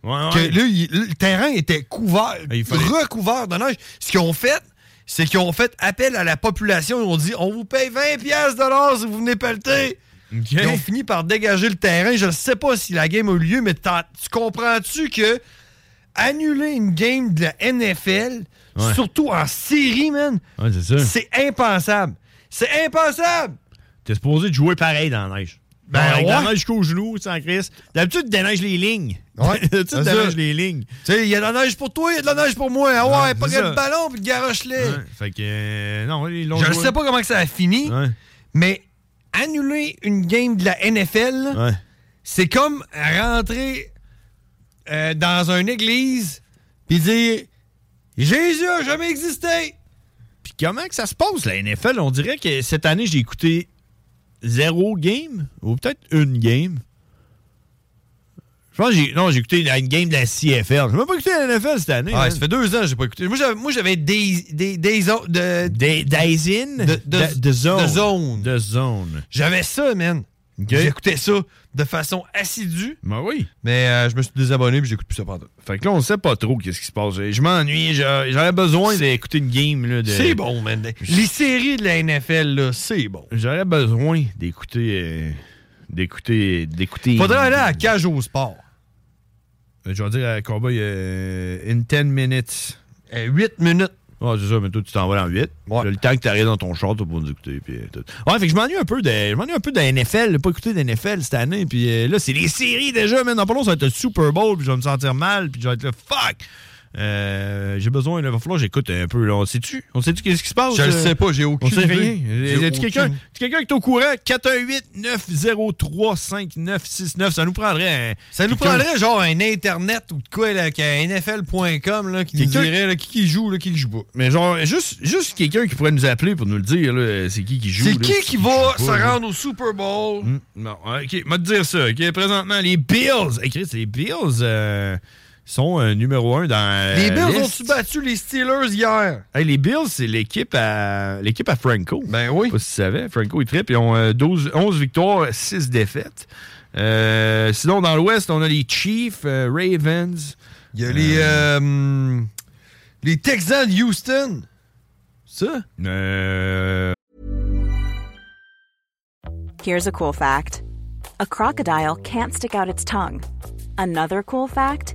que
ouais. Ah,
là, il- le terrain était couvert,
Il fallait-
recouvert de neige. Ce qu'ils ont fait, c'est qu'ils ont fait appel à la population. Ils ont dit, on vous paye 20 pièces de l'heure si vous venez pelleter. Ils ont fini par dégager le terrain. Je ne sais pas si la game a eu lieu, mais t'en- tu comprends-tu que annuler une game de la NFL,
Ouais.
surtout en série, man,
Ouais, c'est sûr.
c'est impensable. C'est impensable!
T'es supposé de jouer pareil dans la neige.
Ben,
avec de
ouais.
la neige jusqu'aux genoux, sans crise. D'habitude, tu déneiges les lignes.
Ouais,
D'habitude, tu
c'est
déneiges
ça.
les lignes.
Tu sais, il y a de la neige pour toi, il y a de la neige pour moi. Ah ouais, pas
c'est
le
ça.
ballon, puis garoche-les.
Hein? Fait que, euh, non, ils l'ont
Je ne
joué.
sais pas comment que ça a fini, mais annuler une game de la NFL, c'est comme rentrer euh, dans une église puis dire Jésus a jamais existé.
Puis comment que ça se passe, la NFL? On dirait que cette année, j'ai écouté zéro game, ou peut-être une game. Je pense que j'ai... Non, j'ai écouté une- une game de la CFL. J'ai même pas écouté la NFL cette année.
Ouais,
man.
ça fait deux ans que j'ai pas écouté. Moi, j'avais, moi, j'avais des, des, des, o- de,
des, in,
de, de,
de- de zone.
de zone.
De zone.
J'avais ça, man. J'écoutais ça de façon assidue.
Ben oui.
Mais euh, je me suis désabonné puis j'écoute plus ça pendant.
Fait que là, on sait pas trop qu'est-ce qui se passe. Je m'ennuie. j'a- J'avais besoin d'écouter une game. là, de-
C'est bon, man. Les séries de la NFL, là, c'est bon.
J'aurais besoin d'écouter. euh, d'écouter. d'écouter.
Faudrait aller à la cage au sport.
Euh, Je vais dire à Cowboy euh, in 10 minutes.
Eh,
8 minutes. Ouais, c'est ça, mais toi, tu t'en vas dans 8. Le temps que t'arrives dans ton char, t'as pour nous écouter. Puis, euh, tout. Ouais, fait que je m'ennuie un peu de, je m'ennuie un peu de la NFL, de pas écouter de la NFL cette année. Puis euh, là, c'est les séries déjà, mais dans pas long, ça va être le Super Bowl, puis je vais me sentir mal, puis je vais être là, fuck! Euh, j'ai besoin, là, va falloir que j'écoute un peu. là. on sait-tu? On sait-tu qu'est-ce qui se passe?
Je le
euh?
sais pas, j'ai aucune
On sait
idée. J'ai
rien. Y a-tu
aucune
quelqu'un
idée.
si quelqu'un est au courant, 418-903-5969, ça nous prendrait un.
Ça nous
quelqu'un-
prendrait genre un internet ou de quoi, là, qu'un NFL.com, là, qui nous
Quelqu'un-
dirait, là, qui, qui joue, là, qui joue pas.
Mais genre, juste, juste quelqu'un qui pourrait nous appeler pour nous le dire, là, c'est qui qui joue.
C'est
là,
qui qui va
joue
se
pas, là.
rendre au Super Bowl?
Hmm, Non, ok, m'a te dire ça. ok, présentement, les Bills. Écrit, les Bills euh, sont euh, numéro un dans. euh,
les Bills
l'Est.
ont-tu battu les Steelers hier?
Hey, les Bills, c'est l'équipe à l'équipe à Franco. Ben oui. Pas si tu savais. Franco, ils trippent. Ils ont euh, 12, 11 victoires, 6 défaites. Euh, sinon, dans l'Ouest, on a les Chiefs, euh, Ravens.
Il y a les, euh, les Texans de Houston. Ça?
Euh,
Here's a cool fact a crocodile can't stick out its tongue. Another cool fact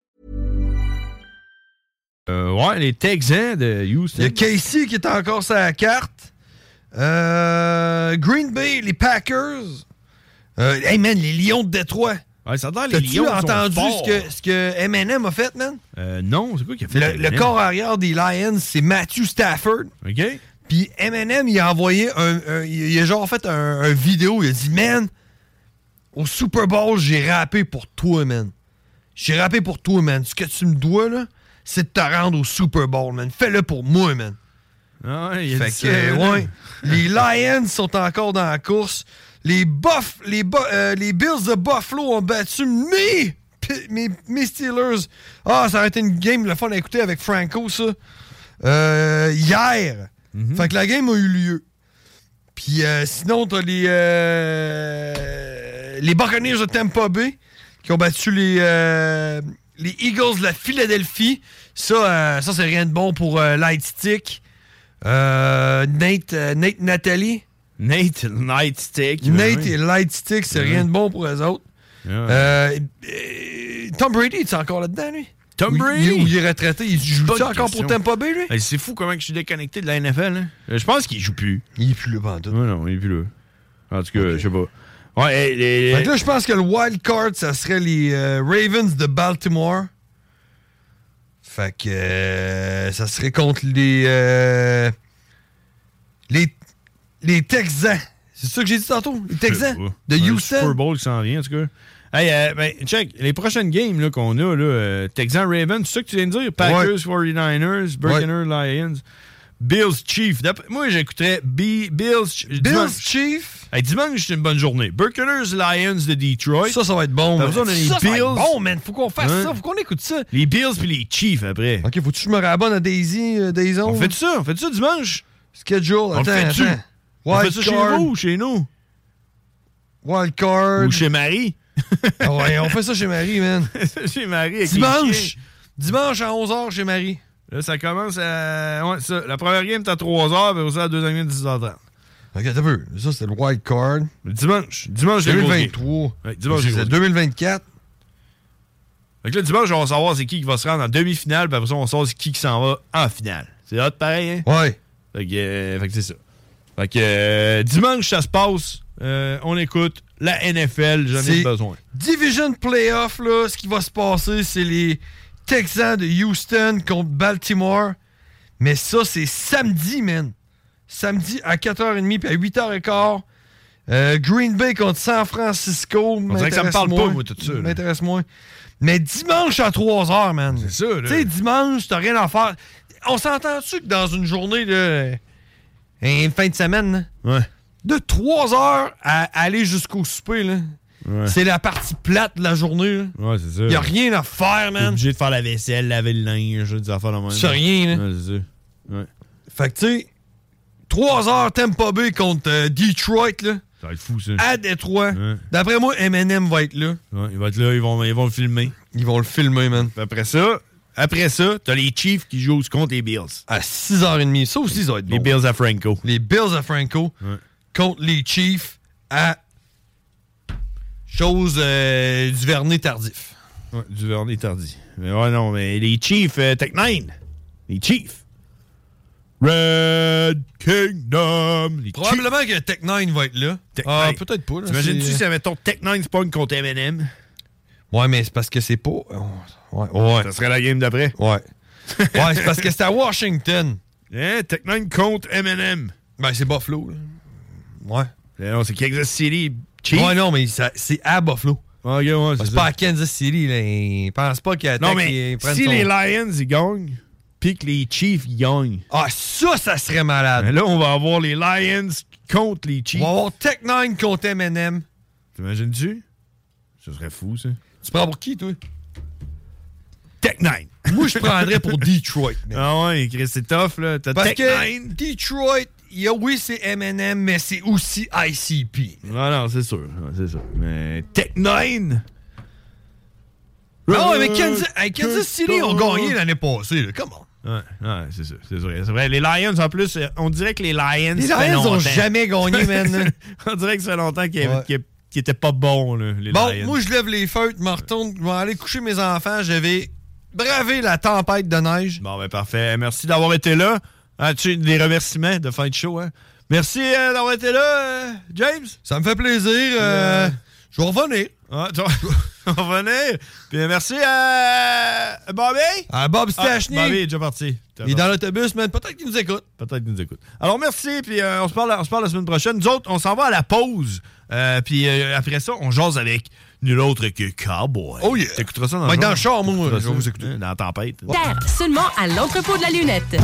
Euh, ouais, les Texans de Houston.
Il y a Casey qui est encore sur la carte. Euh, Green Bay, les Packers. Euh, hey man, les Lions de Détroit.
Ouais, ça a l'air, les
T'as-tu
Lions sont
entendu
forts.
ce que, ce que M&M a fait, man?
Euh, non, c'est quoi qui a fait
Le, le
M&M?
corps arrière des Lions, c'est Matthew Stafford.
OK.
Puis M&M, il a envoyé un. un- il a genre fait un, un vidéo. Il a dit, man, au Super Bowl, j'ai rappé pour toi, man. J'ai rappé pour toi, man. Ce que tu me dois, là, c'est de te rendre au Super Bowl, man. Fais-le pour moi, man.
Ah, ouais, il y a
Fait
dit ça,
que, euh,
là.
ouais, les Lions sont encore dans la course. Les Buff, les, Bu- euh, les Bills de Buffalo ont battu mes, pi- mes, mes Steelers. Ah, ça a été une game le fun à écouter avec Franco, ça. Euh, hier.
Mm-hmm.
Fait que la game a eu lieu. Puis euh, sinon, t'as les, euh, les Buccaneers de Tampa Bay qui ont battu les, euh, les Eagles de la Philadelphie. Ça, euh, ça c'est rien de bon pour euh, Light Stick. Euh, Nate, euh, Nate Nathalie.
Nate Nightstick.
Nate
oui.
et Lightstick, c'est
Ouais.
rien de bon pour eux autres. Euh, euh, Tom Brady, il est encore là-dedans, lui?
Tom
Ou il-
Brady?
ou il est retraité, il joue
Bonne
encore
question.
pour Tampa Bay, lui?
Hey, c'est fou comment que je suis déconnecté de la NFL. hein. Euh, Je pense qu'il joue plus.
Il est plus là, tout.
Non, non, il est plus là. En tout cas, je sais pas. Ouais, hey, les-
Fait que là, je pense que le wild card, ça serait les euh, Ravens de Baltimore. Fait que euh, ça serait contre les euh, les les Texans. C'est ça que j'ai dit tantôt, les Texans de
Ouais, le
Houston.
Super Bowl qui s'en vient, en tout cas. Hey, euh, ben, check, les prochaines games là, qu'on a, là, euh, Texans Ravens, c'est ça que tu viens de dire? Packers 49ers, Buccaneers Lions, Bills Chiefs. D'après- Moi, j'écouterais B- Bills, Bills
Chiefs.
dimanche, c'est une bonne journée. Buccaneers Lions de Detroit.
Ça, ça va être bon.
T'as
man.
besoin
Ça,
les
ça va
Bills.
être bon, man. Faut qu'on fasse
Hein?
ça, faut qu'on écoute ça.
Les Bills puis les Chiefs après.
Ok, faut-tu que je me rabonne à Daisy, euh, Daison?
On fait ça, on fait ça dimanche.
Schedule,
On le
attends,
fait-tu?
attends.
On fait
Wild
ça chez
card.
vous ou chez nous?
Wildcard.
Ou chez Marie.
Ah ouais, on fait ça chez Marie, man.
chez Marie. avec les
Dimanche.
chiens.
Dimanche à 11h chez Marie.
Là, ça commence à. Ouais, ça. La première game, t'as 3h, puis aussi la deuxième game, 10h30.
Ok, t'as vu. Ça, c'est le wild card.
Dimanche. Dimanche, les grosses games.
2023.
Ouais, dimanche, les
c'est
grosses
2024.
Fait que là, dimanche, on va savoir c'est qui qui va se rendre en demi-finale, puis après ça, on saura c'est qui qui s'en va en finale. C'est hot pareil,
hein? Ouais.
Fait que, euh, fait que c'est ça. Fait que euh, dimanche, ça se passe. Euh, on écoute la NFL, j'en ai
C'est
besoin.
Division Playoff, là, ce qui va se passer, c'est les Texans de Houston contre Baltimore. Mais ça, c'est samedi, man. Samedi à 4h30 puis à 8h15. Euh, Green Bay contre San Francisco.
On dirait que ça me parle
m'intéresse
pas, moi, tout ça, là.
M'intéresse moins. Mais dimanche à 3h, man. C'est
ça, là.
Tu sais, dimanche, t'as rien à faire. On s'entend-tu que dans une journée, là, une fin de semaine, là, de 3h à aller jusqu'au souper, là. C'est la partie plate de la journée. Là.
Ouais, c'est ça.
Y a rien à faire,
Euh, T'es
man.
obligé de faire la vaisselle, laver le linge, des affaires de même.
C'est rien, là.
Ouais, c'est ça. Ouais.
Fait que, tu sais, 3 heures Tampa Bay contre euh, Detroit, là.
Ça va être fou, ça.
À Détroit.
Ouais.
D'après moi, M&M va être là.
Ouais, il va être là, ils vont, ils vont le filmer.
Ils vont le filmer, man.
après ça, après ça, t'as les Chiefs qui jouent contre les Bills.
À 6h30. Ça aussi, ça va être
Les Bills à Franco.
Les Bills à Franco contre les Chiefs à chose euh, du Vernet tardif.
Ouais, Duvernay tardi. Mais ouais, non, mais les Chiefs, euh, Tech Nine. Les Chiefs. Red Kingdom. Les
Probablement que Tech9 va être là. Ah, peut-être pas. là.
T'imagines-tu
C'est-
si, mettons, Tech9 spawn contre M&M?
Ouais, mais c'est parce que c'est pas. euh, Ouais, ouais.
Ça serait la game d'après?
Ouais. Ouais, c'est parce que c'est à Washington.
Hein? Tech9 contre M&M.
Ben, c'est Buffalo, là. Ouais.
Eh non, c'est Kansas City Chiefs. Ah,
Ouais, non, mais ça- c'est à Buffalo. Ben,
Ok, ouais,
c'est pas à Kansas City, là. Ils pensent pas qu'ils
Non,
attaquent
mais
et prennent
si
son-
les Lions, ils gagnent, puis que les Chiefs ils gagnent.
Ah, ça, ça serait malade.
là, on va avoir les Lions contre les Chiefs.
On va avoir Tech 9 contre M&M.
T'imagines-tu? Ce serait fou, ça.
Tu prends pour qui, toi?
Tech 9.
Moi, je prendrais pour Detroit.
Ah ouais, Chris, c'est tough, là. T'as
Parce
Tech
que
9.
Detroit, il y a- oui, c'est M&M, mais c'est aussi ICP.
Non, non, c'est sûr. non, C'est sûr. Mais Tech 9. Ah
Non, Ah mais Kansas, hey, Kansas City ont gagné l'année passée. là. Come on.
Ouais, ouais, c'est sûr, c'est sûr. C'est vrai. Les Lions, en plus, euh, on dirait que les Lions.
Les
ça fait
Lions ont
longtemps.
jamais gagné, man.
on dirait que ça fait longtemps qu'ils
Ouais.
qu'ils- qu'ils étaient pas bons, là, les
Bon,
Lions.
moi, je lève les feutres, je me retourne, je vais aller coucher mes enfants, je vais braver la tempête de neige.
Bon, ben parfait. Merci d'avoir été là. Ah, tu sais, des remerciements de fin de show, hein? Merci euh, d'avoir été là, euh, James.
Ça me fait plaisir. euh, Je vais revenir.
Ah, tu vas on va revenir. Puis euh, merci à Bobby.
À Bob
Ah,
Stachny.
Bobby est déjà parti.
Il est dans l'autobus, man. Peut-être qu'il nous écoute.
Peut-être qu'il nous écoute. Alors, merci, puis euh, on, se parle, on se parle la semaine prochaine. Nous autres, on s'en va à la pause. Euh, puis euh, après ça, on jase avec nul autre que Cowboy. Oh yeah! T'écouteras ça dans
Ouais,
le
dans le char, moi,
T'écouteras
je vais
ça,
vous écouter.
hein, Dans la tempête.
Terre, seulement à l'entrepôt de la lunette.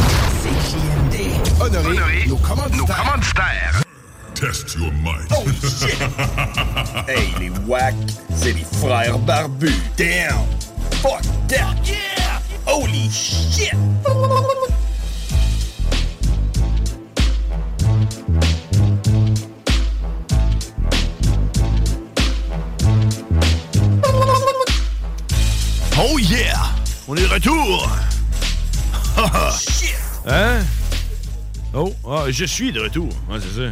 Honoré, nos commanditaires.
Test your mind.
Oh shit! hey, les wack, c'est les frères barbus. Damn! Fuck that! Yeah! Holy shit!
Oh yeah! On est de retour!
Hein?
Oh, ah, je suis de retour.
Ouais, c'est ça.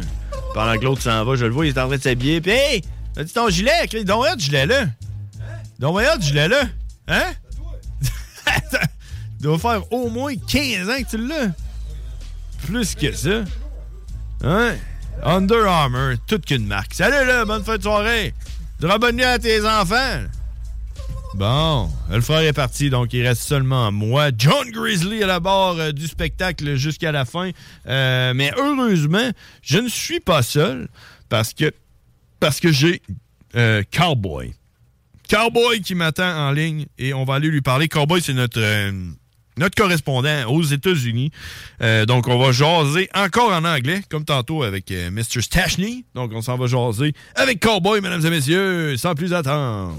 Pendant que l'autre s'en va, je le vois, il est en train de s'habiller. Puis, hey, as-tu ton gilet? Chris? Donne-moi votre gilet là. Hein? Donne-moi votre gilet là. Hein? Il doit faire au moins 15 ans que tu l'as. Plus que ça. Hein? Under Armour, toute qu'une marque. Salut là, bonne fin de soirée. Dira bonne nuit à tes enfants. Bon, le frère est parti, donc il reste seulement moi. John Grizzly à la barre euh, du spectacle jusqu'à la fin. Euh, mais heureusement, je ne suis pas seul parce que parce que j'ai euh, Cowboy. Cowboy qui m'attend en ligne et on va aller lui parler. Cowboy, c'est notre, euh, notre correspondant aux États-Unis. Euh, donc, on va jaser encore en anglais, comme tantôt avec euh, Mr. Stachny. Donc, on s'en va jaser avec Cowboy, mesdames et messieurs, sans plus attendre.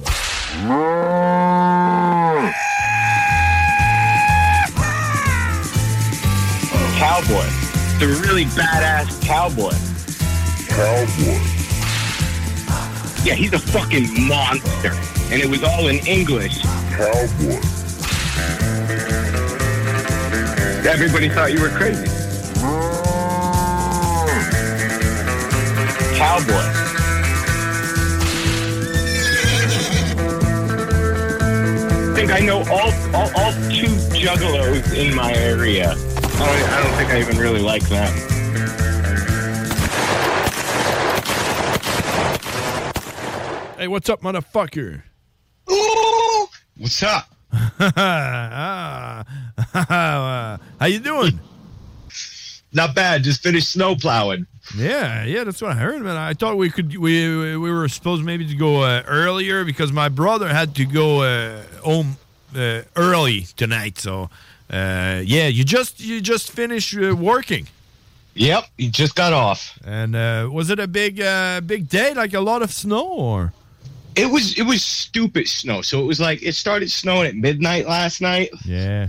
Cowboy. The really badass cowboy. Cowboy. Yeah, he's a fucking monster. And it was all in English. Cowboy. Everybody thought you were crazy. Cowboy. I think I know all, all, all two juggalos in my area. I
Oh,
don't, I don't think I even really like them.
Hey, what's up, motherfucker?
What's up?
Ah, ah, How you doing?
Not bad. Just finished snow plowing.
Yeah, yeah, that's what I heard, man. I thought we could we we were supposed maybe to go uh, earlier because my brother had to go uh, home uh, early tonight. So, uh, yeah, you just you just finished uh, working.
Yep, you just got off.
And uh, was it a big uh, big day? Like a lot of snow, or
It was it was stupid snow. So it was like it started snowing at midnight last night,
yeah.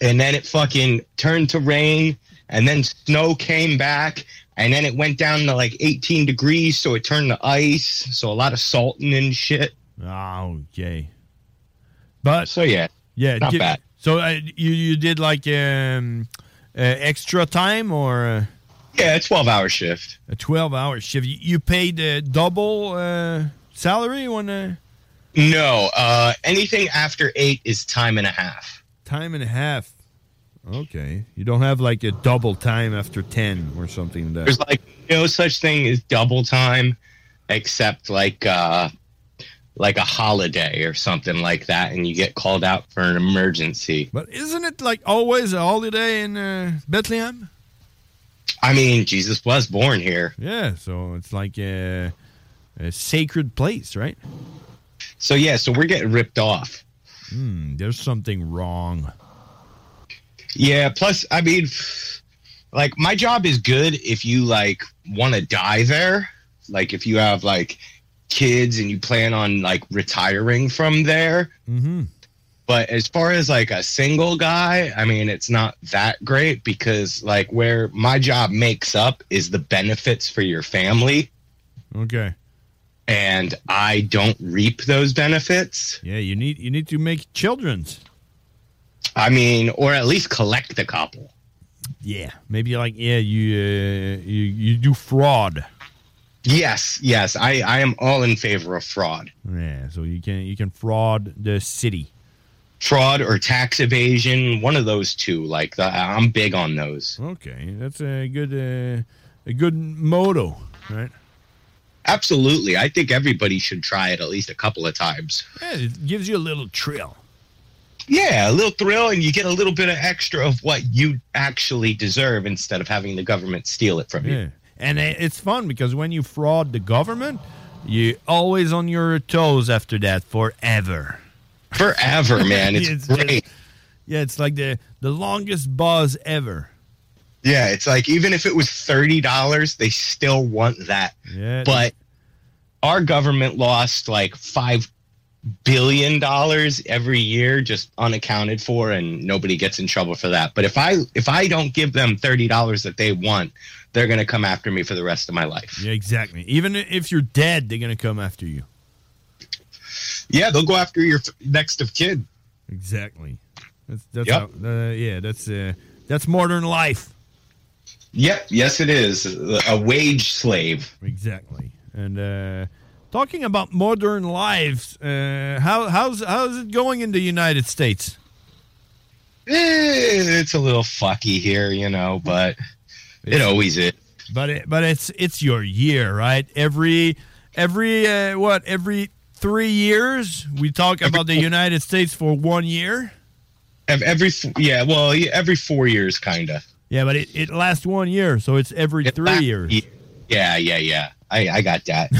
and then it fucking turned to rain, and then snow came back, and then it went down to like 18 degrees, so it turned to ice. So a lot of salting and shit.
Oh, okay. But
so yeah,
yeah,
not
gi-
bad.
So uh, you you did like um, uh, extra time or? Uh,
yeah, a twelve hour shift.
A twelve hour shift. You, you paid uh, double uh, salary when uh,
No, uh, anything after eight is time and a half.
time and a half. Okay, you don't have like a double time after ten or something. That
There's like no such thing as double time, except like uh, like a holiday or something like that, and you get called out for an emergency.
But isn't it like always a holiday in uh, Bethlehem?
I mean, Jesus was born here.
Yeah, so it's like a, a sacred place, right?
So yeah, so we're getting ripped off.
Hmm, there's something wrong.
Yeah. Plus, I mean, like my job is good if you like want to die there, like if you have like kids and you plan on like retiring from there.
Mm-hmm.
But as far as like a single guy, I mean, it's not that great because like where my job makes up is the benefits for your family,
Okay.
and I don't reap those benefits.
Yeah, you need you need to make children's.
I mean, or at least collect a couple.
Yeah, maybe like yeah, you uh, you you do fraud.
Yes, yes, I I am all in favor of fraud.
Yeah, so you can you can fraud the city.
Fraud or tax evasion, one of those two. Like the, I'm big on those.
Okay, that's a good uh, a good motto, right?
Absolutely. I think everybody should try it at least a couple of times.
Yeah, it gives you a little trill.
Yeah, a little thrill, and you get a little bit of extra of what you actually deserve instead of having the government steal it from
Yeah,
you.
and it- it's fun because when you fraud the government, you're always on your toes after that forever.
Forever, man. It's
just-
great.
yeah, it's like the the longest buzz ever.
Yeah, it's like even if it was $30, they still want that.
Yeah,
But our government lost like $5 billion every year just unaccounted for and nobody gets in trouble for that. But if I if I don't give them $30 that they want, they're going to come after me for the rest of my life.
Yeah, exactly. Even if you're dead, they're gonna come after you.
Yeah, they'll go after your f- next of kin.
Exactly. That's that's
Yep.
how, uh, yeah. That's uh, that's modern life.
Yep. Yes, it is a wage slave.
Exactly. And uh, talking about modern lives, uh, how how's how's it going in the United States?
Eh, it's a little fucky here, you know, but it always is.
But it, but it's it's your year, right? Every every uh, what every three years we talk about the United States for one year.
Ev- Every f- yeah, well, yeah, every four years, kind of.
Yeah, but it, it lasts one year, so it's every three years.
Yeah, yeah, yeah. I I got that.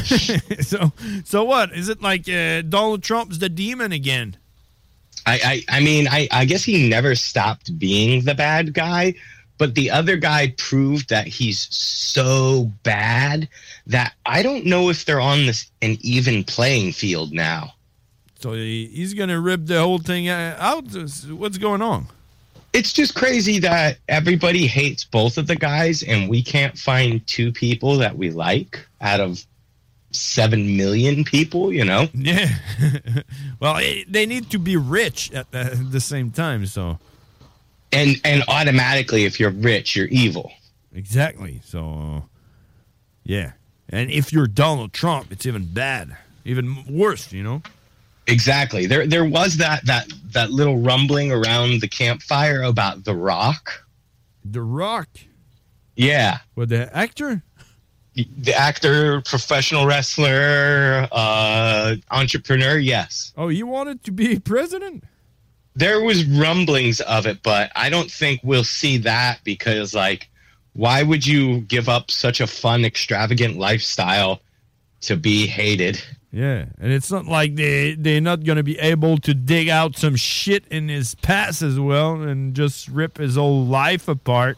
so so what is it like? Uh, Donald Trump's the demon again.
I, I, I mean, I, I guess he never stopped being the bad guy, but the other guy proved that he's so bad that I don't know if they're on this an even playing field now.
So he, he's gonna rip the whole thing uh, out. What's going on?
It's just crazy that everybody hates both of the guys, and we can't find two people that we like out of seven million people, you know?
Yeah. well, eh, they need to be rich at the, at the same time. So
And and automatically if you're rich, you're evil.
exactly. So uh, yeah, and if you're Donald Trump, it's even bad, even worse. You know.
Exactly. There there was that that that little rumbling around the campfire about The Rock.
The Rock.
Yeah.
With the actor?
The actor, professional wrestler, uh entrepreneur, yes.
Oh, you wanted to be president?
There was rumblings of it, but I don't think we'll see that because like why would you give up such a fun extravagant lifestyle to be hated?
Yeah, and it's not like they they're not gonna be able to dig out some shit in his past as well and just rip his whole life apart.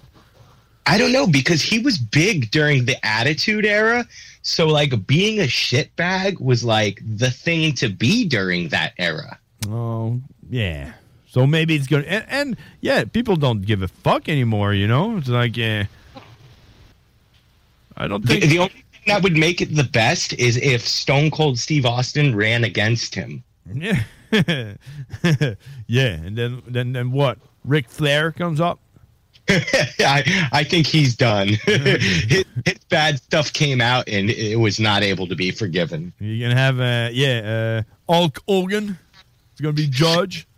I don't know because he was big during the Attitude Era. So like being a shitbag was like the thing to be during that era.
Oh yeah. So maybe it's gonna and, and yeah, people don't give a fuck anymore. You know, it's like uh, I don't
The,
think
the only thing that would make it the best is if Stone Cold Steve Austin ran against him.
yeah, yeah. And then then then what? Ric Flair comes up.
I, I think he's done. his, his bad stuff came out and it was not able to be forgiven.
You're gonna have uh, yeah uh, Hulk Hogan. It's gonna be Judge.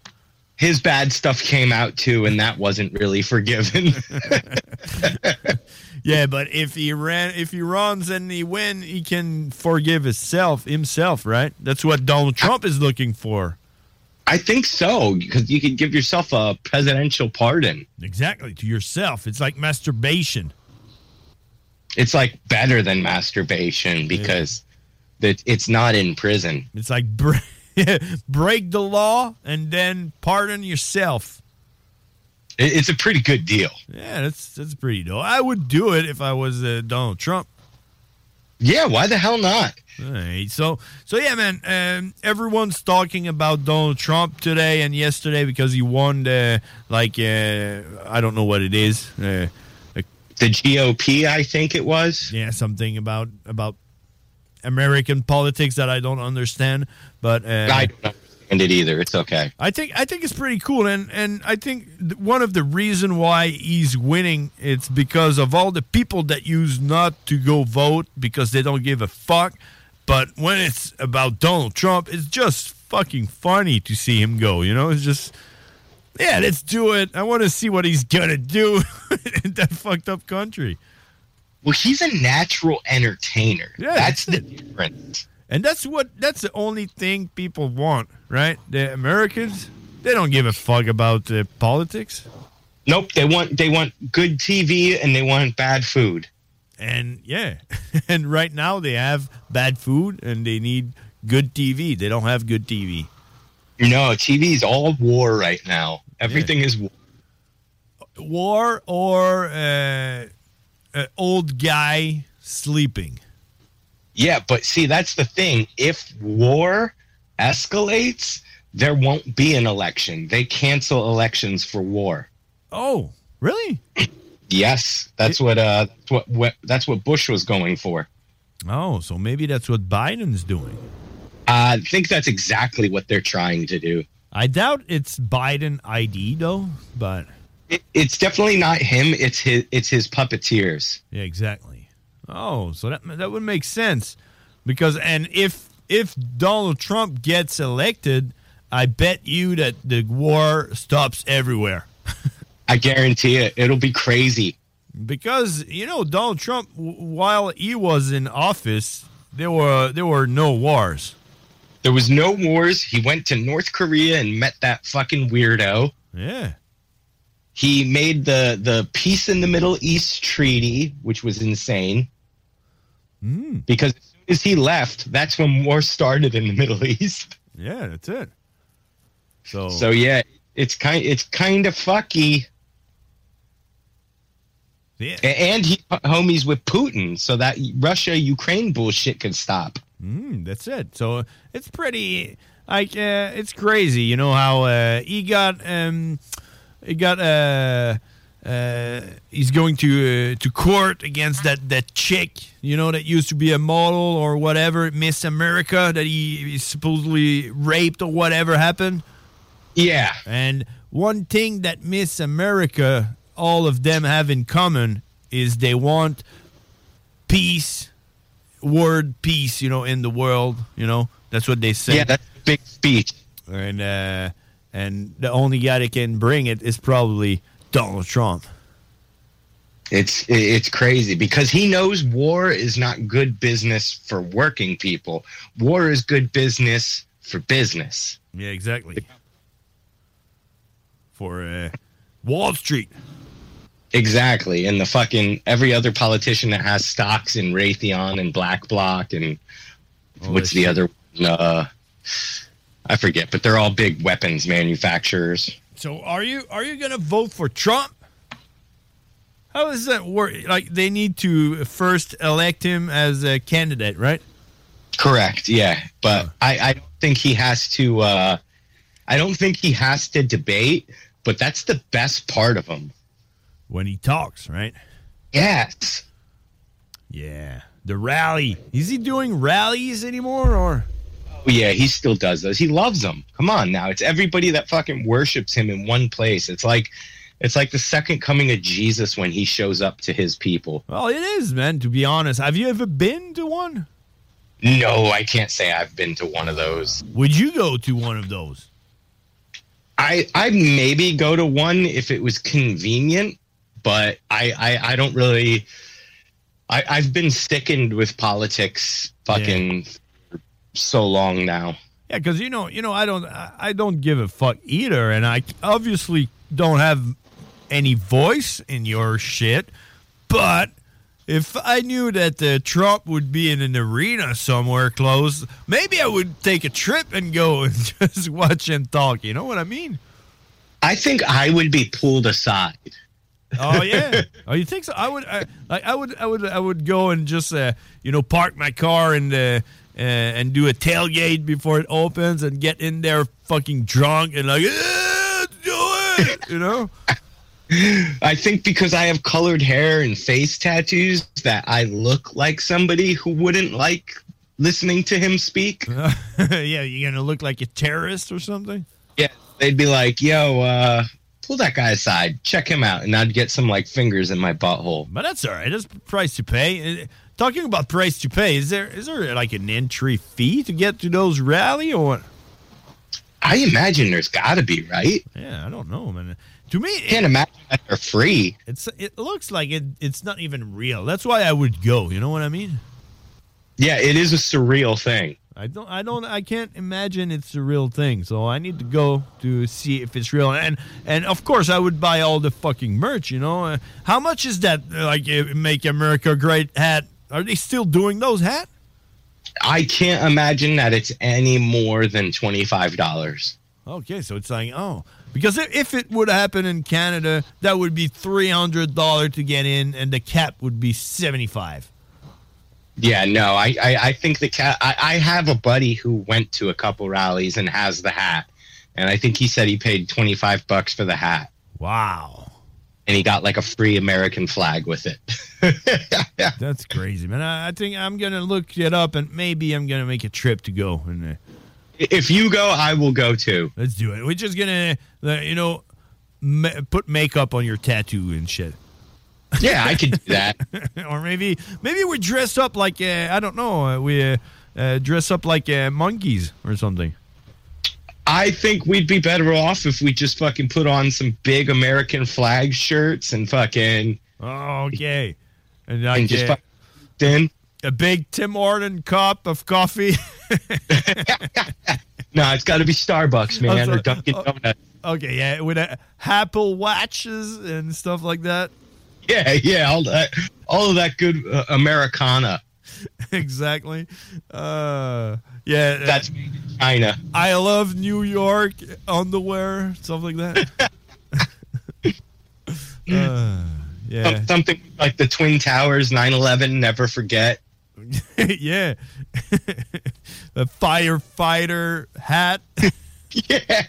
His bad stuff came out too, and that wasn't really forgiven.
Yeah, but if he ran, if he runs and he win, he can forgive himself himself, right? That's what Donald Trump is looking for.
I think so, because you could give yourself a presidential pardon.
Exactly to yourself. It's like masturbation.
It's like better than masturbation because that it's not in prison.
It's like bre- break the law and then pardon yourself.
It, it's a pretty good deal.
Yeah, that's that's pretty dope. I would do it if I was uh, Donald Trump.
Yeah, why the hell not?
All right. So, so yeah, man. Um, everyone's talking about Donald Trump today and yesterday because he won the like uh, I don't know what it is. Uh,
the GOP, I think it was.
Yeah, something about about American politics that I don't understand. But uh,
I don't understand it either. It's okay.
I think I think it's pretty cool, and and I think th- one of the reason why he's winning it's because of all the people that use not to go vote because they don't give a fuck. But when it's about Donald Trump, it's just fucking funny to see him go. You know, it's just. Yeah, let's do it. I want to see what he's gonna do in that fucked up country.
Well, he's a natural entertainer.
Yeah,
that's the difference.
And that's what that's the only thing people want, right? The Americans, they don't give a fuck about uh, politics.
Nope, they want they want good TV and they want bad food.
And yeah, and right now they have bad food and they need good TV. They don't have good TV.
No, TV is all war right now. Everything is war.
War or uh, uh, old guy sleeping.
Yeah, but see, that's the thing. If war escalates, there won't be an election. They cancel elections for war.
Oh, really?
Yes, that's what uh, that's what, what that's what Bush was going for.
Oh, so maybe that's what Biden's doing.
Uh, I think that's exactly what they're trying to do.
I doubt it's Biden ID though, but
It, it's definitely not him. It's his. It's his puppeteers.
Yeah, exactly. Oh, so that that would make sense because and if if Donald Trump gets elected, I bet you that the war stops everywhere.
I guarantee it. It'll be crazy.
Because you know Donald Trump, w- while he was in office, there were there were no wars.
There was no wars. He went to North Korea and met that fucking weirdo.
Yeah.
He made the the peace in the Middle East treaty, which was insane.
Hmm.
Because as soon as he left, that's when war started in the Middle East.
Yeah, that's it. So
So yeah, it's kind it's kind of fucky.
Yeah.
And he homies with Putin, so that Russia Ukraine bullshit could stop.
Mm, that's it. So it's pretty like uh, it's crazy, you know how uh, he got um, he got uh, uh, he's going to uh, to court against that that chick, you know, that used to be a model or whatever, Miss America, that he, he supposedly raped or whatever happened.
Yeah.
And one thing that Miss America, all of them have in common is they want peace, word peace, you know, in the world. You know, that's what they say.
Yeah, that's a big speech.
And uh, and the only guy that can bring it is probably Donald Trump.
It's it's crazy because he knows war is not good business for working people. War is good business for business.
Yeah, exactly. For uh, Wall Street.
Exactly. And the fucking every other politician that has stocks in Raytheon and Black Block and what's the other one? Uh, I forget, but they're all big weapons manufacturers.
So are you are you gonna vote for Trump? How does that work? Like they need to first elect him as a candidate, right?
Correct. Yeah, but I, I don't think he has to. Uh, I don't think he has to debate. But that's the best part of him.
When he talks, right?
Yes.
Yeah. The rally. Is he doing rallies anymore or
Oh, yeah, he still does those. He loves them. Come on now, it's everybody that fucking worships him in one place. It's like, it's like the second coming of Jesus when he shows up to his people.
Well, Oh, it is, man, to be honest. Have you ever been to one?
No, I can't say I've been to one of those.
Would you go to one of those?
I I maybe go to one if it was convenient, but I I, I don't really. I I've been sticking with politics fucking for so long now.
Yeah, because you know, you know, I don't, I I don't give a fuck either, and I obviously don't have any voice in your shit. But if I knew that uh, Trump would be in an arena somewhere close, maybe I would take a trip and go and just watch him talk. You know what I mean?
I think I would be pulled aside.
Oh yeah. oh, you think so? I would, I, like, I would, I would, I would go and just, uh, you know, park my car in the uh, and do a tailgate before it opens and get in there fucking drunk and like, "Ah, do it, you know?
I think because I have colored hair and face tattoos that I look like somebody who wouldn't like listening to him speak.
yeah, you're gonna look like a terrorist or something.
Yeah, they'd be like, "Yo, uh, pull that guy aside, check him out," and I'd get some like fingers in my butthole.
But that's all right. That's the price to pay. Uh, Talking about price to pay, is there is there like an entry fee to get to those rally or what?
I imagine there's got to be, right?
Yeah, I don't know, man. To me,
Can't imagine that they're free.
It's it looks like it, it's not even real. That's why I would go. You know what I mean?
Yeah, it is a surreal thing.
I don't I don't I can't imagine it's a real thing. So I need to go to see if it's real. And and of course I would buy all the fucking merch. You know, Uh, how much is that? uh, Like uh, Make America Great hat? Are they still doing those hat?
I can't imagine that it's any more than twenty five dollars.
Okay, so it's like oh, because i- if it would happen in Canada, that would be three hundred dollar to get in, and the cap would be seventy five.
Yeah, no, I, I, I think the cat. I, I have a buddy who went to a couple rallies and has the hat, and I think he said he paid twenty five bucks for the hat.
Wow.
And he got like a free American flag with it.
That's crazy, man. I, I think I'm gonna look it up, and maybe I'm gonna make a trip to go. And uh,
if you go, I will go too.
Let's do it. We're just gonna, uh, you know, ma- put makeup on your tattoo and shit.
Yeah, I could do that.
or maybe, maybe we're dressed up like uh, I don't know. Uh, we uh, uh, dress up like uh, monkeys or something.
I think we'd be better off if we just fucking put on some big American flag shirts and fucking
Oh, Okay. And, like,
and just
uh,
fuck- then.
a big Tim Horton cup of coffee.
No, it's got to be Starbucks,
I'm
man, or
sorry.
Dunkin'
Oh.
Donuts.
okay, yeah, with uh, Apple watches and stuff like that.
Yeah, yeah, all that, all of that good uh, Americana.
exactly. Uh, yeah, uh,
That's China.
I love New York underwear, stuff like that. Uh, yeah,
Some- Something like the Twin Towers, 9-11, never forget.
yeah. A firefighter hat.
yeah.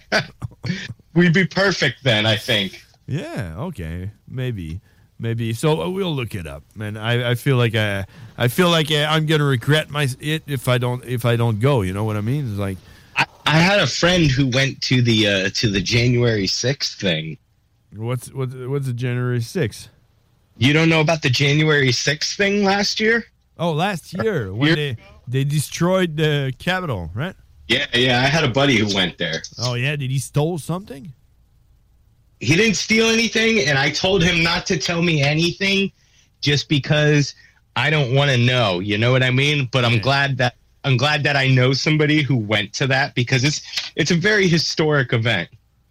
We'd be perfect then, I think.
Yeah. Okay. Maybe. Maybe. So uh, we'll look it up, man. I, I feel like I I feel like uh, I'm gonna regret my it if I don't if I don't go. You know what I mean? It's like
I had a friend who went to the uh, to the January 6th thing.
what's what's what's the January 6th?
You don't know about the January 6th thing last year?
Oh, last year when
Year
they they destroyed the Capitol, right?
Yeah, yeah, I had a buddy who went there.
Oh yeah, did he stole something?
he didn't steal anything and i told him not to tell me anything just because i don't want to know you know what i mean but i'm glad that i'm glad that i know somebody who went to that because it's it's a very historic event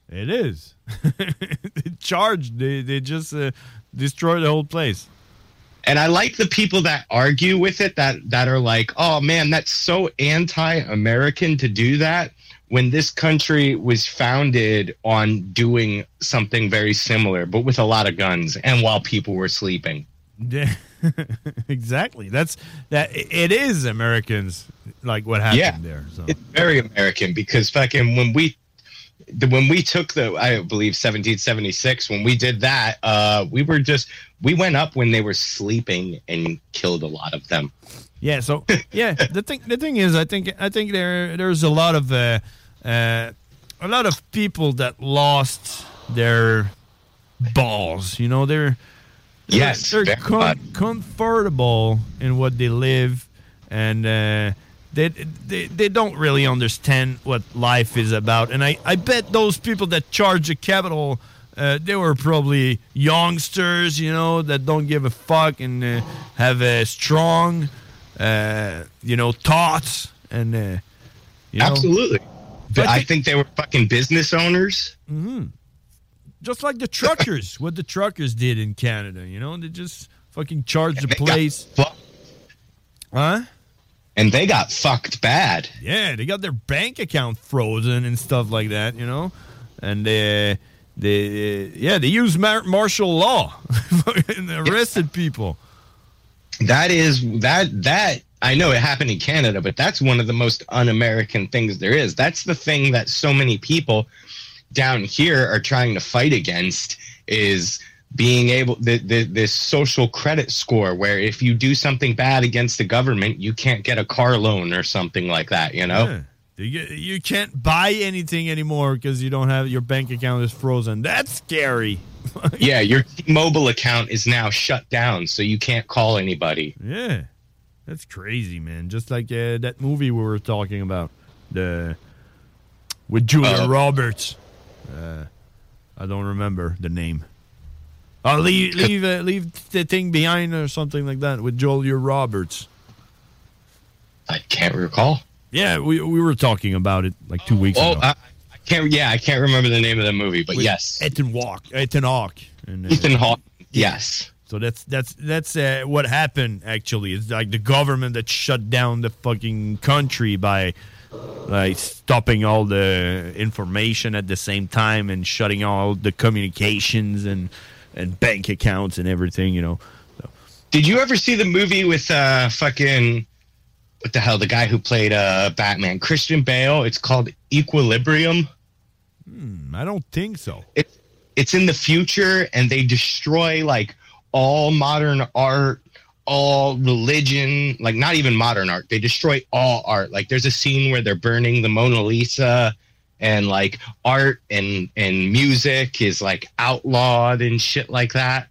It is. they charged. They they just uh, destroyed the whole place.
and i like the people that argue with it that that are like oh man that's so anti-american to do that when this country was founded on doing something very similar but with a lot of guns and while people were sleeping
Yeah. exactly. That's that. It is Americans like what happened
Yeah.
there. So
it's very American because fucking when we the- when we took the I believe 1776 when we did that uh we were just we went up when they were sleeping and killed a lot of them
yeah. So yeah. The thing the thing is, I think I think there there's a lot of uh, uh, a lot of people that lost their balls. You know, they're
Yes,
they're, they're
very
com-
much.
comfortable in what they live, and uh, they, they they don't really understand what life is about. And I, I bet those people that charge the capital, uh, they were probably youngsters, you know, that don't give a fuck and uh, have a strong, uh, you know, thoughts and uh, you know,
absolutely
But
i
the-
think they were fucking business owners
Mhm. Just like the truckers, what the truckers did in Canada, you know, they just fucking charged the place. Huh?
and they got fucked bad
Yeah, they got their bank account frozen and stuff like that, you know. And they, they, yeah, they use mar- martial law and arrested people.
that is that that I know it happened in Canada, but that's one of the most un-American things there is. That's the thing that so many people down here are trying to fight against is being able the, the, this social credit score where if you do something bad against the government, you can't get a car loan or something like that. You know.
Yeah. You, you can't buy anything anymore because you don't have your bank account is frozen. That's scary.
yeah, your mobile account is now shut down, so you can't call anybody.
Yeah, that's crazy, man. Just like uh, that movie we were talking about, the with Julia
Uh,
Roberts. Uh, I don't remember the name. Oh, leave leave uh, leave the thing behind or something like that with Julia Roberts.
I can't recall.
Yeah, we we were talking about it like two weeks
Oh,
ago.
I, I can't. Yeah, I can't remember the name of the movie, but
With
Uh, yes,
Ethan Walk, Ethan Hawk, and, uh,
Ethan Hawke. Yes.
So that's that's that's uh, what happened. Actually, it's like the government that shut down the fucking country by like stopping all the information at the same time and shutting all the communications and and bank accounts and everything. You know.
Did you ever see the movie with uh fucking what the hell? The guy who played uh Batman, Christian Bale. It's called Equilibrium.
Hmm, I don't think so.
It's it's in the future, and they destroy like all modern art, all religion. Like not even modern art. They destroy all art. Like there's a scene where they're burning the Mona Lisa. And like art and and music is like outlawed and shit like that.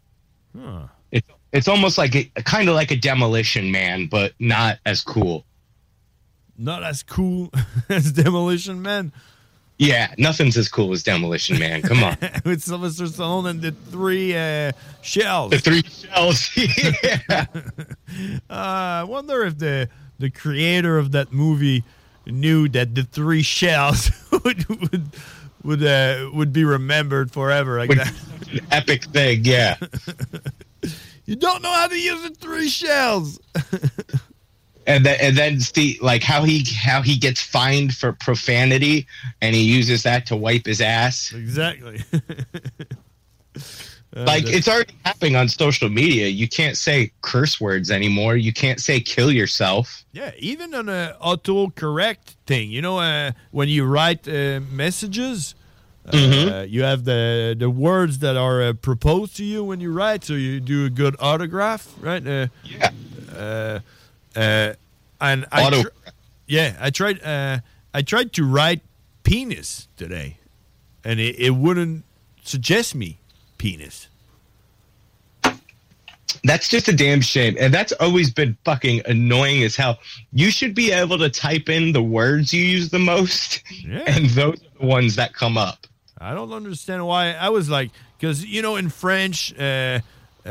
Huh.
It, it's almost like a kind of like a demolition man, but not as cool.
Not as cool as Demolition Man
Yeah, nothing's as cool as demolition man. Come on,
with Sylvester Stallone and the three uh, shells.
the three shells. yeah.
Uh, I wonder if the the creator of that movie knew that the three shells would would would, uh, would be remembered forever like
Would-
that.
An epic thing. Yeah,
You don't know how to use the three shells.
and then and then see like how he how he gets fined for profanity, and he uses that to wipe his ass.
Exactly. Uh,
Like it's already happening on social media. You can't say curse words anymore. You can't say kill yourself.
Yeah, even on a autocorrect thing, you know, uh, when you write uh, messages, uh, you have the the words that are uh, proposed to you when you write, so you do a good autograph, right? Uh, yeah. Uh, uh, and I tr- yeah, I tried. Uh, I tried to write penis today, and it, it wouldn't suggest me penis.
That's just a damn shame. And that's always been fucking annoying as hell. You should be able to type in the words you use the most, and those are the ones that come up.
I don't understand why. I was like, because you know, in French, uh, uh,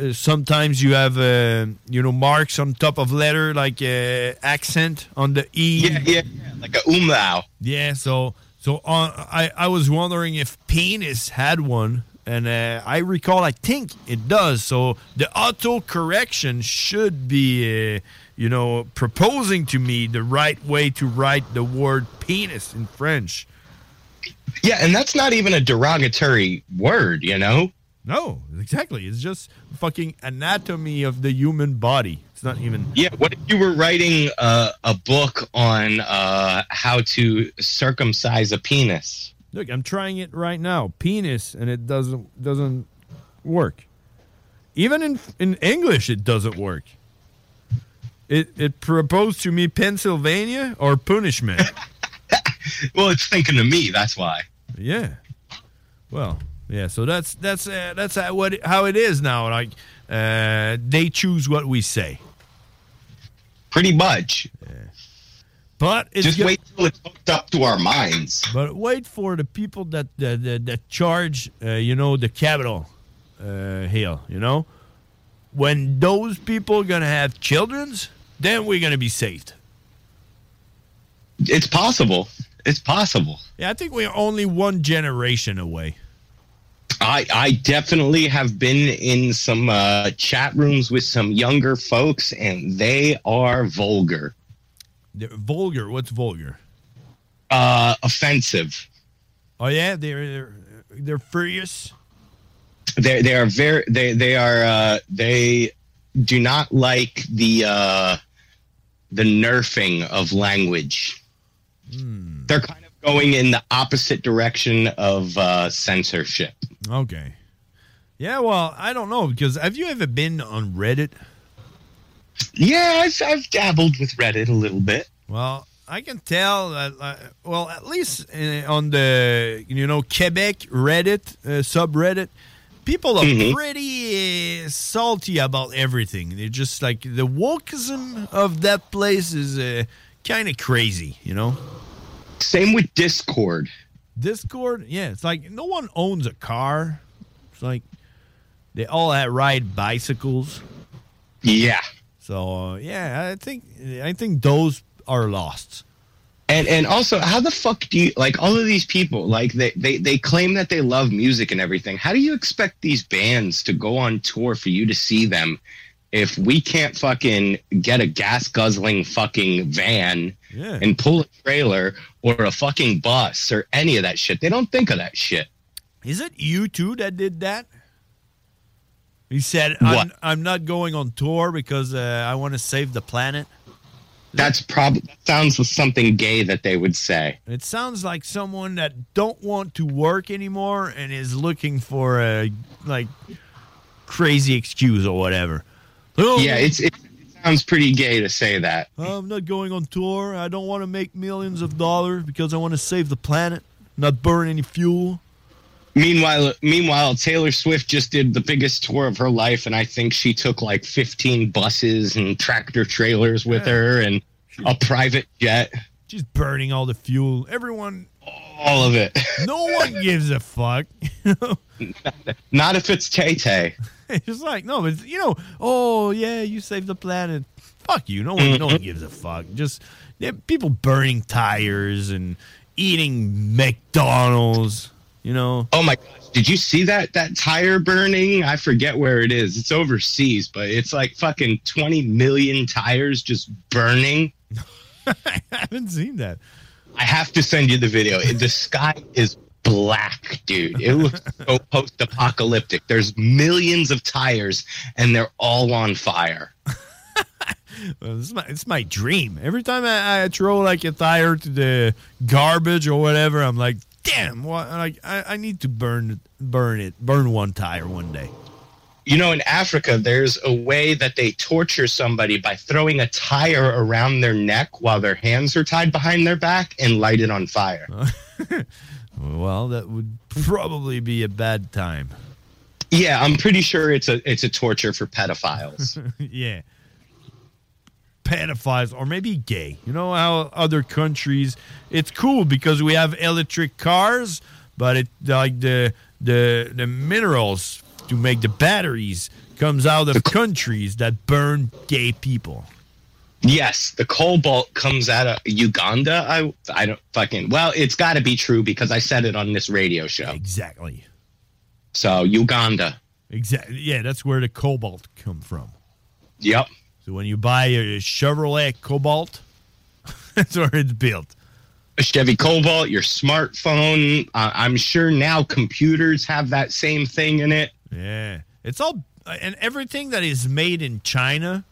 uh, sometimes you have uh, you know marks on top of letter, like uh, accent on the e. Yeah,
yeah, like a umlaut.
Yeah, so so on, I I was wondering if penis had one, and uh, I recall I think it does. So the auto correction should be. Uh, you know, proposing to me the right way to write the word penis in French.
Yeah, and that's not even a derogatory word, you know?
No, exactly. It's just fucking anatomy of the human body. It's not even.
Yeah, what if you were writing uh, a book on uh, how to circumcise a penis?
Look, I'm trying it right now. Penis, and it doesn't doesn't work. Even in in English, it doesn't work. It it proposed to me Pennsylvania or punishment.
Well, it's thinking of me, that's why.
yeah. Well, yeah. So that's that's uh, that's how what how it is now. Like uh, they choose what we say.
Pretty much.
But it's
Just
go-
wait till it's hooked up to our minds.
But wait for the people that that, that, that charge, uh, you know, the capital uh, hill. You know, when those people gonna have childrens, then we're gonna be saved.
It's possible. It's possible.
Yeah, I think we're only one generation away.
I, I definitely have been in some uh, chat rooms with some younger folks, and they are vulgar,
They're vulgar. What's vulgar?
uh, offensive.
Oh yeah, they're they're, they're furious.
They they are very they they are uh, they do not like the uh, the nerfing of language. They're kind of going in the opposite direction of uh, censorship.
Okay. Yeah, well, I don't know because have you ever been on Reddit?
Yeah, I've, I've dabbled with Reddit a little bit.
Well, I can tell. That, uh, well, at least uh, on the you know Quebec Reddit uh, subreddit, people are
Mhm.
pretty uh, salty about everything. They're just like the wokeism of that place is uh, kind of crazy, you know.
Same with Discord.
Discord, yeah, it's like no one owns a car. It's like they all ha- ride bicycles.
Yeah.
So uh, yeah, I think I think those are lost.
And and also, how the fuck do you like all of these people? Like they they they claim that they love music and everything. How do you expect these bands to go on tour for you to see them if we can't fucking get a gas guzzling fucking van
Yeah.
and pull a trailer or a fucking bus or any of that shit? They don't think of that shit.
Is it you two that did that? He said, I'm,
What?
I'm not going on tour because uh, I want to save the planet.
That's probably sounds something gay that they would say.
It sounds like someone that don't want to work anymore and is looking for a like crazy excuse or whatever. Oh,
Yeah, it's it, it sounds pretty gay to say that.
I'm not going on tour. I don't want to make millions of dollars because I want to save the planet, not burn any fuel.
Meanwhile, meanwhile, Taylor Swift just did the biggest tour of her life, and I think she took like 15 buses and tractor trailers with her and a private jet,
She's burning all the fuel. Everyone,
all of it.
no one gives a fuck.
Not if it's Tay Tay.
it's like no, it's you know, oh yeah, you saved the planet. Fuck you. No one, no one gives a fuck. Just yeah, people burning tires and eating McDonald's. You know.
Oh my gosh, did you see that that tire burning? I forget where it is. It's overseas, but it's like fucking 20 million tires just burning.
I haven't seen that.
I have to send you the video. It- The sky is black, dude. It looks so post apocalyptic. There's millions of tires and they're all on fire.
Well, It's my, it's my dream. Every time I, I throw like a tire to the garbage or whatever, I'm like, damn, what? Like I, I need to burn burn it, burn one tire one day.
You know, in Africa, there's a way that they torture somebody by throwing a tire around their neck while their hands are tied behind their back and light it on fire.
Well, that would probably be a bad time.
Yeah, I'm pretty sure it's a it's a torture for pedophiles.
yeah. Pedophiles or maybe gay. You know how other countries it's cool because we have electric cars, but it like the the the minerals to make the batteries comes out of countries that burn gay people.
Yes, the cobalt comes out of Uganda. I I don't fucking well, it's got to be true because I said it on this radio show.
Exactly.
So Uganda.
Exactly. Yeah, that's where the cobalt come from.
Yep.
So when you buy a Chevrolet Cobalt, that's where it's built.
A Chevy Cobalt, your smartphone. Uh, I'm sure now computers have that same thing in it.
Yeah. It's all and everything that is made in China.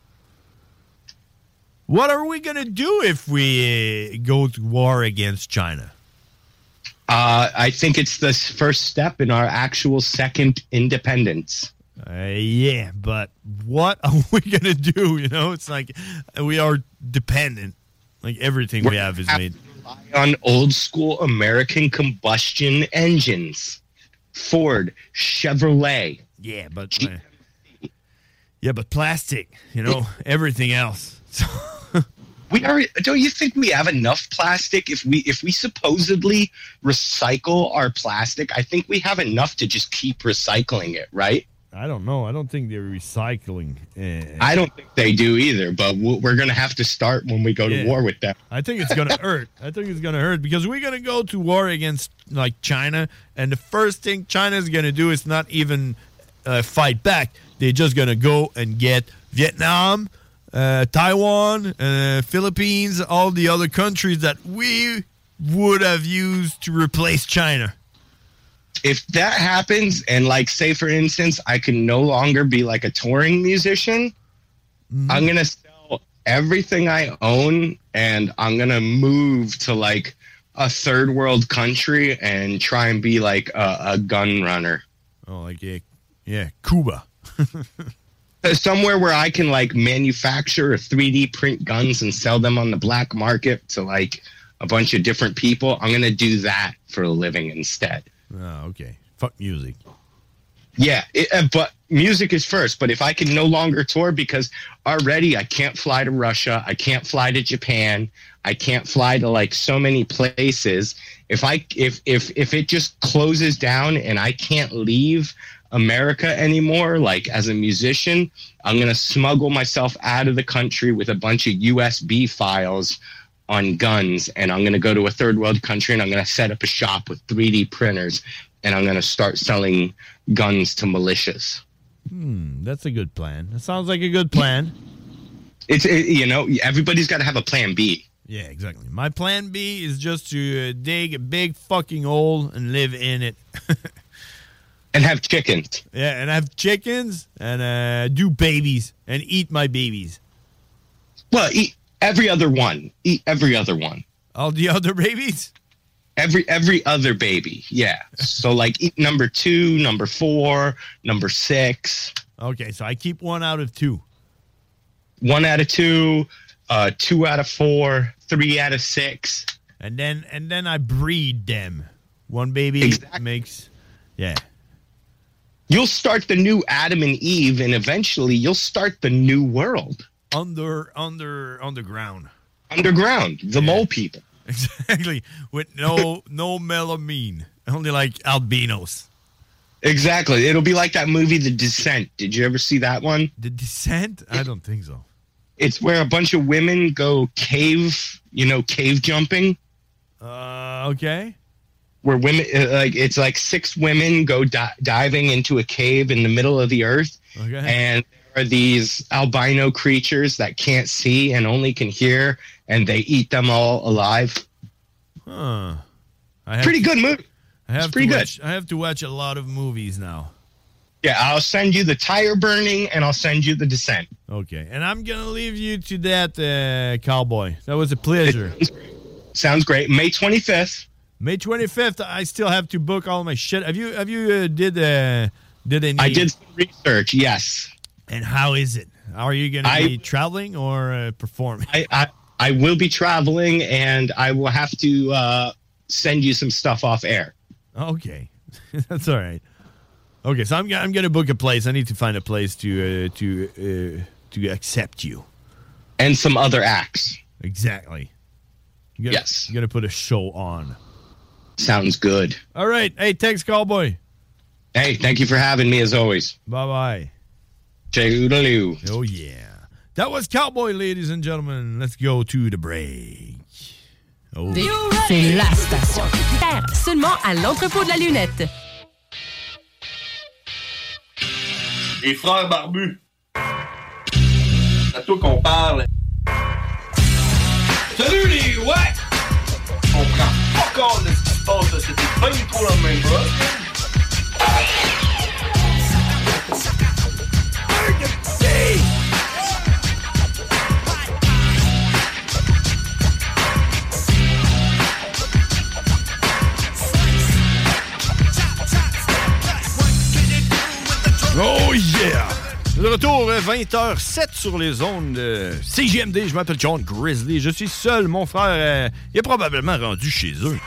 What are we gonna do if we uh, go to war against China?
Uh, I think it's the s- first step in our actual second independence.
Uh, yeah, but what are we gonna do? You know, it's like we are dependent. Like everything we have is made.
on old school American combustion engines. Ford, Chevrolet.
Yeah, but uh, yeah, but plastic. You know, everything else.
We are don't you think we have enough plastic if we if we supposedly recycle our plastic? I think we have enough to just keep recycling it, right?
I don't know. I don't think they're recycling. uh,
I don't think they do either, but w- we're going to have to start when we go
Yeah.
to war with them.
I think it's gonna hurt. I think it's gonna hurt because we're gonna go to war against like China, and the first thing China's gonna do is not even uh, fight back. They're just gonna go and get Vietnam, uh, Taiwan, uh, Philippines, all the other countries that we would have used to replace China.
If that happens and like say for instance, I can no longer be like a touring musician, I'm going to sell everything I own and I'm gonna move to like a third world country and try and be like a, a gun runner.
Oh, like yeah, yeah, Cuba.
Somewhere where I can like manufacture or 3D print guns and sell them on the black market to like a bunch of different people. I'm gonna do that for a living instead.
Oh, okay. Fuck music.
Yeah, it, uh, but music is first. But if I can no longer tour because already I can't fly to Russia, I can't fly to Japan, I can't fly to like so many places. If I if if if it just closes down and I can't leave America anymore, like as a musician, I'm gonna smuggle myself out of the country with a bunch of USB files on guns, and I'm gonna go to a third world country and I'm gonna set up a shop with 3D printers and I'm going to start selling guns to militias.
Hmm, that's a good plan. That sounds like a good plan.
It's it, you know everybody's got to have a plan B.
Yeah, exactly. My plan B is just to uh, dig a big fucking hole and live in it.
and have chickens.
Yeah, and have chickens and uh, do babies and eat my babies.
Well, eat every other one. Eat every other one.
All the other babies.
every every other baby yeah so like eat number two number four number six
Okay, so I keep one out of two.
one out of two uh two out of four three out of six
and then and then I breed them. One baby makes yeah.
you'll start the new adam and eve and eventually you'll start the new world
under under underground.
underground the mole people
Exactly. With no no melamine. Only like albinos.
exactly it'll be like that movie the descent did you ever see that one
the descent I don't think so.
it's where a bunch of women go cave you know cave jumping
Uh okay.
where women uh, like it's like six women go di- diving into a cave in the middle of the earth
Okay.
and there are these albino creatures that can't see and only can hear and they eat them all alive
Huh. I
Pretty good movie.
I have
It's pretty
to
good.
Watch, I have to watch a lot of movies now.
yeah i'll send you the tire burning and i'll send you the descent
Okay, and I'm gonna leave you to that, uh, cowboy. That was a pleasure.
sounds great. May 25th.
May 25th. I still have to book all my shit. Have you? Have you uh, did? Uh, did any?
i did some research yes
And how is it? Are you gonna
I-
be traveling or uh, performing?
I, I i will be traveling and i will have to uh send you some stuff off air
Okay, that's all right. Okay, so I'm go- I'm gonna book a place. I need to find a place to uh, to uh, to accept you.
and some other acts
Exactly. You gotta-
Yes.
You gotta put a show on.
sounds good
All right. Hey, thanks, cowboy.
Hey, thank you for having me as always.
Bye bye.
Toodaloo.
Oh, yeah. That was Cowboy, ladies and gentlemen. Let's go to the break. Oh.
C'est la station. Terre, seulement à l'entrepôt de la lunette.
Les frères barbus. C'est à toi qu'on parle. Salut les ouais! On prend pas compte de ce qui se passe, là. C'était pas du tout la même chose.
Oh yeah! De retour euh, à 20h07 sur les zones de CGMD. Je m'appelle John Grizzly. Je suis seul. Mon frère euh, il est probablement rendu chez eux.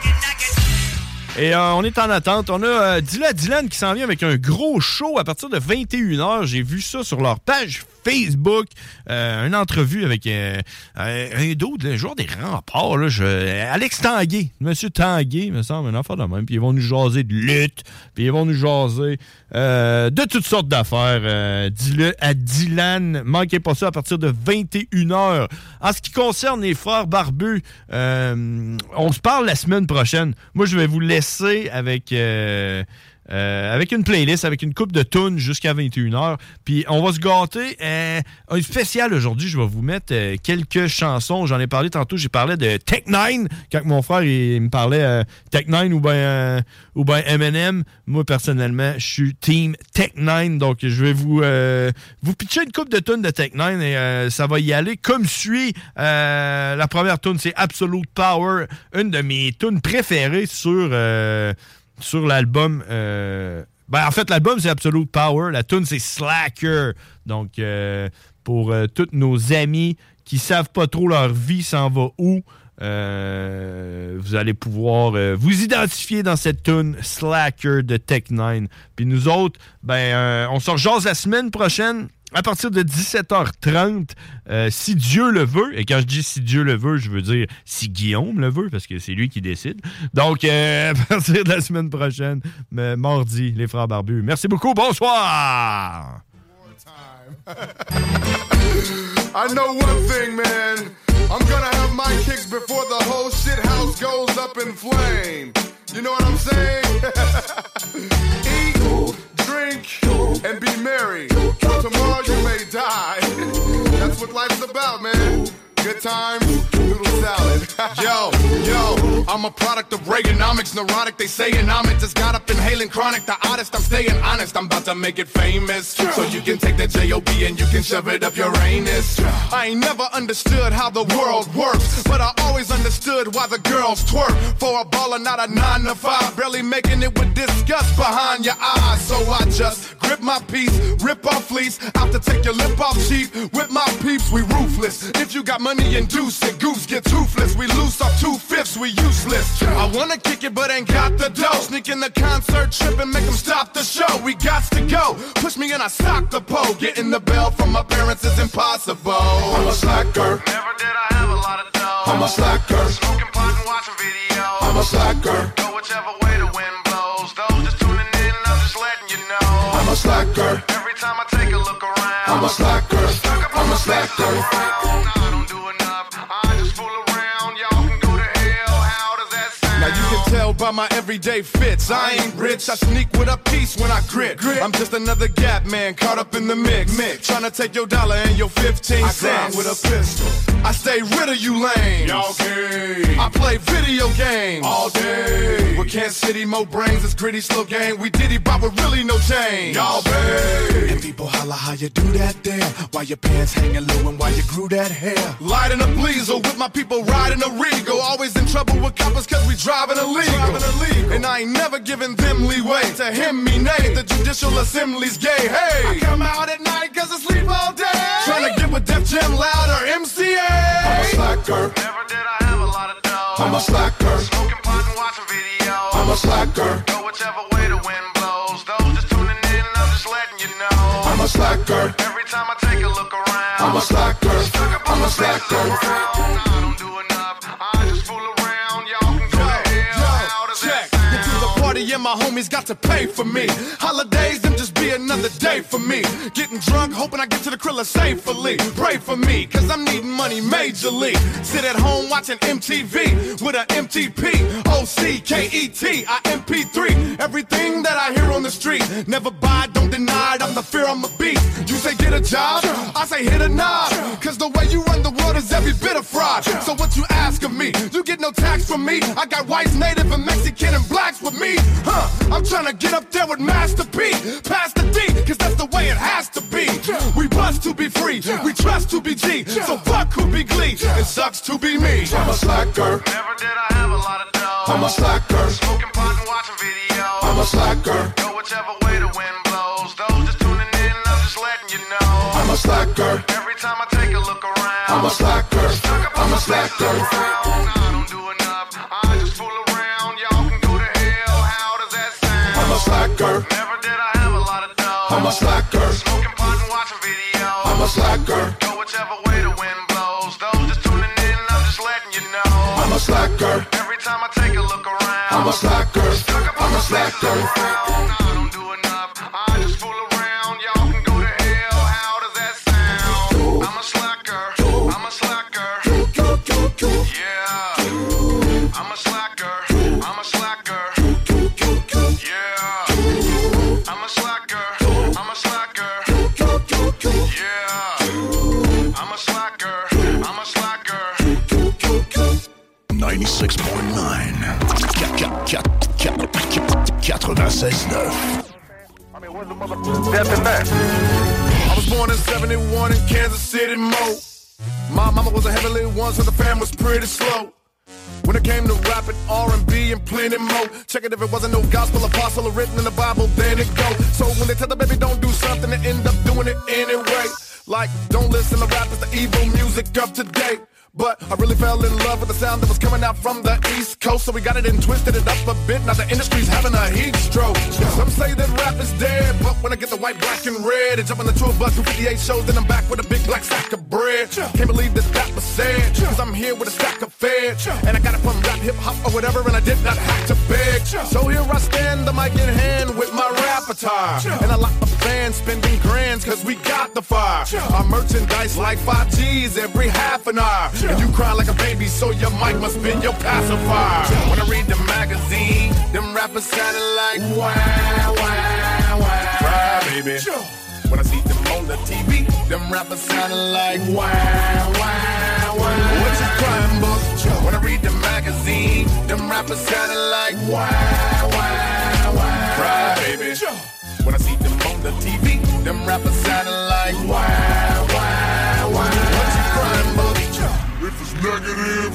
Et euh, on est en attente. On a euh, Dylan Dylan qui s'en vient avec un gros show à partir de 21h. J'ai vu ça sur leur page Facebook. Euh, une entrevue avec euh, un, un dude, le joueur des remparts. Là, je- Alex Tanguay. Monsieur Tanguay, me semble, un enfant de même. Puis ils vont nous jaser de lutte. Puis ils vont nous jaser euh, de toutes sortes d'affaires. Euh, Dis-le à Dylan. Manquez pas ça à partir de 21h. En ce qui concerne les frères barbus, euh, on se parle la semaine prochaine. Moi, je vais vous laisser avec euh, euh, avec une playlist, avec une coupe de tunes jusqu'à 21h. Puis on va se gâter. euh, un spécial aujourd'hui, je vais vous mettre euh, quelques chansons. J'en ai parlé tantôt, j'ai parlé de Tech Nine. Quand mon frère il, il me parlait euh, Tech Nine ou bien euh, ou ben M&M, moi personnellement, je suis team Tech Nine. Donc je vais vous, euh, vous pitcher une coupe de tunes de Tech Nine et euh, ça va y aller comme suit. Euh, la première tune, c'est Absolute Power, une de mes tunes préférées sur... euh, sur l'album. euh, ben, en fait, l'album, c'est Absolute Power. La tune, c'est Slacker. Donc, euh, pour euh, tous nos amis qui savent pas trop leur vie s'en va où, euh, vous allez pouvoir euh, vous identifier dans cette tune Slacker de Tech 9. Puis nous autres, ben, euh, on se rejase la semaine prochaine à partir de 17h30, euh, si Dieu le veut, et quand je dis si Dieu le veut, je veux dire si Guillaume le veut, parce que c'est lui qui décide. Donc, euh, à partir de la semaine prochaine, mais mardi, les frères barbus. Merci beaucoup, bonsoir!
I know one thing, man. I'm gonna have my kicks before the whole shit house goes up in flame. You know what I'm saying? Eat, drink, and be merry. For tomorrow you may die. That's what life's about, man. Good times, noodle salad.
yo, yo, I'm a product of Reaganomics, neurotic. They saying I'm it. Just got up inhaling chronic. The oddest, I'm staying honest. I'm about to make it famous. So you can take that J-O-B and you can shove it up your anus.
I ain't never understood how the world works, but I always understood why the girls twerk. For a baller, not a nine to five, barely making it with disgust behind your eyes. So I just grip my piece, rip off fleece, out to take your lip off cheap. With my peeps, we ruthless. If you got money and deuce, it goose get toothless. We loose off two fifths, we useless. I wanna kick it, but ain't got the dough. Sneak in the concert trip and make them stop the show. We got to go. Push me and I sock the pole. Getting the bell from my parents is impossible. I'm a slacker.
I'm a slacker.
I'm a slacker.
I'm a slacker. I'm a slacker. I'm a slacker.
Now you can tell by my everyday fits. I ain't rich. I sneak with a piece when I grit. I'm just another gap man caught up in the mix. mix. Trying to take your dollar and your 15
I grind
cents.
with a pistol.
I stay rid of you lames.
Y'all
game. I play video games. All day. With Kansas City, more brains. It's gritty, slow game. We diddy bop with really no change. Y'all babe.
And people holla how you do that there. Why your pants hanging low and why you grew that hair.
Lighting a bleezer with my people riding a regal. Always in trouble with coppers cause we driving illegal. And I ain't never giving them leeway to him me nay. The judicial assembly's gay. Hey, I come out at night cause I sleep all day. Trying to get with Def Jam Loud or MCA. I'm a slacker.
I'm a slacker. Smoking pot and watching videos. I'm a slacker. Go whichever way the wind blows. Those just tuning in, I'm just letting you know. I'm a slacker. Every time I take a look around. I'm a slacker. I'm a slacker.
check. Get to the party and my homies got to pay for me. Holidays, them just be another day for me. Getting drunk, hoping I get to the Krilla safely. Pray for me, cause I'm needing money majorly. Sit at home watching MTV with an MTP. O-C-K-E-T, E I MP3. Everything that I hear on the street, never buy, don't deny it. I'm the fear I'm a beast. You say get a job, I say hit a knob. Cause the way you run the world is every bit of fraud. So what you ask of me? You get no tax from me. I got whites, native, and Mexican and blacks with me. Huh, I'm trying to get up there with Master P. Pass the D, cause that's the way it has to be. We bust to be free, we trust to be G. So fuck who be glee, it sucks to be me.
I'm a slacker. I'm a slacker. Smoking pot and watching videos. I'm a slacker. Go whichever way the wind blows. Those just tuning in, I'm just letting you know. I'm a slacker. Every time I take a look around. I'm a slacker. I'm a slacker. I'm a slacker. Never did I have a lot of dough. I'm a slacker. Smoking pot and watching videos. I'm a slacker. Go whichever way the wind blows. Those just tuning in, I'm just letting you know. I'm a slacker. Every time I take a look around. I'm a slacker. I'm a slacker.
I'm a slacker, I'm a slacker. Yeah.
96.9. 96.9.
Death and that. I was born in 71 in Kansas City, Mo. My mama was a heavenly one, so the fam was pretty slow. When it came to rapping, R&B and plenty more. Check it if it wasn't no gospel apostle or written in the Bible, then it go. So when they tell the baby don't do something, they end up doing it anyway. Like, don't listen to rappers, the evil music of today. But I really fell in love with the sound that was coming out from the East Coast. So we got it and twisted it up a bit. Now the industry's having a heat stroke. Some say that rap is dead, but when I get the white, black, and red, and jump on the tour bus through 58 shows, then I'm back with a big black sack of bread. Can't believe that that was said, cause I'm here with a stack of fed. And I got it from rap, hip hop, or whatever, and I did not have to beg. So here I stand, the mic in hand with my rap attire. And I lock the fans, spending grands, cause we got the fire. Our merchandise like 5G's every half an hour. And you cry like a baby, so your mic must be your pacifier. When I read the magazine, them rappers sounded like wow, wow, wow. Cry, baby. When I see them on the TV, them rappers sounded like wow, wow, wow. What you crying about? When I read the magazine, them rappers sounded like wow, wow, wow. Cry, baby. When I see them on the TV, them rappers sounded like wow, wow, wow. What you crying about?
If it's negative,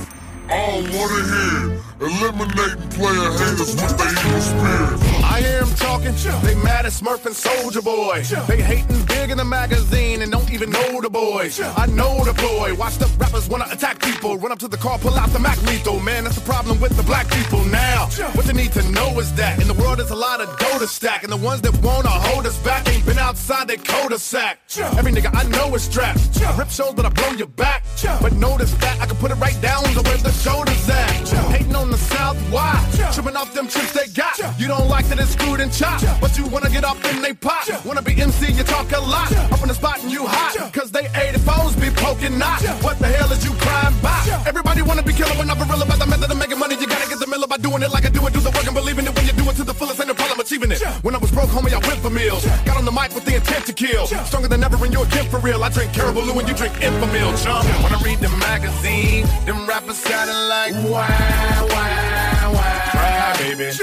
I don't wanna hear. Eliminating player haters with the evil spirit.
I hear them talking, they mad at Smurf and Soldier Boy. They hating big in the magazine and don't even know the boys. I know the ploy. Watch the rappers wanna attack people. Run up to the car, pull out the Mac lethal. Man, that's the problem with the black people now. What they need to know is that in the world there's a lot of dough to stack. And the ones that wanna hold us back ain't been outside their cul-de-sac. Every nigga I know is strapped. Rip shows, but I blow your back. But notice that I can put it right down to where the shoulders at. Hating on the South, why? Tripping off them trips they got. You don't like that it's screwed and chopped, but you wanna get up in they pot. Wanna be MC, you talk a lot. Up in the spot and you hot, cause they 84s be poking knots. What the hell is you crying by? Everybody wanna be killer, but not real about the method of making money. You gotta get the mill by doing it like I do it. Do the work and believing it when you do it to the fullest. Ain't no problem achieving it. When I was broke, homie, I went for meals. Got on the mic with the intent to kill. Stronger than ever, and you're a kid for real. I drink Caribou and you drink Infamil, chum. When I read the magazine, them rappers sounding like wow, wow, wow. Cry, baby.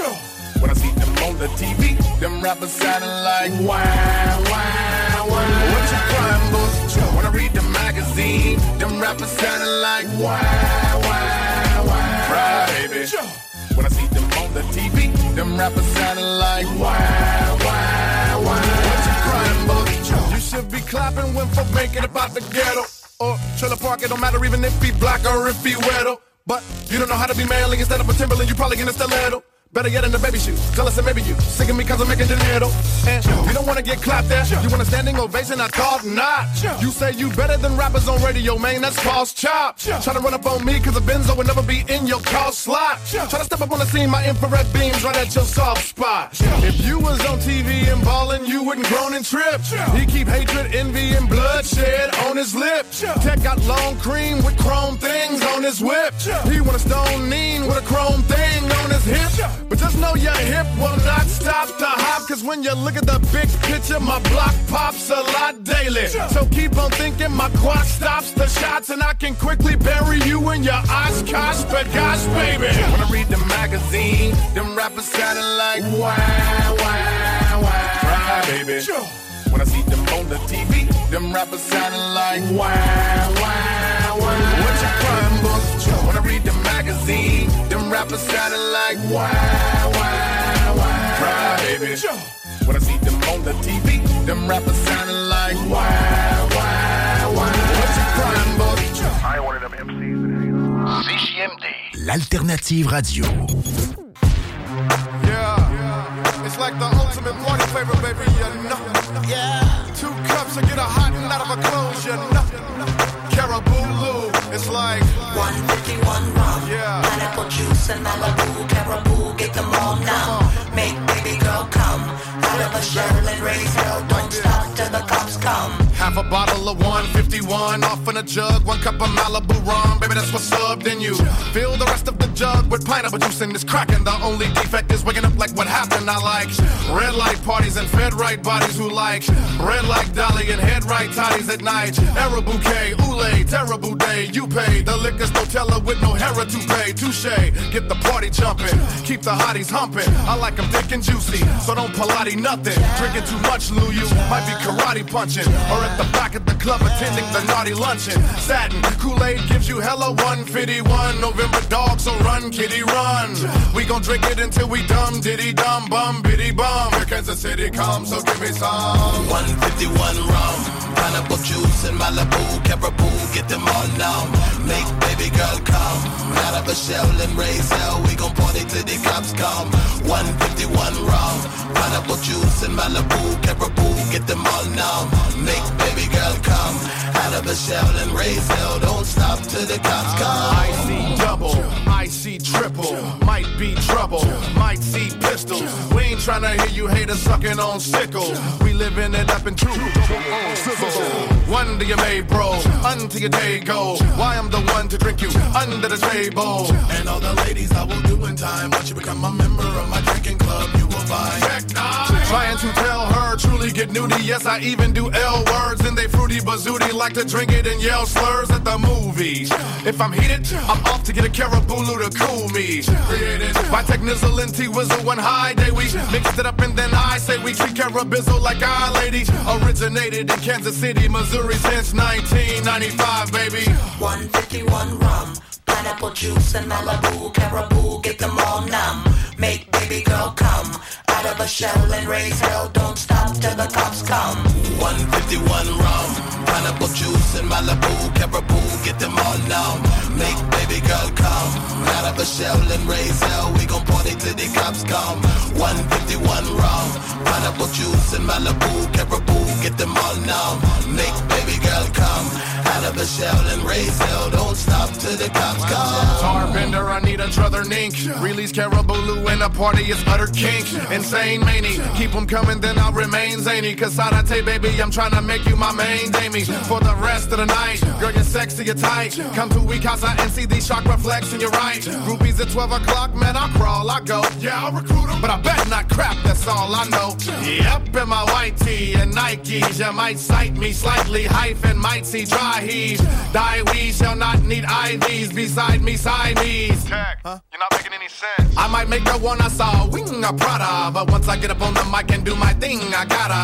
When I see them on the TV, them rappers sounding like wow, wow, wow. What you crying about? When I read the magazine, them rappers sounding like wow, wow, wow. Cry, baby. When I see them on the TV, them rappers sounding like wow, wow, wow. What you crying about? You should be clapping when for making about the ghetto. Or trailer park, it don't matter even if he black or if he weddle. But you don't know how to be manly instead of a Timberland, you probably in a stiletto. Better yet in the baby shoes. Tell us that maybe you singing me cause I'm making dinero. And you don't wanna get clapped at. You want a standing ovation? I thought not. You say you better than rappers on radio, man. That's false chop. Try to run up on me cause a Benzo will never be in your car slot. Try to step up on the scene, my infrared beams right at your soft spot. If you was on TV and ballin', you wouldn't groan and trip. He keep hatred, envy, and bloodshed on his lips. Tech got long cream with chrome things on his whip. He want a stone mean with a chrome thing on his hip. But just know your hip will not stop the hop. Cause when you look at the big picture, my block pops a lot daily. So keep on thinking my quad stops the shots, and I can quickly bury you in your Oshkosh, but gosh, baby. When I read the magazine, them rappers sounding like wow, wow, wow. Cry, baby. When I see them on the TV, them rappers sounding like wow, wow, wow. What you crying about? When I read the magazine, them rappers sounding like wow, wow, wow. Cry, baby. When I see them on the TV, them rappers sounding like wow, wow, wow. What you crying about? I wanted them MCs.
CJMD. L'alternative radio.
Yeah, it's like the ultimate party favor, baby. You know, yeah. Two cups I get a hot and out of a clothes. You know, Caribou Lou. It's like one whiskey, one rum. Yeah, pineapple juice and Malibu, Caribou. Get them all now. Make baby girl come out of a shell and raise hell. Don't stop till the cops come. Half a bottle of 151 off in a jug, one cup of Malibu rum, baby that's what's up. Then you fill the rest of the jug up with pineapple juice and it's cracking. The only defect is waking up like what happened. I like red light parties and fed right bodies who like red like dolly and head right toddies at night. Era bouquet, oolay, terrible day. You pay the liquor store teller with no hair to pay. Touche, get the party jumping, keep the hotties humping. I like them thick and juicy, so don't Pilate nothing. Drinking too much, Lou, you might be karate punching or at the back of the club attending the naughty luncheon. Satin Kool-Aid gives you hella 151. November dog, so run, kitty, run. We gon' drink it until we dumb, diddy dumb, bum, biddy bum. Here Kansas City come, so give me some.
151 rum, pineapple juice and Malibu, Caribou, get them all now. Make baby girl come, out of a shell and raise hell. We gon' party till the cops come. 151 rum, pineapple juice and Malibu, Caribou, get them all now. Make baby girl come, out of a shell and raise hell. Don't stop till the cops come.
I see double, I see triple, might be trouble, might see pistols. We ain't tryna hear you haters sucking on sickles. We living it up in true double O sizzle. One to your made bro, until your day go. Why I'm the one to drink you under the table.
And all the ladies I will do in time. Once you become a member of my drinking club, you will find.
Trying to tell her truly get nudie. Yes, I even do L words and they fruity bazooty. Like to drink it and yell slurs at the movies. If I'm heated, I'm off to get a carabulu to cool me. Created by Tech Nizzle and T Wizzle one high day. We mixed it up and then I say we treat carabizzle like our ladies. Originated in Kansas City, Missouri since 1995, baby.
151 rum, pineapple juice and Malibu, Caribou, get them all numb. Make baby girl come out of a shell and raise hell. Don't stop till the cops come. 151 rum, pineapple juice and Malibu, Caribou, get them all numb. Make baby girl come out of a shell and raise hell. We gon' party till the cops come. 151 rum, pineapple juice and Malibu, Caribou, get them all numb. Make baby girl come out of a shell and raise hell. Don't stop till the cops come.
Tar bender, I need a druther nink. Release Carabulu and a party is utter kink. Insane manie, keep 'em coming, then I'll remain zany. Cause I Sadate, baby, I'm tryna make you my main damie. For the rest of the night, girl, you're sexy, you're tight. Come to weak house, I see these shock reflex in your right. Groupies at 12 o'clock, man, I crawl, I go. Yeah, I'll recruit 'em, but I bet not crap, that's all I know. Yep, in my white tee and Nikes, you might sight me slightly. Hyphen might see dry heaves. Die, we shall not need IVs beside me, Siamese. Tech, you're not making any sense. I might make the one I saw, wing a Prada. But once I get up on the mic and do my thing, I gotta.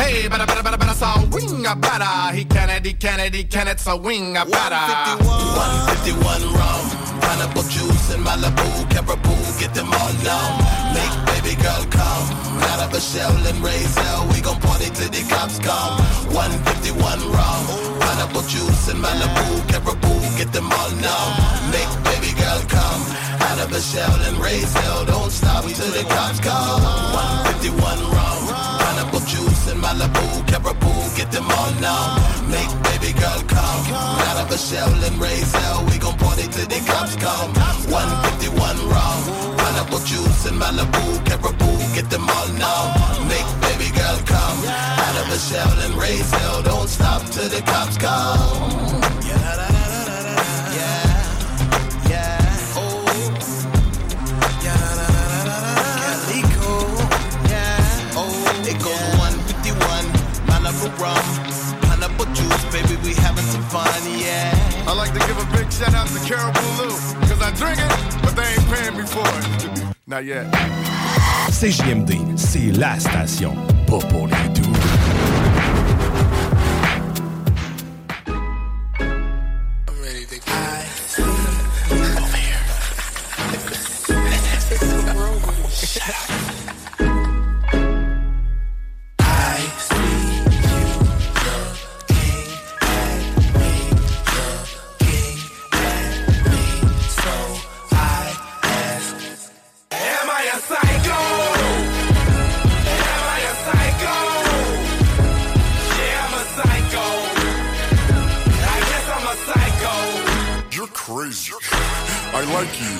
Hey, better, better, better, better, saw wing a better. He can it, he can it, he can it, so wing a better.
151 rum, pineapple juice and Malibu, Caribou, get them all numb. Make baby girl come out of a shell and raise hell. We gon' party till the cops come. 151 rum, pineapple juice and Malibu, Caribou, get them all numb. Make baby girl come out of a shell and raise hell. Don't stop till the cops come. 151 rum, pineapple juice and Malibu, Caribou, get them all numb. Make baby girl come out of a shell and raise hell. We gon' party till the cops come. 151 rum, pineapple juice and Malibu, Caribou, get them all numb. Make baby girl come out of a shell and raise hell. Don't stop till the cops come. Oh. Oh, It goes 151, Malibu rum, pineapple juice, baby, we having some fun, yeah.
I like to give a big shout out to Carabulu, cause I drink it, but they ain't paying me for it. Not yet.
CJMD, c'est la station. Pas pour les doux.
Am I a psycho? Am I a psycho? Yeah, I'm a psycho. I guess I'm a psycho.
You're crazy.
I like you,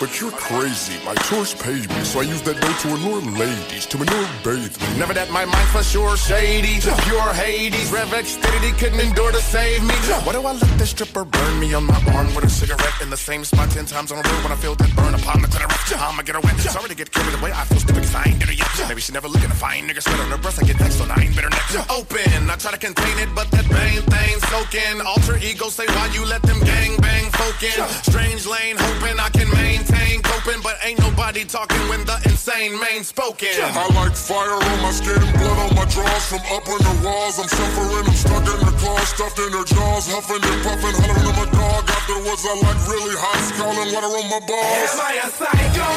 but you're crazy. My choice paid me, so I used that dough to allure ladies, to manure bathe me.
Never that my mind for sure shady. Just pure Hades. Revex stated he couldn't endure to save me. Why do I let this stripper burn me on my arm with a cigarette in the same spot ten times on a row when I feel that burn upon the clitoris? I'ma get her wet. Sorry to get carried away. I feel stupid because I ain't did it yet. Maybe she never looking to find niggas sweat on her breast. I get next on I ain't bitter next. Open. I try to contain it, but that bang thing soaking. Alter ego say why you let them gang bang folk in. Strange lane hoping I can maintain coping, but ain't nobody talking when the insane main spoken.
I like fire on my skin, blood on my drawers from up on the walls. I'm suffering, I'm stuck in the car, stuffed in her jaws, huffing and puffing, hollering at my dog. Afterwards, I like really hot, scalding water on my balls.
Am I a psycho?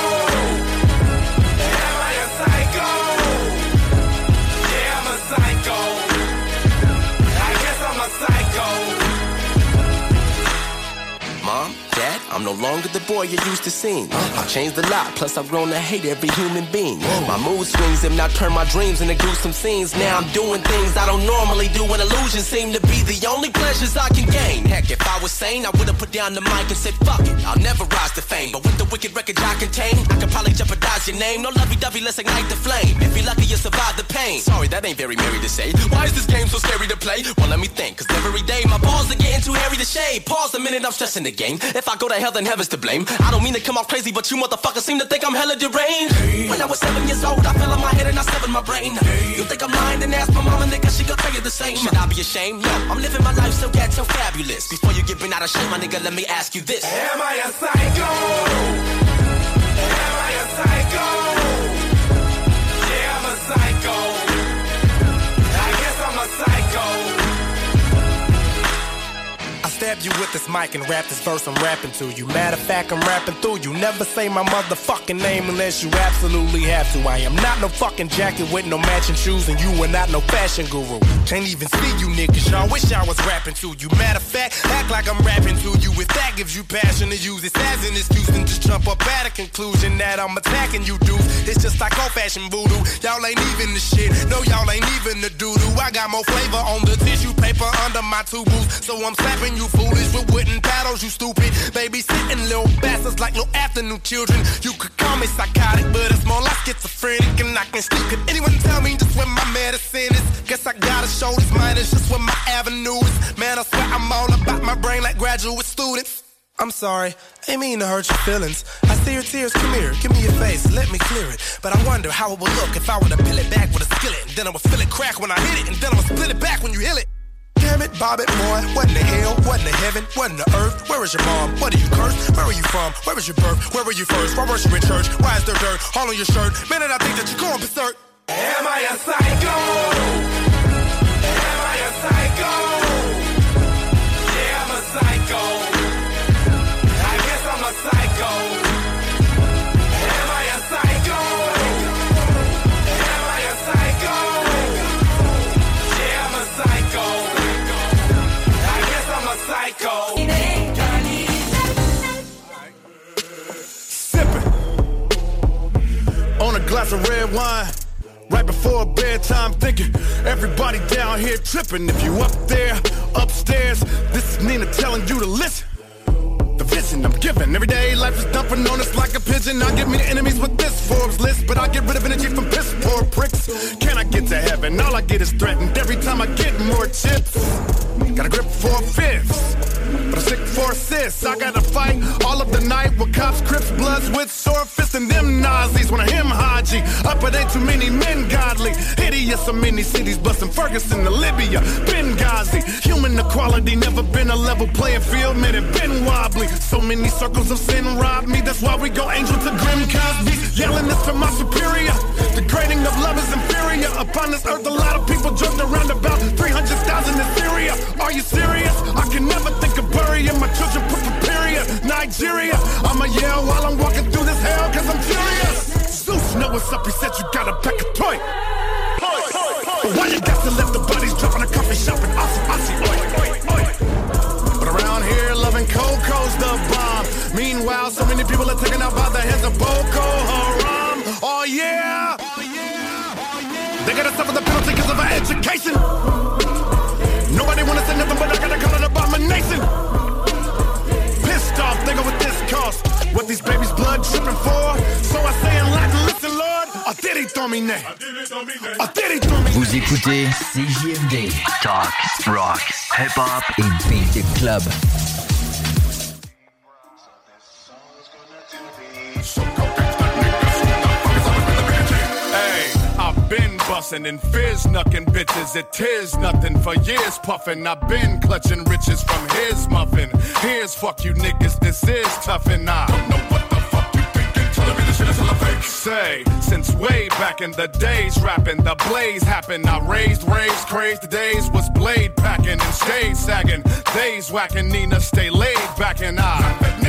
Am I a psycho? Yeah, I'm a psycho. I guess I'm a psycho.
Mom, Dad, I'm no longer the boy you used to seeing. I've changed a lot, plus I've grown to hate every human being. My mood swings and I turn my dreams into gruesome scenes. Now I'm doing things I don't normally do, and illusions seem to be the only pleasures I can gain. Heck, if I was sane, I would've put down the mic and said, fuck it, I'll never rise to fame. But with the wicked records I contain, I could probably jeopardize your name. No lovey-dovey, let's ignite the flame. If you're lucky, you survive the pain. Sorry, that ain't very merry to say. Why is this game so scary to play? Well, let me think, cause every day my balls are getting too hairy to shave. Pause a minute, I'm stressing the game. If I go to hell, then heaven's to blame. I don't mean to come off crazy, but you motherfuckers seem to think I'm hella deranged. When I was seven years old, I fell on my head and I severed my brain. You think I'm lying? Then ask my mama, nigga, she gon' tell you the same. Should I be ashamed? No, I'm living my life so ghetto fabulous. Before you get bent out of shape, my nigga, let me ask you this.
Am I a psycho? Am I a psycho? Yeah, I'm a psycho. I guess I'm a psycho. I stab you with this mic and rap this verse I'm rapping to you. Matter of fact, I'm rapping through you. Never say my motherfucking name unless you absolutely have to. I am not no fucking jacket with no matching shoes, and you are not no fashion guru. Can't even see you niggas, y'all wish I was rapping to you. Matter of fact, act like I'm rapping to you. If that gives you passion to use it as an excuse, then just jump up at a conclusion that I'm attacking you dudes. It's just like old fashioned voodoo. Y'all ain't even the shit. No, y'all ain't even the doodoo. I got more flavor on the tissue paper under my two boots, so I'm slapping you foolish with wooden paddles, you stupid. Babysitting little bastards like little afternoon children. You could call me psychotic, but it's more like schizophrenic, and I can sleep. Could anyone tell me just where my medicine is? Guess I gotta show this mine is just where my avenue is. Man, I swear I'm all about my brain like graduate students. I'm sorry, ain't mean to hurt your feelings. I see your tears, come here, give me your face, let me clear it. But I wonder how it would look if I were to peel it back with a skillet, and then I would feel it crack when I hit it, and then I would split it back when you heal it. Damn it, Bob it, boy. What in the hell? What in the heaven? What in the earth? Where is your mom? What do you curse? Where are you from? Where was your birth? Where were you first? Why weren't you in church? Why is there dirt all on your shirt? Minute I think that you're going berserk. Am I a psycho? Am I a psycho? Yeah, I'm a psycho. I guess I'm a psycho. Am I a psycho? Am I a psycho? Yeah, I'm a psycho. I guess I'm a psycho.
on a glass of red wine. Right before bedtime, thinking everybody down here tripping. If you up there, upstairs, this is Nina telling you to listen. The vision I'm giving, everyday life is dumping on us like a pigeon. I get me enemies with this Forbes list, but I get rid of energy from piss poor pricks. Can I get to heaven? All I get is threatened every time I get more chips. Got a grip for fifths, but I'm sick for assists. I gotta fight all of the night with cops, crips, bloods with sore fists and them Nazis. When I him Haji, up it ain't too many men godly. Hideous, so many cities busting Ferguson to Libya, Benghazi. Human equality never been a level playing field, man, it been wobbly. So many circles of sin robbed me, that's why we go angel to Grim Cosby. Yelling this to my superior, degrading of love is inferior. Upon this earth, a lot of people jumped around about 300,000 in Syria. Are you serious? I can never think of burying my children, put period. Nigeria, I'ma yell while I'm walking through this hell, cause I'm furious. Zeus, know what's up, he said you gotta pack a toy. But why you got to left the buddies dropping a coffee shop in Aussie, Aussie, oi, oi, oi. But around here, loving Coco's the bomb. Meanwhile, so many people are taken out by the hands of Boko Haram. Oh yeah! They gotta suffer the penalty because of our education. Nobody wanna say nothing, but I gotta call it abomination. Pissed off, they go with this cost. What these babies' blood dripping for? So I say in Latin, listen, Lord, I did it on me now. I did it on me
Vous écoutez CJMD, Talk, Rock, Hip Hop et Beat It Club.
Hey, I've been bustin' and fizz knuckin' bitches. It tears nothing for years puffin'. I've been clutching riches from his muffin. Here's fuck you niggas, this is toughin'. I don't know what the fuck you thinkin'. Tellin' me this shit is a fake. Say, since way back in the days, rapping, the blaze happened. I raised raves, crazed the days was blade packing and shade sagging. Days whacking, Nina stay laid back and I.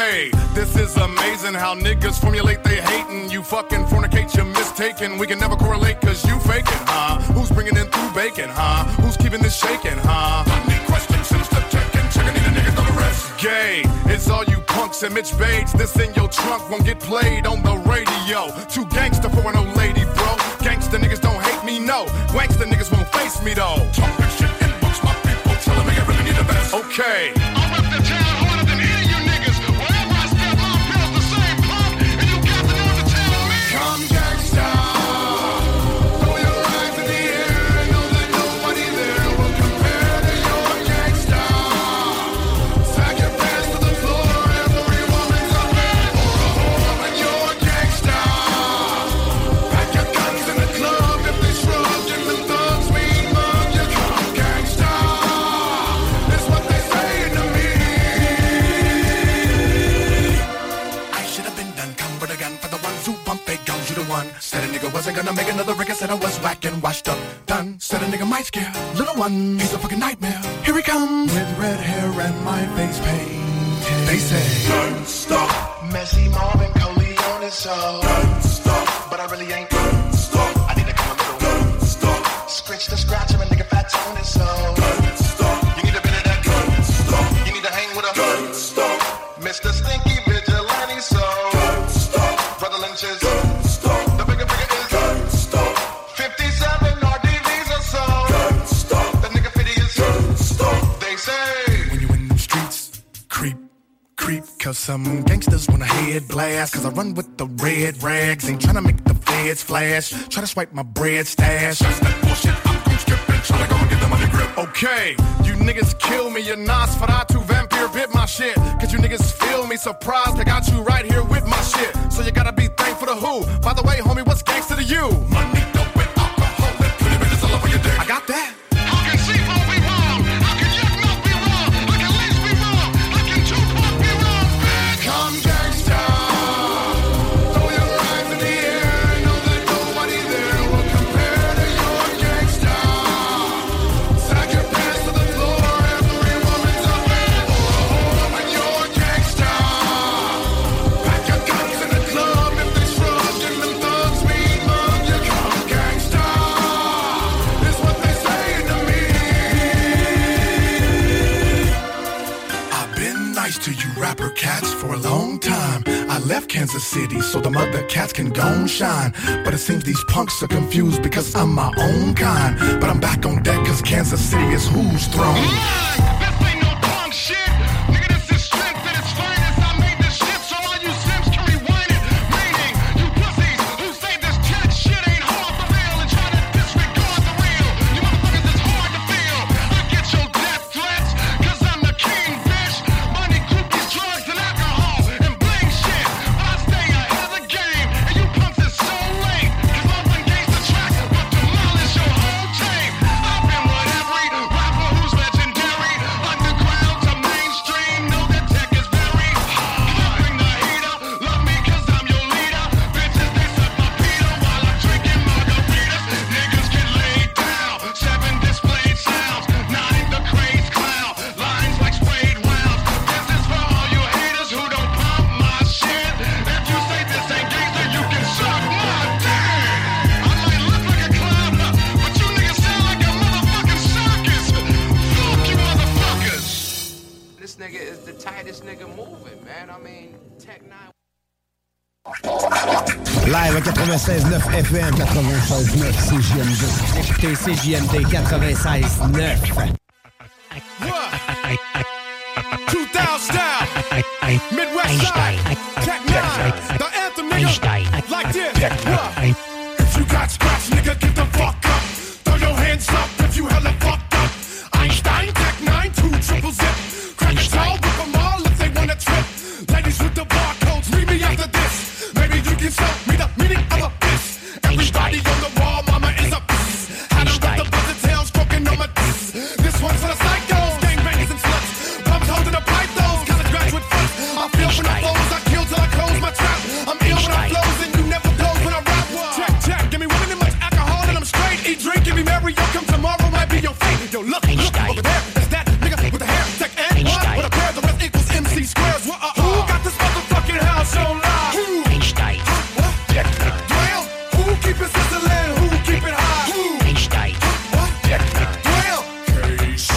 Hey, this is amazing how niggas formulate they hating. You fucking fornicate, you're mistaken. We can never correlate cause you faking, huh? Who's bringing in through bacon, huh? Who's keeping this shaking, huh? I need questions since the checking, checking in the niggas on the rest. Gay, it's all you punks and Mitch Bates. This in your trunk won't get played on the radio. Too gangster for an old lady, bro. Gangster niggas don't hate me, no. Gangster niggas won't face me, though. Talking shit in books, my people telling me I really need the best. Okay. Come gangsta. Throw your hands in the air and know that nobody there will compare to your gangsta. Sack your pants to the floor, every woman's a man or a whore when you're gangsta. Pack your guns in the club if they shrug and the thugs mean mug. You come gangsta. That's what they saying to me. I should have been done, come but again for the ones who bump their guns. You the one said a nigga wasn't gonna make another record. Said I was whack and washed up, done. Said a nigga might scare little one. He's a fucking nightmare. Here he comes with red hair and my face painted. They say don't stop. Messy Marvin Coleone so don't stop. But I really ain't don't stop. I need to come a little don't stop. Scratch the scratcher and nigga fat tone is so don't stop. You need a bit of that don't stop. You need to hang with a don't stop. Mr. Stinky Vigilante so don't stop. Brother Lynch's don't stop. The bigger figure is don't stop. 57 RDVs or so don't stop. That nigga 50 is don't stop. They say when you in them streets creep creep. Cause some gangsters wanna head blast. Cause I run with the red rags. Ain't tryna make the feds flash. Try to swipe my bread stash. That's that bullshit. I'm gon' strip and try to go get them on the grip. Okay, you niggas kill me. You're Nosferatu, vampire bit my shit. Cause you niggas feel me surprised. I got you right here with my shit. So you gotta be thankful to who? By the way, homie, what's gangster to you? Money, dope, and alcohol. And pretty bitches all over your dick. I got that. Come gangsta. Throw your hands in the air and know that nobody there will compare to your gangsta. Sack your pants to the floor, every woman's a man or a whore when you're gangsta. Pack your guns in the club if they shrug and them thugs mean mug. You come gangsta. Is what they saying to me. I've been nice to you rapper cats for a long time. I left Kansas City so the mother cats can go and shine. But it seems these punks are confused because I'm my own kind. But I'm back on deck because Kansas City is who's throne.
This nigga is the tightest nigga moving, man. I mean, Tech 9.
Live à 96.9 FM, 96.9 CJMD. Écoutez CJMD 96.9.
2000 style. Midwest side. Tech nine. The anthem, nigga. Like this. What? If you got scratch, nigga, get the fuck up. Throw your hands up if you hella fucked up. Einstein, Tech nine, two triple zip. Crack a towel, rip 'em all if they wanna trip. Ladies with the barcodes, meet me after this. Maybe you can sell me the meaning of a bitch. Everybody on the wall, mama is a bitch. Had 'em with the buzzer tails, stroking on my tits. This one's for the psychos, gangbangers and sluts. Bums holding the pipe, those college graduate fronts. I feel when I flows, I kill till I close my trap. I'm ill when I flows, and you never blows when I rap. Check, check, give me women and much alcohol, and I'm straight. Eat, drink, give me marry, yo, come tomorrow might be your fate. Yo, look, look over there, there's that nigga with the hair. Tech and what? With a pair, the rest equals MC squares. What? Uh, who got this motherfucking house on lock? Who? Einstein. What? Tech nine. Well, who keep it sizzling? Who keep it high? Who? Einstein. What? Tech nine. Well, KC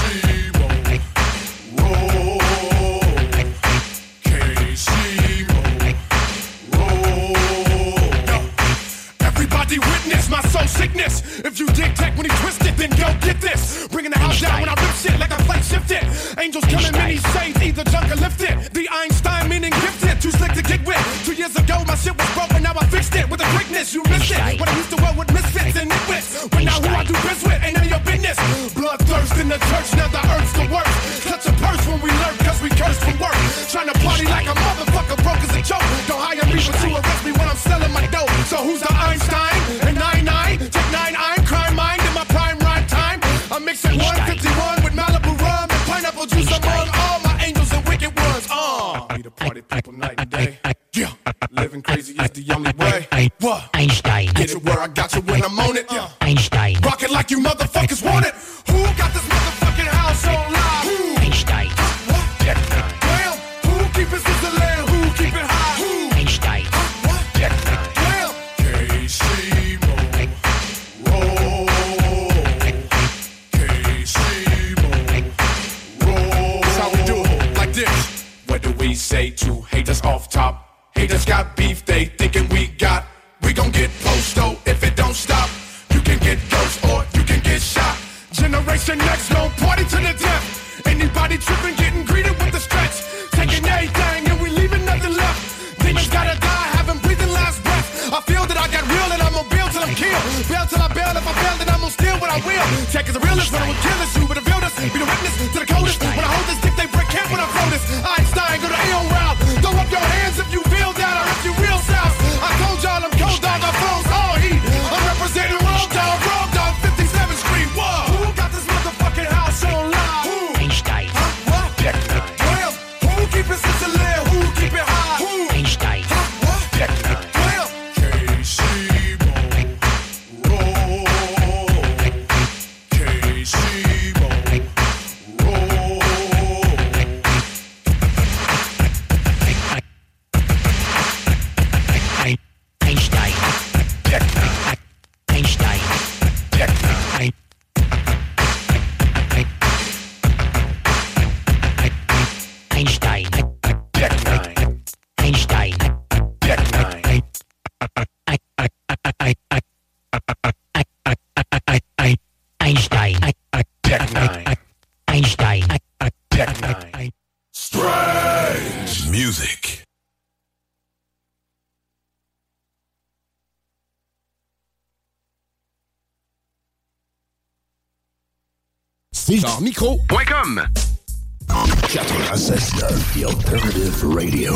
Everybody witness my soul sickness. If you dig tech when he twist it, then go get this. Bringing the house down when I rip shit like I plate shift it. Angels come in many shades, either junk or lift it. The Einstein meaning gifted, too slick to get with. Two years ago, my shit was broken, now I fixed it with a quickness. You missed it. When I used to work with misfits and nitwits. But now who I do business with ain't none of your business. Bloodthirst in the church, now the earth's the worst. Touch a purse when we lurk, cause we cursed from work. Trying to party like a motherfucker, broke as a joke. Don't hire me, but you arrest me when I'm selling my dope. So who's the Einstein? And 9-9, take 9 I'm crime mind in my prime rhyme time. I'm mixing 151 with Malibu rum and pineapple juice among all my angels and wicked ones. Uh. We the party people night and day. Yeah, living crazy is the only way. What? Einstein. Get it where I got you when I'm on it. Yeah. Einstein. Rock it like you motherfuckers want it. Who got this motherfucking house on lock? Who? Einstein. What? Well, who keep it sizzling? Who keep it high? Who? Einstein. What? Well, KC Mo. Roll. KC Mo. Roll. That's how we do it. Like this. What do we say to haters off top? Haters got beef, they thinking we got. We gon' get postal if it don't stop. You can get ghost or you can get shot. Generation X gon' party to the death. Anybody trippin', gettin' greeted with the stretch. Taking everything and we leaving nothing left. Demons gotta die, haven't breathed the last breath. I feel that I got real and I'm gon' build till I'm killed. Fail till I bail, if I fail then I'm gon' steal what I will. Check is the realest, when I will kill this, you with the realest. Be the witness to the coldest. When I hold this dick, they break camp when I throw this. Einstein, go to Aon route. Throw up your hands if you feel that or if you real south. I told y'all I'm cold dog, I froze all heat. I'm representing Raw Dog, Raw Dog, 57th Street. Whoa. Who got this motherfucking house on lock? Who? Einstein. Huh? What? Well, who keep it sizzling? Who keep it high? Who? Einstein. Huh? What? Well, KC
Einstein. Einstein. Ein- Ein- Einstein. Einstein. Einstein. Einstein. Einstein.
Strange music.
Micro.com 96.9 The Alternative Radio.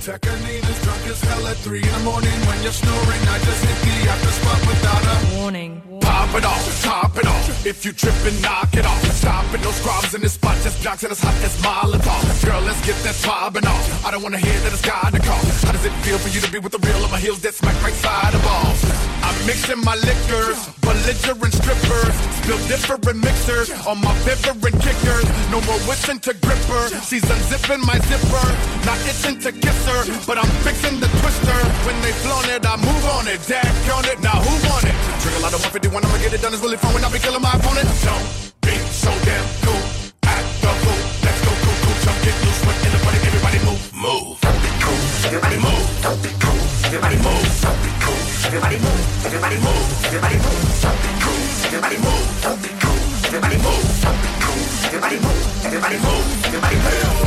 Tekanina's drunk as hell at 3 in the morning when you're snoring. I just hit the after spot without a warning. Pop it off, top it off. If you trippin', knock it off. Stop it, no scrubs in this spot. Just blocks and it's hot as Molotov. Girl, let's get that sobbing off. I don't wanna hear that it's got to call. How does it feel for you to be with the real on my heels that smack right side of balls? I'm mixing my liquors, belligerent strippers. Spill different mixers on my vibrant kickers. No more wishing to grip her. She's unzipping my zipper. Not itching to kiss her, but I'm fixing the twister. When they flown it, I move on it. Dack on it, now who want it? Trigger lot of 151, I'ma get it done. It's really fun when I be killing my opponent. Don't be so damn cool. At the pool. Let's go cool, cool. Jump, get loose. But everybody, everybody move. Move. Don't be cool. Everybody move. Don't be cool. Everybody move. Don't be cool. Everybody move. Everybody move. Everybody move. Don't be cool. Everybody move. Don't be cool. Everybody move. Don't be cool. Everybody move. Everybody move. Everybody move. Everybody move.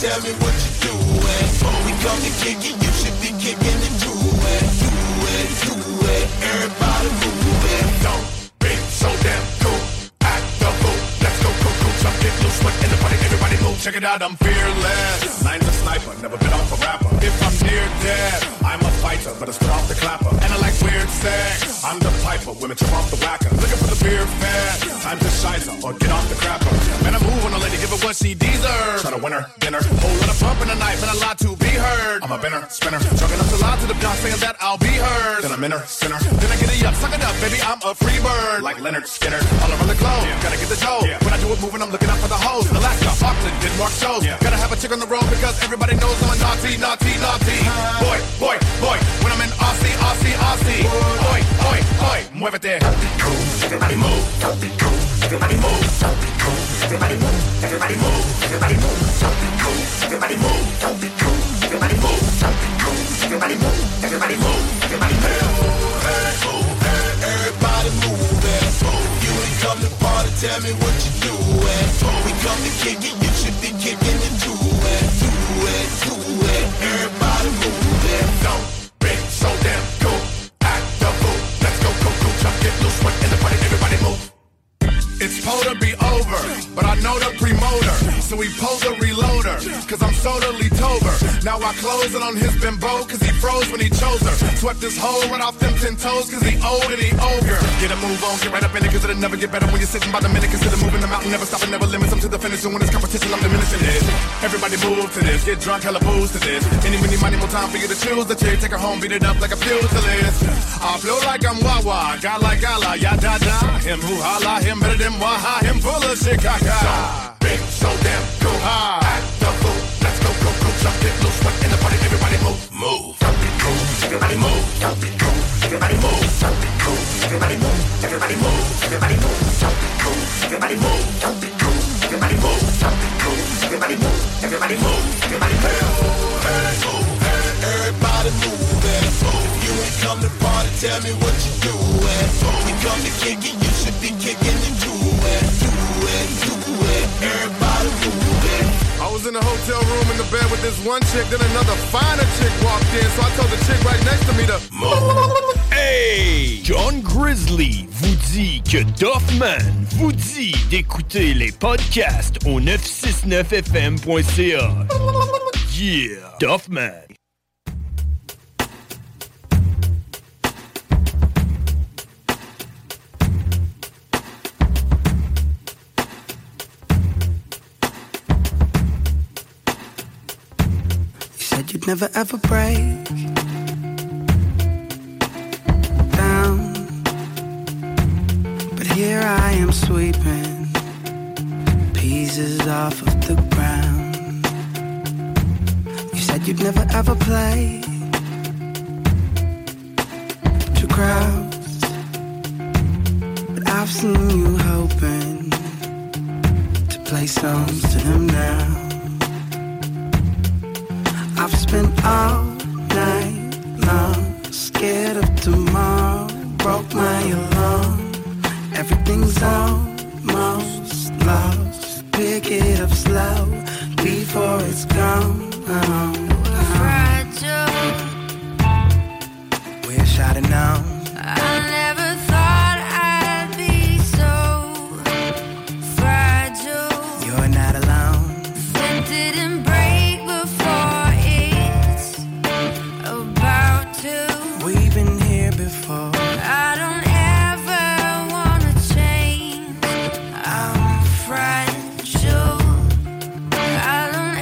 tell me what you do it. Before we come to kick it, you should be kicking and do it. Do it, do it. Everybody move it. Don't be so damn cool. Act the fool. Let's go, go, go. Jump in, no sweat in the body. Everybody move. Check it out, I'm fearless. Nine to sniper, never been off a rapper. If I'm near death, I'm a fighter, but I spit off the clapper. And I like weird sex. I'm the piper, women trip off the whacker. Looking for the beer fat. Time to shizer or get off the crapper. Man, I move on a lady, give her what she deserves. Try to win her, dinner. Whole lot of bump in the night, but a lot to be heard. I'm a binner, spinner. Chugging up the line to the block, saying that I'll be heard. Then I'm in her, sinner. Then I get it up, suck it up, baby, I'm a free bird. Like Leonard Skinner, all around the globe. Gotta get the dough. When I do it moving, I'm looking out for the hoes. Alaska, Auckland, Denmark shows. Gotta have a chick on the road because everybody knows I'm a naughty, naughty, naughty. Boy, boy, boy. When I'm in Aussie, Aussie, Aussie. Oi, oi, oi. Muévete. Everybody move. Everybody move. Everybody move. Everybody move. Everybody move. Everybody move. Everybody move. Everybody move. Everybody move. Everybody move. Hey, move. Hey, Everybody move. Hey, move. You ain't come to party. Tell me what you do. Hey, move. We come to kick it. You should be kicking and do it. Do it. Do it. Everybody move. Hey, Don't be so damn cool. Act the fool. Let's go, go, go. Jump it loose. Sweat in the party. Everybody move. It's supposed to be over, but I know the promoter, so he pulls a reloader, cause I'm so totally tober. Now I close it on his bimbo, cause he froze when he chose her. Swept this whole right off them ten toes, cause he old and he ogre. Get a move on, get right up in it, cause it'll never get better when you're sitting by the minute. Consider moving the mountain, never stopping, never limits. I'm to the finish, and when it's competition, I'm diminishing it. Everybody move to this, get drunk, hella booze to this. Any, many, money, more time for you to choose the chick, take her home, beat it up like a pugilist. I flow like I'm Wawa, guy like Allah, ya da da. Him who holla, him better than Waha, him full of shit, caca. Big, so damn cool. Act the fool, let's go, go, go, jump it loose. What in the party, everybody move, move. Don't be cool, everybody move. Don't be cool, everybody move. Don't be cool, everybody move. Everybody move, everybody move. Don't be cool, everybody move. Don't be cool, everybody move. Don't be cool, everybody move. Everybody move, everybody move. Hey, move, hey, everybody move, and move. You ain't come to party, tell me what you do, and move. You come to kick it, you should be kicking and do it, do it, do it. Everybody move it.
I was in a hotel room in the bed with this one chick, then another finer chick walked in, so I told the chick right next to me to move.
Hey! John Grizzly vous dit que Doffman vous dit d'écouter les podcasts au 969fm.ca. Yeah! Doffman.
You said you'd never ever break down, but here I am sweeping pieces off of the ground. You said you'd never ever play to crowds, but I've seen you hoping to play songs to them now. I've spent all night long scared of tomorrow. Broke my alarm. Everything's almost lost. Pick it up slow before it's gone. Wish I'd have known.
I never thought I'd be so fragile.
You're not alone.
Bent it and break before it's about to.
We've been here before.
I don't ever wanna change. I'm fragile. I don't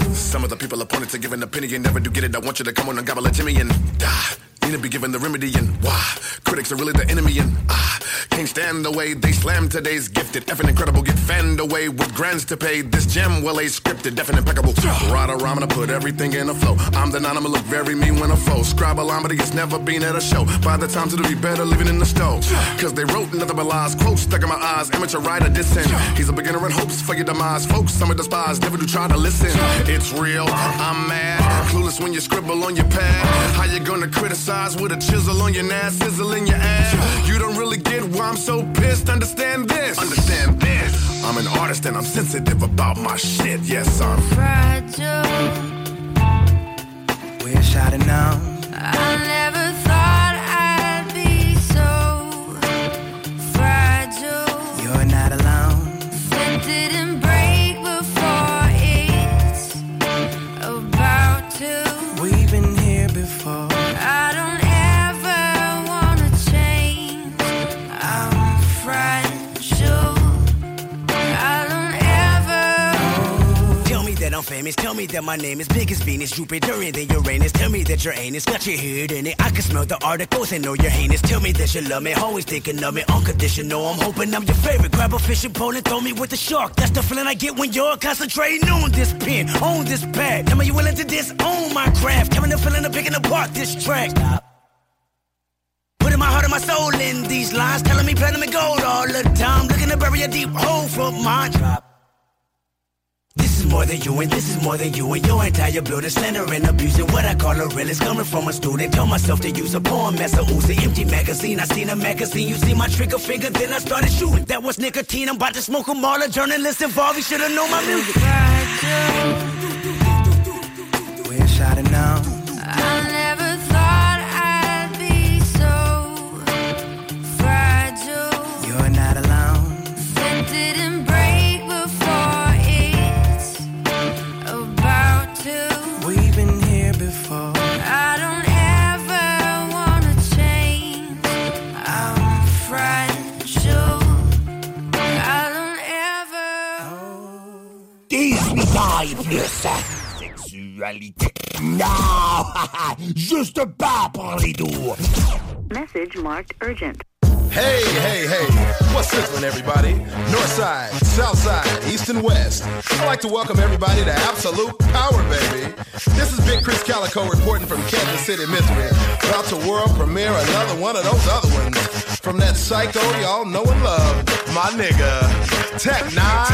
ever.
Some of the people appointed to give an opinion never do get it. I want you to come on and gobble a Jimmy and die. Need to be given the remedy and why? Critics are really the enemy and ah, can't stand the way they slam today's gifted. Effing incredible, get fanned away with grants to pay. This gem well ain't scripted, definite impeccable. Ride around and I put everything in a flow. I'm the nine, I'ma look very mean when I flow. Scribble, I'm it's never been at a show. By the time it'll be better living in the stove. Cause they wrote nothing but lies. Quotes stuck in my eyes. Amateur writer dissing. He's a beginner and hopes for your demise. Folks, some are despised. Never do try to listen. It's real. I'm mad. Clueless when you scribble on your pad. How you gonna criticize with a chisel on your nass, sizzling your ass? You don't really get why I'm so pissed. Understand this. Understand this. I'm
I'm an artist and I'm sensitive about my shit. Yes, I'm
fragile.
Wish I'd have known.
I never thought I'd be so fragile.
You're not alone.
It didn't break before it's about to.
We've been here before.
I don't ever wanna change. I'm fragile. I don't
Tell me that I'm famous. Tell me that my name is big as Venus, Jupiter, and then Uranus. Tell me that your anus got your head in it. I can smell the articles and know your heinous. Tell me that you love me, always thinking of me, unconditional. I'm hoping I'm your favorite. Grab a fishing pole and throw me with the shark. That's the feeling I get when you're concentrating on this pen, on this pad. Tell me you willing to disown my craft. Coming the feeling of picking apart this track. Putting my heart and my soul in these lines, telling me platinum and gold all the time. Looking to bury a deep hole for mine. This is more than you, and this is more than you, and your entire building slander and abusing. What I call a real is coming from a student. Told myself to use a poem as a ooze, an empty magazine. I seen a magazine, you see my trigger finger, then I started shooting. That was nicotine. I'm about to smoke 'em all. A journalist involved, he should have known my music.
Wish I'd have known.
I never thought I'd be so fragile.
You're not alone.
It didn't break before it's about to.
We've been here before.
I don't ever wanna change. I'm fragile. I don't ever.
18 ans et plus. Sexualité. Non! Juste pas pour les doux.
Message marked urgent.
Hey, hey, hey. What's Brooklyn, everybody? North side, south side, east and west. I'd like to welcome everybody to Absolute Power, baby. This is Big Chris Calico reporting from Kansas City, Missouri. About to world premiere another one of those other ones. From that psycho y'all know and love, my nigga, Tech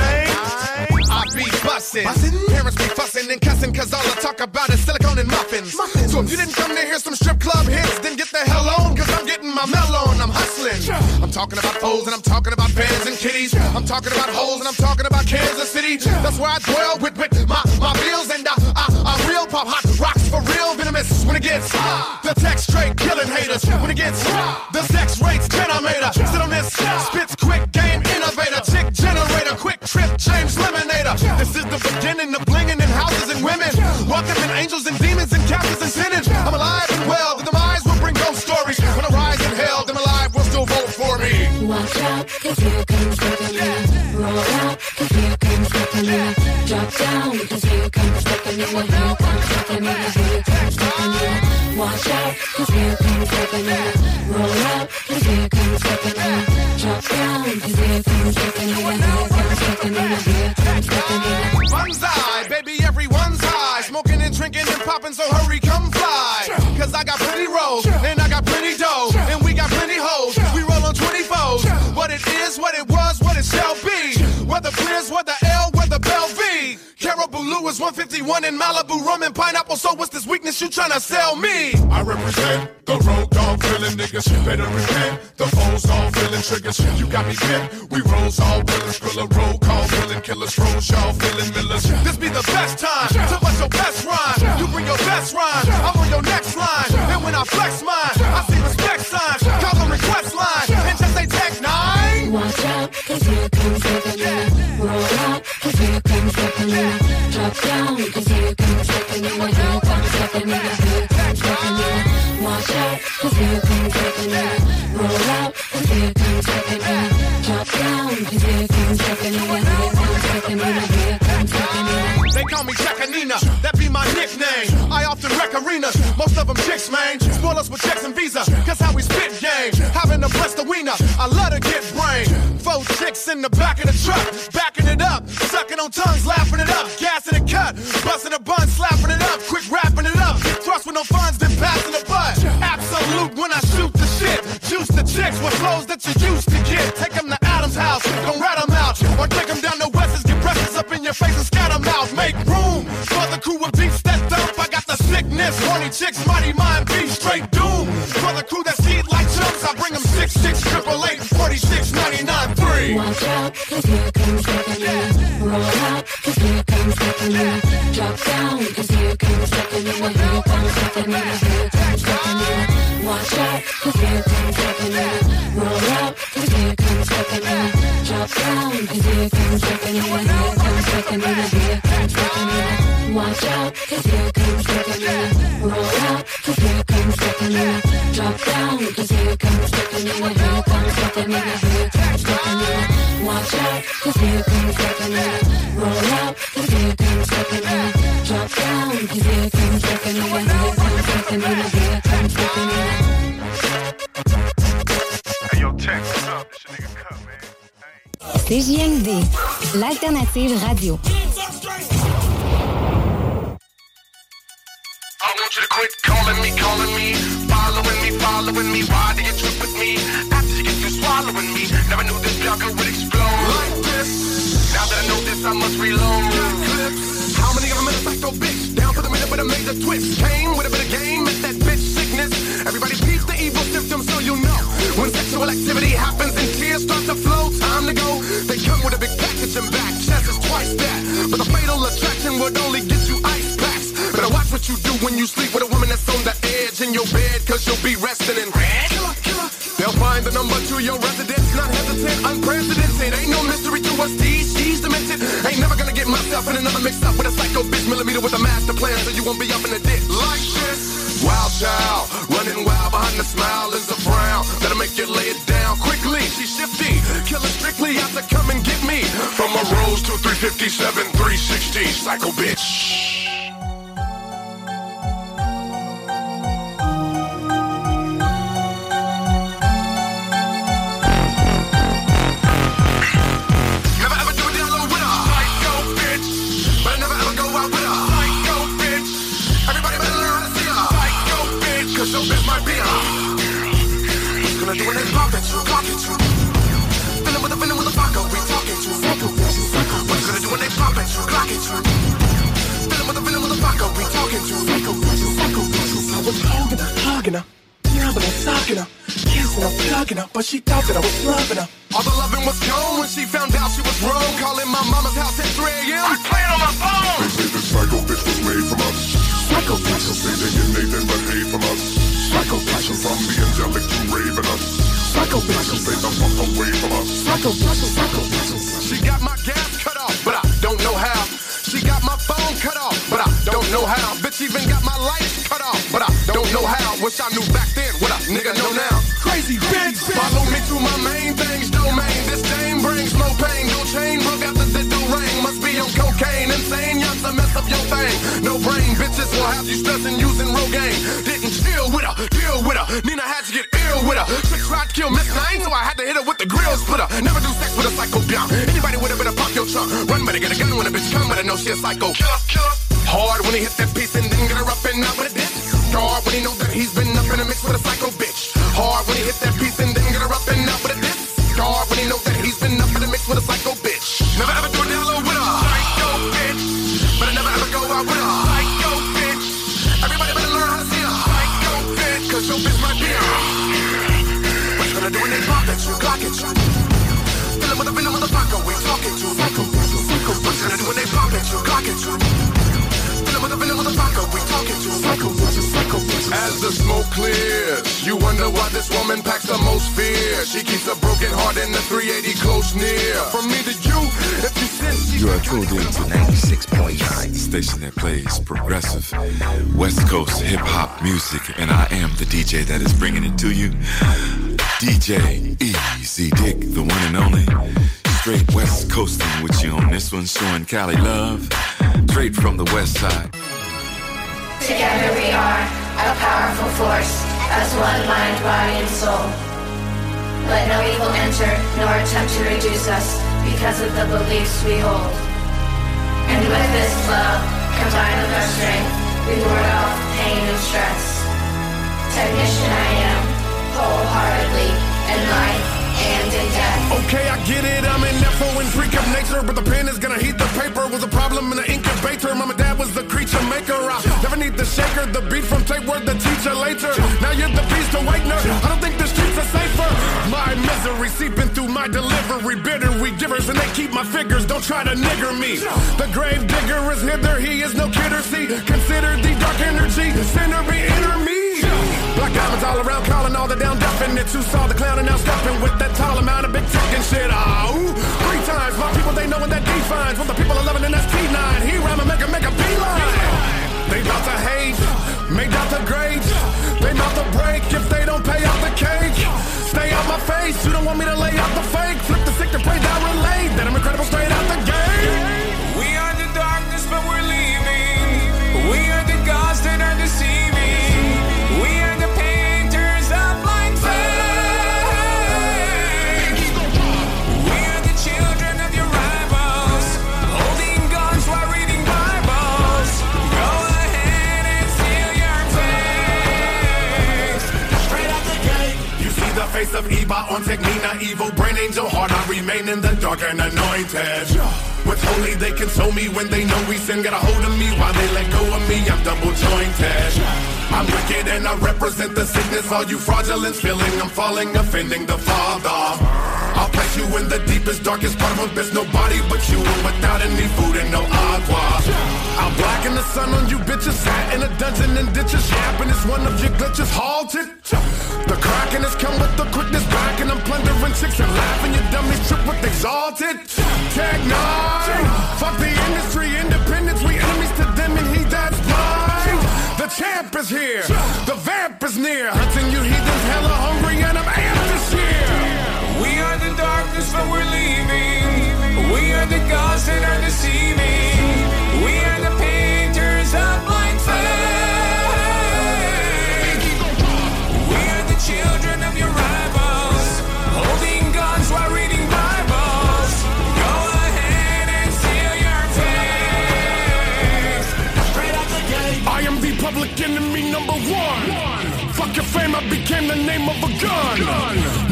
Nine. I be bussin'. Parents be fussin' and cussin' cause all I talk about is silicone and muffins. So if you didn't come to hear some strip club hits, then get the hell on cause I'm getting my mel on. I'm hustling. I'm talking about foes and I'm talking about fans and kitties. I'm talking about hoes and I'm talking about Kansas City. That's where I dwell with, with my, my bills and I, I, I real pop hot rocks for real venomous when it gets hot. The text straight killing haters when it gets hot. The sex rates detonator. Sit on this spits quick game innovator. Chick generator quick trip James Lemonator. This is the beginning of blinging in houses and women. Welcoming angels and demons and captives and sinners. I'm alive and well. The demise will bring ghost stories. When I rise in hell, them alive will still vote for me.
Watch out if you come stepping in. Roll out if you come stepping in. Drop down if you come stepping in. If you come stepping in. If you come stepping in. Watch out if you come stepping in. Roll out if you come stepping in. Drop down if you come stepping in. If you come stepping in. If you come stepping in.
Banzai, baby, everyone's high. Smoking and drinking and popping, so hurry, come fly. Cause I got pretty rolls, and I got pretty dough, and we got plenty hoes. We roll on 20 foes. What it is, what it was, what it shall be. Whether Blizz, whether L, whether Bell V. Caribou Lou is 151 in Malibu, rum and pineapple. So what's this weakness you tryna sell me?
I represent the road dog feeling niggas. Better repent the foes all feeling triggers. You got me bent. We rolls all willing. Skrilla roll call willing. Killers roll y'all feeling millers.
This be the best time to bust your best rhyme. You bring your best rhyme, I'm on your next line. And when I flex mine, I see respect signs. Call the request line, and just say tech nine.
Watch out, cause here comes stepping in. Roll out, cause here comes stepping in. Drop down, cause here comes stepping in. Here comes stepping in. Here comes stepping in. Watch out, cause here comes stepping in. Roll out, cause here comes stepping in. Drop down, cause here comes stepping in. Here comes stepping in. Here comes stepping in.
They call me Jackanina, that be my nickname. I often wreck arenas, most of them chicks, man. Spoil us with checks and visa, cause how we spit game. Having a blessed wiener, I love to get brain. Four chicks in the back of the truck, backing it up. Sucking on tongues, laughing it up. Gassing it cut, busting a bun, slapping it up. Quick wrapping it up. Thrust with no funds, then passing the butt. Absolute when I shoot the shit. Juice the chicks with flows that you used to get. Take them to Adam's house, don't rat them out. Or take them down to West's, get breakfast up in your face and scatter them out. Make room for the crew of beats that dump. I got the sickness, horny chicks, mighty mind, be straight doom. For the crew that see it like chumps, I bring them 6, 6, triple eight, 46, 99, 3.
Watch out, cause here comes stepping roll out, cause here comes Stephanie. Drop down, cause here comes Stephanie. Well, here comes Stephanie. Here comes Stephanie. Watch out, cause here comes Stephanie. Roll out, cause here comes Stephanie. Drop down, cause here comes Stephanie. Well, here comes Stephanie. Here comes Stephanie. Watch out, cause here comes Stephanie. Roll out, cause here comes Stephanie. Drop down, cause here comes Stephanie. Well, here comes Stephanie. Here comes Stephanie. Watch out, cause here comes Stephanie. Roll out, cause here comes Stephanie. Drop down, cause here comes Stephanie. Well, here comes Stephanie. Here comes Stephanie.
CJMD, l'alternative radio.
I want you to quit calling me, calling me, following me, following me. Why did you trip with me? After you get through swallowing me, never knew this dogger would explode like this. Now that I know this, I must reload. Clips. How many of them in a psycho bitch? Down for the minute, but I made the twist. Came with a bit of game, it's that bitch sickness. Everybody peep the evil symptom, so you know. When sexual activity happens and tears start to flow, time to go. They come with a big package and back. Chances twice that, but the fatal attraction would only get you ice packs. Better watch what you do when you sleep with a woman that's on the edge in your bed, cause you'll be resting in red. Killer, killer. They'll find the number to your residence, not hesitant, unprecedented. Ain't no mystery to us, these, she's demented. Ain't never gonna get myself in another mix up with a psycho bitch millimeter with a master plan, so you won't be up in the dick like this. Wild child, running wild behind the smile is a frown. That'll make you lay it down quickly. She's shifty, killer strictly out to come and get me. From a rose to 357, 360, psycho bitch. Never ever do a deal alone with a psycho bitch. Better never ever go out with a psycho bitch. Everybody better learn how to see a psycho bitch. Cause your bitch might be a Gonna do it and pop at you, clock at you. Feeling with a feeling with a vodka, we talking to psycho bitch. What you gonna do when they pop at you, clock at you? Feeling with a feeling with a vodka, we talking to psycho bitch. Psycho bitch. I was hogging her, hogging her. Grabbing her, socking her. Kissing her, plugging her. But she thought that I was loving her. All the loving was gone when she found out she was wrong. Calling my mama's house at 3 a.m. I playing on my phone.
They say this psycho bitch was made from us. Psycho bitch. Say they get Nathan but hate from us. Psycho bitch. From the angelic to raving us. Psycho bitch. Say the fuck away from us. Psycho bitch. Psycho bitch.
She got my gas cut off, but I don't know how. She got my phone cut off, but I don't know how. Bitch even got my lights cut off, but I don't know how. Wish I knew back then what a nigga know now. Crazy bitch, follow me to my main things, domain. This dame brings no pain, no chain. Rug after the door ring, must be on cocaine. Insane, y'all to mess up your thing. No brain, bitches will have you stressing using Rogaine. Didn't chill with her, deal with her. Nina had to get ill with her. She tried to kill Miss Nine, so I had to hit her with the grill splitter. Never do sex with a psycho gun. Anybody with a bit of pop your trunk. Run, better get a gun when a bitch come, better know she a psycho. Killer, killer. Hard when he hit that piece and then get her up and out with a dick. Hard when he know that he's been up in a mix with a psycho bitch. Hard when he hit that piece and then get her up and out with a dick. Hard when he know that he's been up in a mix with a psycho bitch. Never ever do a deal alone with a psycho bitch. But I never ever go out with a psycho bitch. Everybody better learn how to see a psycho bitch. Cause your bitch might be a What you gonna do when they pop at you, clock at you? Feeling with a feeling with a vodka, we talking to psycho bitch. Psycho bitch. What you gonna do when they pop at you, clock at you? Feeling with a feeling with a vodka, we talking to psycho bitch. Psycho bitch.
As the smoke clears, you wonder why this woman packs the most fear. She keeps a broken heart in the 380 close near. From me to you, if you sense
You are tuned in to 96.9.
The station that plays progressive West Coast hip hop music, and I am the DJ that is bringing it to you. DJ Easy Dick, the one and only. Straight West Coasting with you on this one, showing Cali love. Straight from the West Side.
Together we are a powerful force, as one mind, body, and soul. Let no evil enter nor attempt to reduce us because of the beliefs we hold. And with this love, combined with our strength, we ward off pain and stress. Technician I am, wholeheartedly, in life and in death.
Okay, I get it. I'm an FO and freak of nature, but the pen is gonna heat the paper. Was a problem in the incubator. Mama, dad was the creature maker. I never need the shaker. The beat from tape word, the teacher later. Now you're the beast awakener. I don't think the streets are safer. My misery seeping through my delivery. bidder, we givers, and they keep my figures. Don't try to nigger me. The grave digger is hither, he is no kidder. See, consider the dark energy, sinner be inner me. Black diamonds all around, calling all the down definites. Who saw the clown and now stepping with that tall amount of big tech and shit? Ah, ooh, three times. My people, they know what that defines. What the people are loving, and that's T9. He rhyme and make a make a beeline. They bout to hate, made out the grades. They bout to break if they don't pay out the cake. Stay out my face, you don't want me to lay out the fake. Flip the sick to pray down relate that I'm incredible straight out the gate.
We are the darkness, but we're leaving. We are the gods that are deceiving. We are the painters of blind faith. We are the children of your rivals, holding guns while reading Bibles. Go ahead and seal your fate.
Straight out the gate, you see the face of Eba on Technina, evil brain angel heart. I remain in the dark and anointed. With holy, they console me when they know we sin. Get a hold of me while they let go of me. I'm double jointed. I'm wicked and I represent the sickness. All you fraudulent feeling, I'm falling, offending the Father. I'll place you in the deepest, darkest part of abyss. Nobody but you, and without any food and no agua. I'll blacken the sun on you bitches. Sat in a dungeon and ditches. Yapping is one of your glitches. Halted. The cracking has come with the quickness back, and I'm plundering chicks and laughing. Your dummies trip with exalted. Tag nine. Fuck the industry, independence. We enemies to them, and he that's blind. The champ is here. The vamp is near. Hunting you heathens, hella hungry, and I'm amped this year.
We are the darkness, but we're leaving. We are the gods that are deceiving. We are the painters of blind faith. We are the children of your rivals, holding guns while reading Bibles. Go ahead and seal your fate.
Straight out the gate. I am the public enemy number one. Fuck your fame, I became the name of a gun.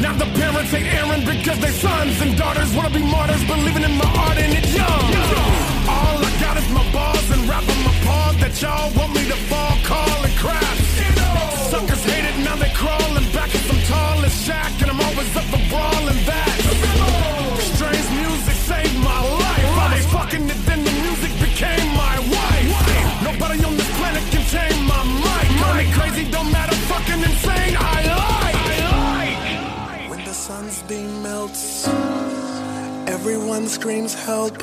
Now the parents hate Aaron because their sons and daughters wanna be martyrs, believing in my art and it young. All I got is my balls and rap on my paws that y'all want me to fall, call and crap. Suckers hate it, now they crawling back. i I'm tall as Shaq and I'm always up for brawling that. Strange music saved my life. I was fucking it, then the music became my wife. Nobody on this planet can change my mind. Call me crazy, don't matter, fucking insane. I like. I like.
When the sun's beam melts, everyone screams help.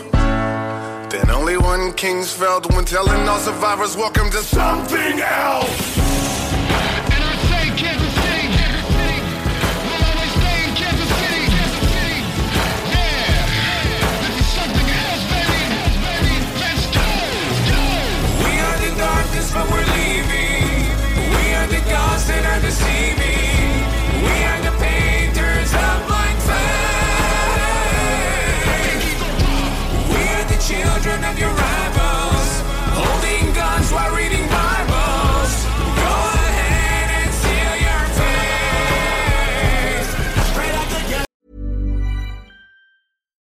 Then only one Kingsfeld when telling all survivors, welcome to something else.
We are the darkness, but we're leaving. We are the gods that are deceiving. We are the painters of blind faith. We are the children of your rivals, holding guns while reading Bibles. Go ahead and seal your fate. Straight out the gate.